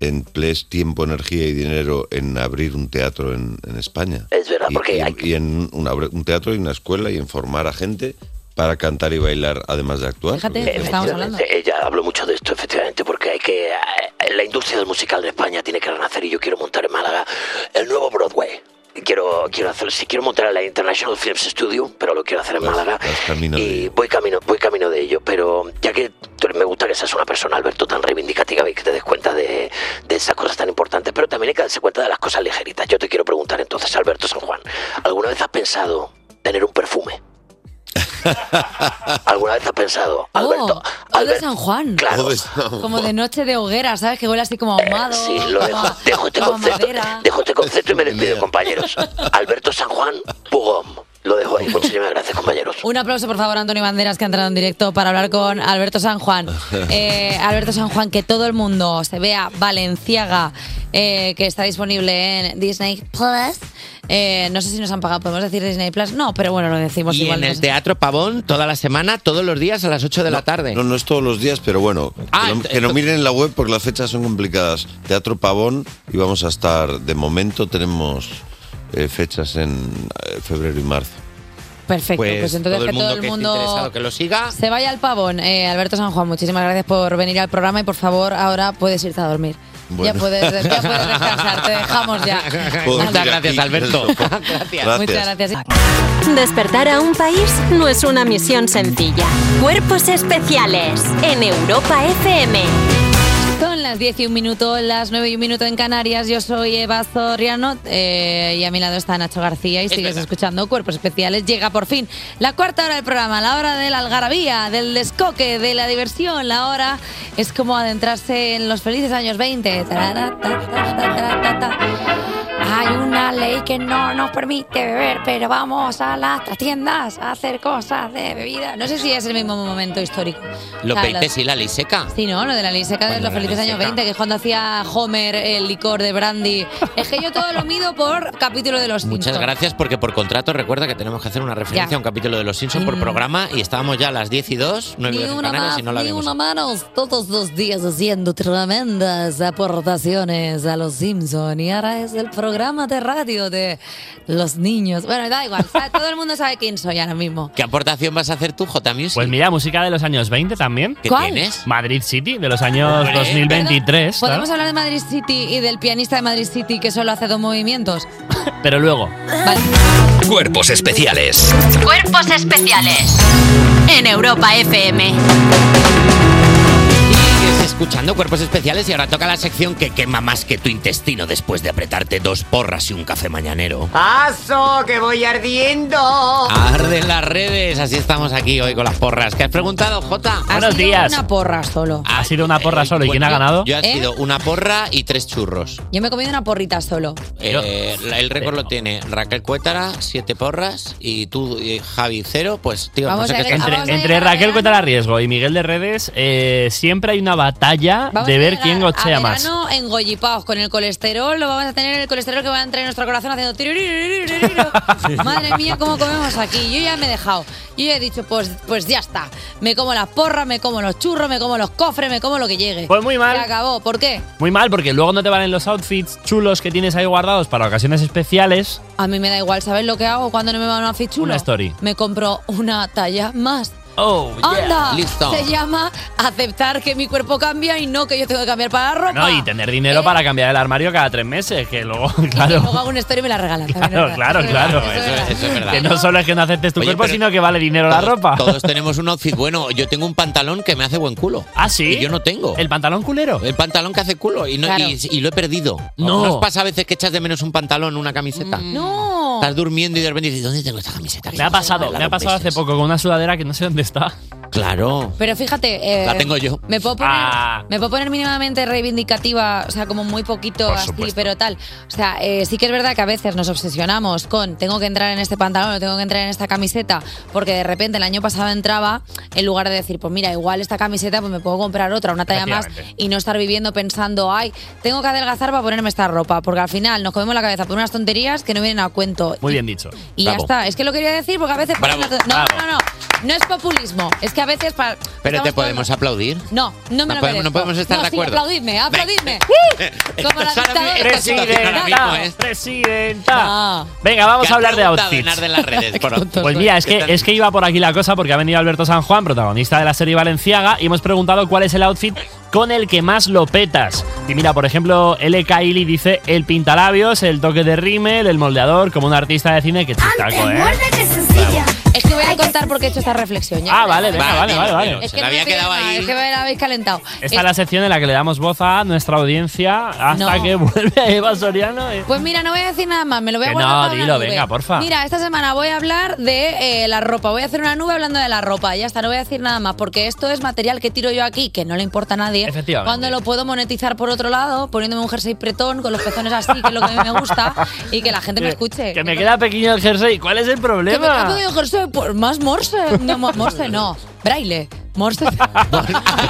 emplees tiempo, energía y dinero en abrir un teatro en, en España.
Es verdad,
Y-
porque
y,
hay-
y en un, abre- un teatro y una escuela y en formar a gente para cantar y bailar además de actuar.
Efectivamente, Eh, Ella habló mucho de esto, efectivamente, porque hay que. eh, La industria del musical en España tiene que renacer y yo quiero montar en Málaga el nuevo Broadway. Quiero, quiero hacer, si quiero montar en la International Films Studio, pero lo quiero hacer en Málaga. y voy camino, voy camino de ello. Pero ya que tú- me gusta que seas una persona, Alberto, tan reivindicativa y que te des cuenta de, de esas cosas tan importantes, pero también hay que darse cuenta de las cosas ligeritas. Yo te quiero preguntar entonces, Alberto San Juan, ¿alguna vez has pensado tener un perfume? ¿Alguna vez has pensado, Alberto,
Oh, algo de San Juan.
Claro.
Como de noche de hoguera, ¿sabes? Que huele así como ahumado.
Sí, lo dejo, dejo este concepto, dejo este concepto y me despido, compañeros. Alberto San Juan Pugón. Lo dejo ahí. Muchísimas gracias, compañeros.
Un aplauso, por favor, a Antonio Banderas, que ha entrado en directo para hablar con Alberto San Juan. Eh, Alberto San Juan, que todo el mundo se vea Valenciaga, eh, que está disponible en Disney Plus. Eh, no sé si nos han pagado, ¿podemos decir Disney Plus? No, pero bueno, lo decimos
Y
igual.
en
no
el
sé.
Teatro Pavón, toda la semana, todos los días a las 8 de la tarde.
No, no es todos los días, pero bueno,
Ah,
que, no, que no miren la web porque las fechas son complicadas. Teatro Pavón y vamos a estar, de momento tenemos eh, fechas en eh, febrero y marzo.
Perfecto, pues,
Pues,
entonces
todo el
que
mundo
todo el
que esté
mundo
interesado que lo siga.
se vaya al pavón. Eh, Alberto San Juan, muchísimas gracias por venir al programa y por favor, ahora puedes irte a dormir. Ya,
Bueno.
puedes, ya puedes descansar, te dejamos ya.
Muchas gracias, Alberto.
Muchas
gracias.
Despertar a un país no es una misión sencilla. Cuerpos especiales en Europa FM.
Son las 10 y un minuto, las 9 y un minuto en Canarias. Yo soy Eva Zorriano eh, y a mi lado está Nacho García y sigues escuchando Cuerpos Especiales. Llega por fin la cuarta hora del programa, la hora de la algarabía, del descoque, de la diversión. La hora es como adentrarse en los felices años 20. Tarara, ta, ta, ta, ta, ta, ta. Hay una ley que no nos permite beber, pero vamos a las tiendas a hacer cosas de bebida. No sé si es el mismo momento histórico.
Los
O sea,
20 sí, la ley seca.
Sí, ¿no? Lo de la ley seca de
Bueno,
los
la
felices
ley
años
seca.
20, que es cuando hacía Homer el licor de brandy. Es que yo todo lo mido por capítulo de los
Muchas
Simpsons.
gracias porque por contrato recuerda que tenemos que hacer una referencia
Ya.
a un capítulo de Los Simpsons por
Mm.
programa y estábamos ya a las 10 y 2, 9
Ni
de
una
Canarias
más,
y no la
ni
vemos.
una manos, todos los días haciendo tremendas aportaciones a los Simpson y ahora es el programa de radio de los niños. Bueno, da igual, sa- todo el mundo sabe quién soy ahora mismo.
¿Qué aportación vas a hacer tú, J Music?
Pues mira, música de los años 20 también.
¿Qué ¿Cuál? tienes?
Madrid City, de los años
Hombre.
2023. claro.
¿Podemos hablar de Madrid City y del pianista de Madrid City que solo hace dos movimientos?
Pero luego.
Cuerpos especiales.
Cuerpos especiales en Europa FM.
Sigues escuchando Cuerpos Especiales y ahora toca la sección que quema más que tu intestino después de apretarte dos porras y un café mañanero.
¡Paso, que voy ardiendo!
Ah.
Arden las redes, así estamos aquí hoy con las porras. ¿Qué has preguntado, Jota?
Ha sido Una porra solo.
Ha sido una porra solo.
¿Y quién ha ganado?
Yo, yo
¿Eh?
he sido una porra y tres churros.
Yo me he comido una porrita solo.
Eh, la- el récord lo tiene Raquel Cuétara, siete porras, y tú, y Javi, cero. Pues, tío,
Vamos
no
a
sé qué
ver,
Entre,
vamos a
entre Raquel Cuétara Riesgo y Miguel de Redes, eh, siempre hay una batalla
Vamos
de
a
ver
llegar
quién gochea más.
verano engollipados con el colesterol, lo vamos a tener el colesterol que va a entrar en nuestro corazón haciendo tiriririririro. Madre mía, cómo comemos aquí. Yo ya me he dejado. Yo ya he dicho, pues, pues ya está. Me como las porras, me como los churros, me como los cofres, me como lo que llegue. Pues muy mal. Se acabó. ¿Por qué?
Muy mal, porque luego no te valen los outfits chulos que tienes ahí guardados para ocasiones especiales.
A mí me da igual. ¿Sabes lo que hago cuando no me va una fichula?
Una story.
Me compro una talla más.
Oh,
¡Anda! Se llama aceptar que mi cuerpo cambia y no que yo tengo que cambiar para la ropa. Eh.
No, y tener dinero para cambiar el armario cada tres meses, que luego,
Y
claro.
luego hago una story y me la regalan. también es
Claro,
verdad.
claro, claro. Que no solo es que no aceptes tu cuerpo, sino que vale dinero la ropa.
Todos tenemos un outfit. Bueno, yo tengo un pantalón que me hace buen culo.
¿Ah,
Y
sí?
yo no tengo.
¿El pantalón culero?
El pantalón que hace culo y, no-
Claro.
y, y lo he perdido.
No.
os pasa a veces que echas de menos un pantalón, una camiseta?
Mm, No.
Estás durmiendo y de repente dices, ¿dónde tengo esta camiseta?
Me ha pasado, me ha pasado hace poco con una sudadera que no sé dónde está.
Claro.
Pero fíjate. eh,
La tengo yo.
Me puedo poner,
Ah.
me puedo poner mínimamente reivindicativa, o sea, como muy poquito
Por
así,
supuesto.
pero tal. O sea, eh, sí que es verdad que a veces nos obsesionamos con tengo que entrar en este pantalón o tengo que entrar en esta camiseta, porque de repente el año pasado entraba, en lugar de decir, pues mira, igual esta camiseta, pues me puedo comprar otra, una talla más,
Efectivamente.
y no estar viviendo pensando, ay, tengo que adelgazar para ponerme esta ropa, porque al final nos comemos la cabeza por unas tonterías que no vienen a cuento.
Muy bien dicho.
Y ya está, es que lo quería decir porque a veces...
Bravo,
no, no, no, no, no es populismo, es que a veces... para-
Pero te
estamos
podemos aplaudir.
No, no me
No
lo
podemos-
merezco.
no podemos estar de
sí,
acuerdo.
aplaudidme, aplaudidme. Como la dictadora.
Presidenta,
¿eh?
presidenta.
Ah.
Venga, vamos
¿Qué
a
has
hablar de
preguntado
outfits.
en Arden las redes, por-
Pues mira, es que, es que iba por aquí la cosa porque ha venido Alberto San Juan, protagonista de la serie Valenciaga, y hemos preguntado cuál es el outfit con el que más lo petas. Y mira, por ejemplo, L. Kaili dice el pintalabios, el toque de rímel, el moldeador, como un artista de cine que chistaco, ¿eh?
Es que voy a contar por qué he hecho esta reflexión. ya.
Ah, vale, venga, Vale, vale, vale, vale.
Es
se
que
la
no
había
me pidas
quedado
nada,
ahí.
Es que me la habéis calentado.
Esta es la sección en la que le damos voz a nuestra audiencia hasta
Eh. No.
que vuelve Eva Soriano. eh.
Pues mira, no voy a decir nada más, me lo voy a
Que
guardar.
no,
para una
dilo,
nube.
venga, porfa.
Mira, esta semana voy a hablar de eh, la ropa. Voy a hacer una nube hablando de la ropa. Ya está, no voy a decir nada más, porque esto es material que tiro yo aquí, que no le importa a nadie.
Efectivamente.
Cuando lo puedo monetizar por otro lado, poniéndome un jersey pretón con los pezones así, que es lo que a mí me gusta, y que la gente me escuche.
Que me queda pequeño el jersey. ¿Cuál es el
Que me
Eh, problema?
cambio de jersey por más morse. No, mo- morse no. Braille. Morse.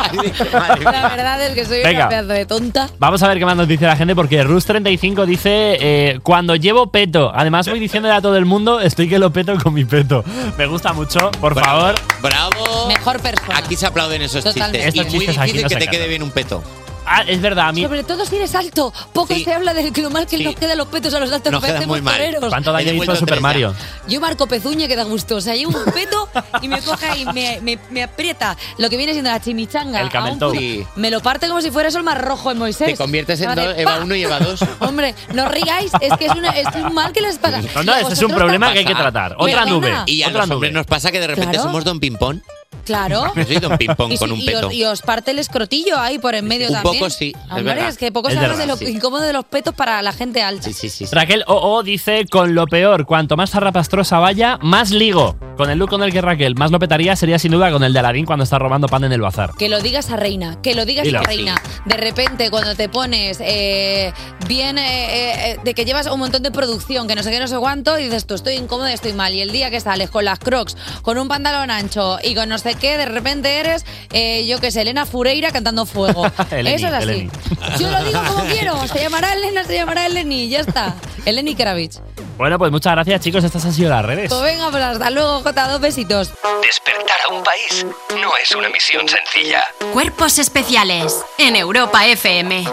la verdad es que soy
Venga.
una pedazo de tonta.
Vamos a ver qué más nos dice la gente, porque Rus35 dice: eh, Cuando llevo peto. Además, voy diciéndole a todo el mundo: Estoy que lo peto con mi peto. Me gusta mucho, por favor.
Bravo.
Mejor persona.
Aquí se aplauden esos
Totalmente.
chistes.
Estos
y muy
chistes aquí
difícil
no
que
se
te
cantan.
quede bien un peto.
Ah, es verdad, a mí.
Sobre todo si eres alto. Poco se habla de lo mal que
Sí.
nos quedan los petos a los altos.
Nos
que
quedan
parecemos
muy mal.
toreros.
¿Cuánto daño He hizo devuelto Super tres ya. Mario?
Yo marco pezuña que da gusto. O sea, llevo un peto y me coge y me, me- me aprieta lo que viene siendo la chimichanga.
El camel
a Ah, un
toe.
pu-
Sí.
Me lo parte como si fuera eso el más rojo de Moisés.
Te conviertes en
Vale,
dos- Eva
¡pa!
1 y Eva 2.
Hombre, no ríais, es que es, una- es un mal que les pasa.
No, no,
Y a
ese es un
vosotros
problema
tampoco.
que hay que tratar. Otra
Perdona.
nube.
Y a
otra
los
nube.
hombres nos pasa que de repente
Claro.
somos Don Pimpón.
Claro.
Yo soy Don Pimpón
Y
con
sí,
un
y os-
peto.
Y, os parte el escrotillo ahí por en medio
Un
también.
poco sí, es
Hombre,
verdad.
es que poco
Es
se habla de
verdad,
lo
sí.
incómodo de los petos para la gente alta.
Sí, sí, sí.
Raquel OO dice: Con lo peor, cuanto más zarrapastrosa vaya, más ligo. Con el look con el que Raquel más lo petaría sería sin duda con el de Aladín cuando está robando pan en el bazar.
Que lo digas a Reina, que lo digas
Dilo.
a Reina. De repente, cuando te pones eh, bien, eh, eh, eh, de que llevas un montón de producción, que no sé qué, no sé cuánto, y dices tú, estoy incómoda, estoy mal. Y el día que sales con las crocs, con un pantalón ancho y con no sé qué, de repente eres, eh, yo qué sé, Elena Fureira cantando fuego.
Eleni,
Oh, Eso es así.
Eleni.
Yo lo digo como quiero, se llamará Elena, se llamará Eleni, ya está. Eleni Kravitz.
Bueno, pues muchas gracias, chicos. Estas han sido las redes.
Pues venga, pues hasta luego, Jota, dos besitos.
Despertar a un país no es una misión sencilla.
Cuerpos especiales en Europa FM.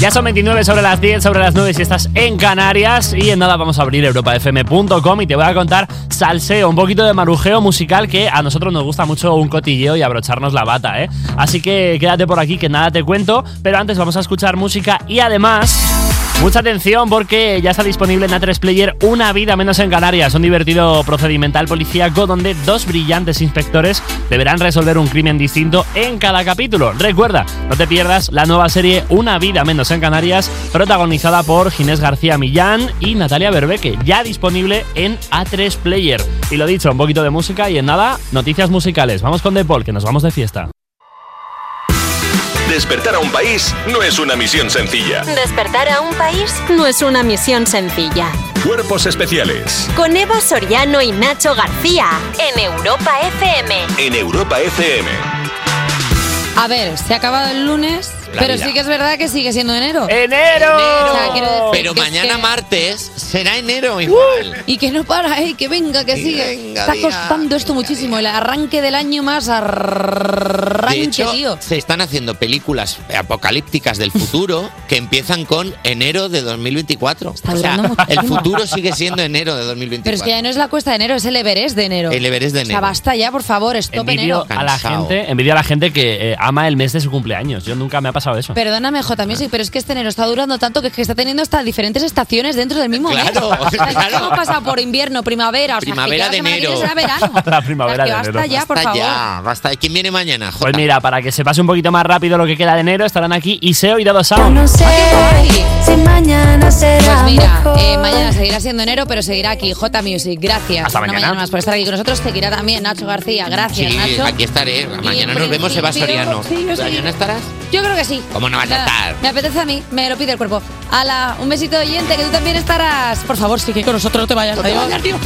Ya son 29 sobre las 10, sobre las 9 si estás en Canarias. Y en nada vamos a abrir europafm.com y te voy a contar salseo, un poquito de marujeo musical que a nosotros nos gusta mucho un cotilleo y abrocharnos la bata, ¿eh? Así que quédate por aquí que nada te cuento, pero antes vamos a escuchar música y además... Mucha atención porque ya está disponible en A3 Player Una vida menos en Canarias, un divertido procedimental policíaco donde dos brillantes inspectores deberán resolver un crimen distinto en cada capítulo. Recuerda, no te pierdas la nueva serie Una vida menos en Canarias, protagonizada por Ginés García Millán y Natalia Berbeque, ya disponible en A3 Player. Y lo dicho, un poquito de música y en nada, noticias musicales. Vamos con De Paul, que nos vamos de fiesta.
Despertar a un país no es una misión sencilla.
Despertar a un país no es una misión sencilla.
Cuerpos especiales
Con Eva Soriano y Nacho García en Europa FM.
en Europa FM.
A ver, se ha acabado el lunes,
La
pero
vida.
sí que es verdad que sigue siendo enero.
¡Enero!
O sea, quiero decir
Pero
que es
mañana
que- Uh,
martes será enero igual.
Y que no para, eh, que venga, que sigue.
venga,
Está
diga,
costando esto muchísimo. El arranque del año más arranque,
De hecho,
tío.
se están haciendo películas apocalípticas del futuro que empiezan con enero de 2024. o sea,
durando
el
muchísimo.
futuro sigue siendo enero de 2024.
Pero es que ya no es la cuesta de enero, es el Everest de enero.
El Everest de
O sea,
enero.
basta ya, por favor, stop
Envidio
enero.
a la gente, envidio a la gente que eh, ama el mes de su cumpleaños. Yo nunca me ha pasado eso.
Perdóname, J Music, pero es que este enero está durando tanto que, es que está teniendo hasta diferentes estaciones dentro del mismo
Claro,
mes. O sea, es que
claro.
Hemos pasado por invierno, primavera, o sea,
Primavera
que ya la
de
semana que
enero.
viene será verano.
la primavera
que
de
basta
enero.
ya, por
Basta
favor.
ya, basta. ¿Quién viene mañana? Jota?
Pues mira, para que se pase un poquito más rápido lo que queda de enero, estarán aquí Iseo y Dado Sound.
No sé si mañana será
Pues mira,
mejor.
eh, mañana seguirá siendo enero, pero seguirá aquí J Music. Gracias.
Hasta
Una
mañana.
más por estar aquí con nosotros. Seguirá también Nacho García. Gracias,
Sí,
Nacho.
aquí estaré. Mañana nos vemos, Eva
principio,
Soriano.
sí, yo sí.
¿Mañana estarás?
Yo creo que sí.
¿Cómo no vas a
Nada,
estar?
Me apetece a mí, me lo pide el cuerpo. Ala, un besito oyente, que tú también estarás. Por favor, sigue con nosotros, no te vayas. adiós.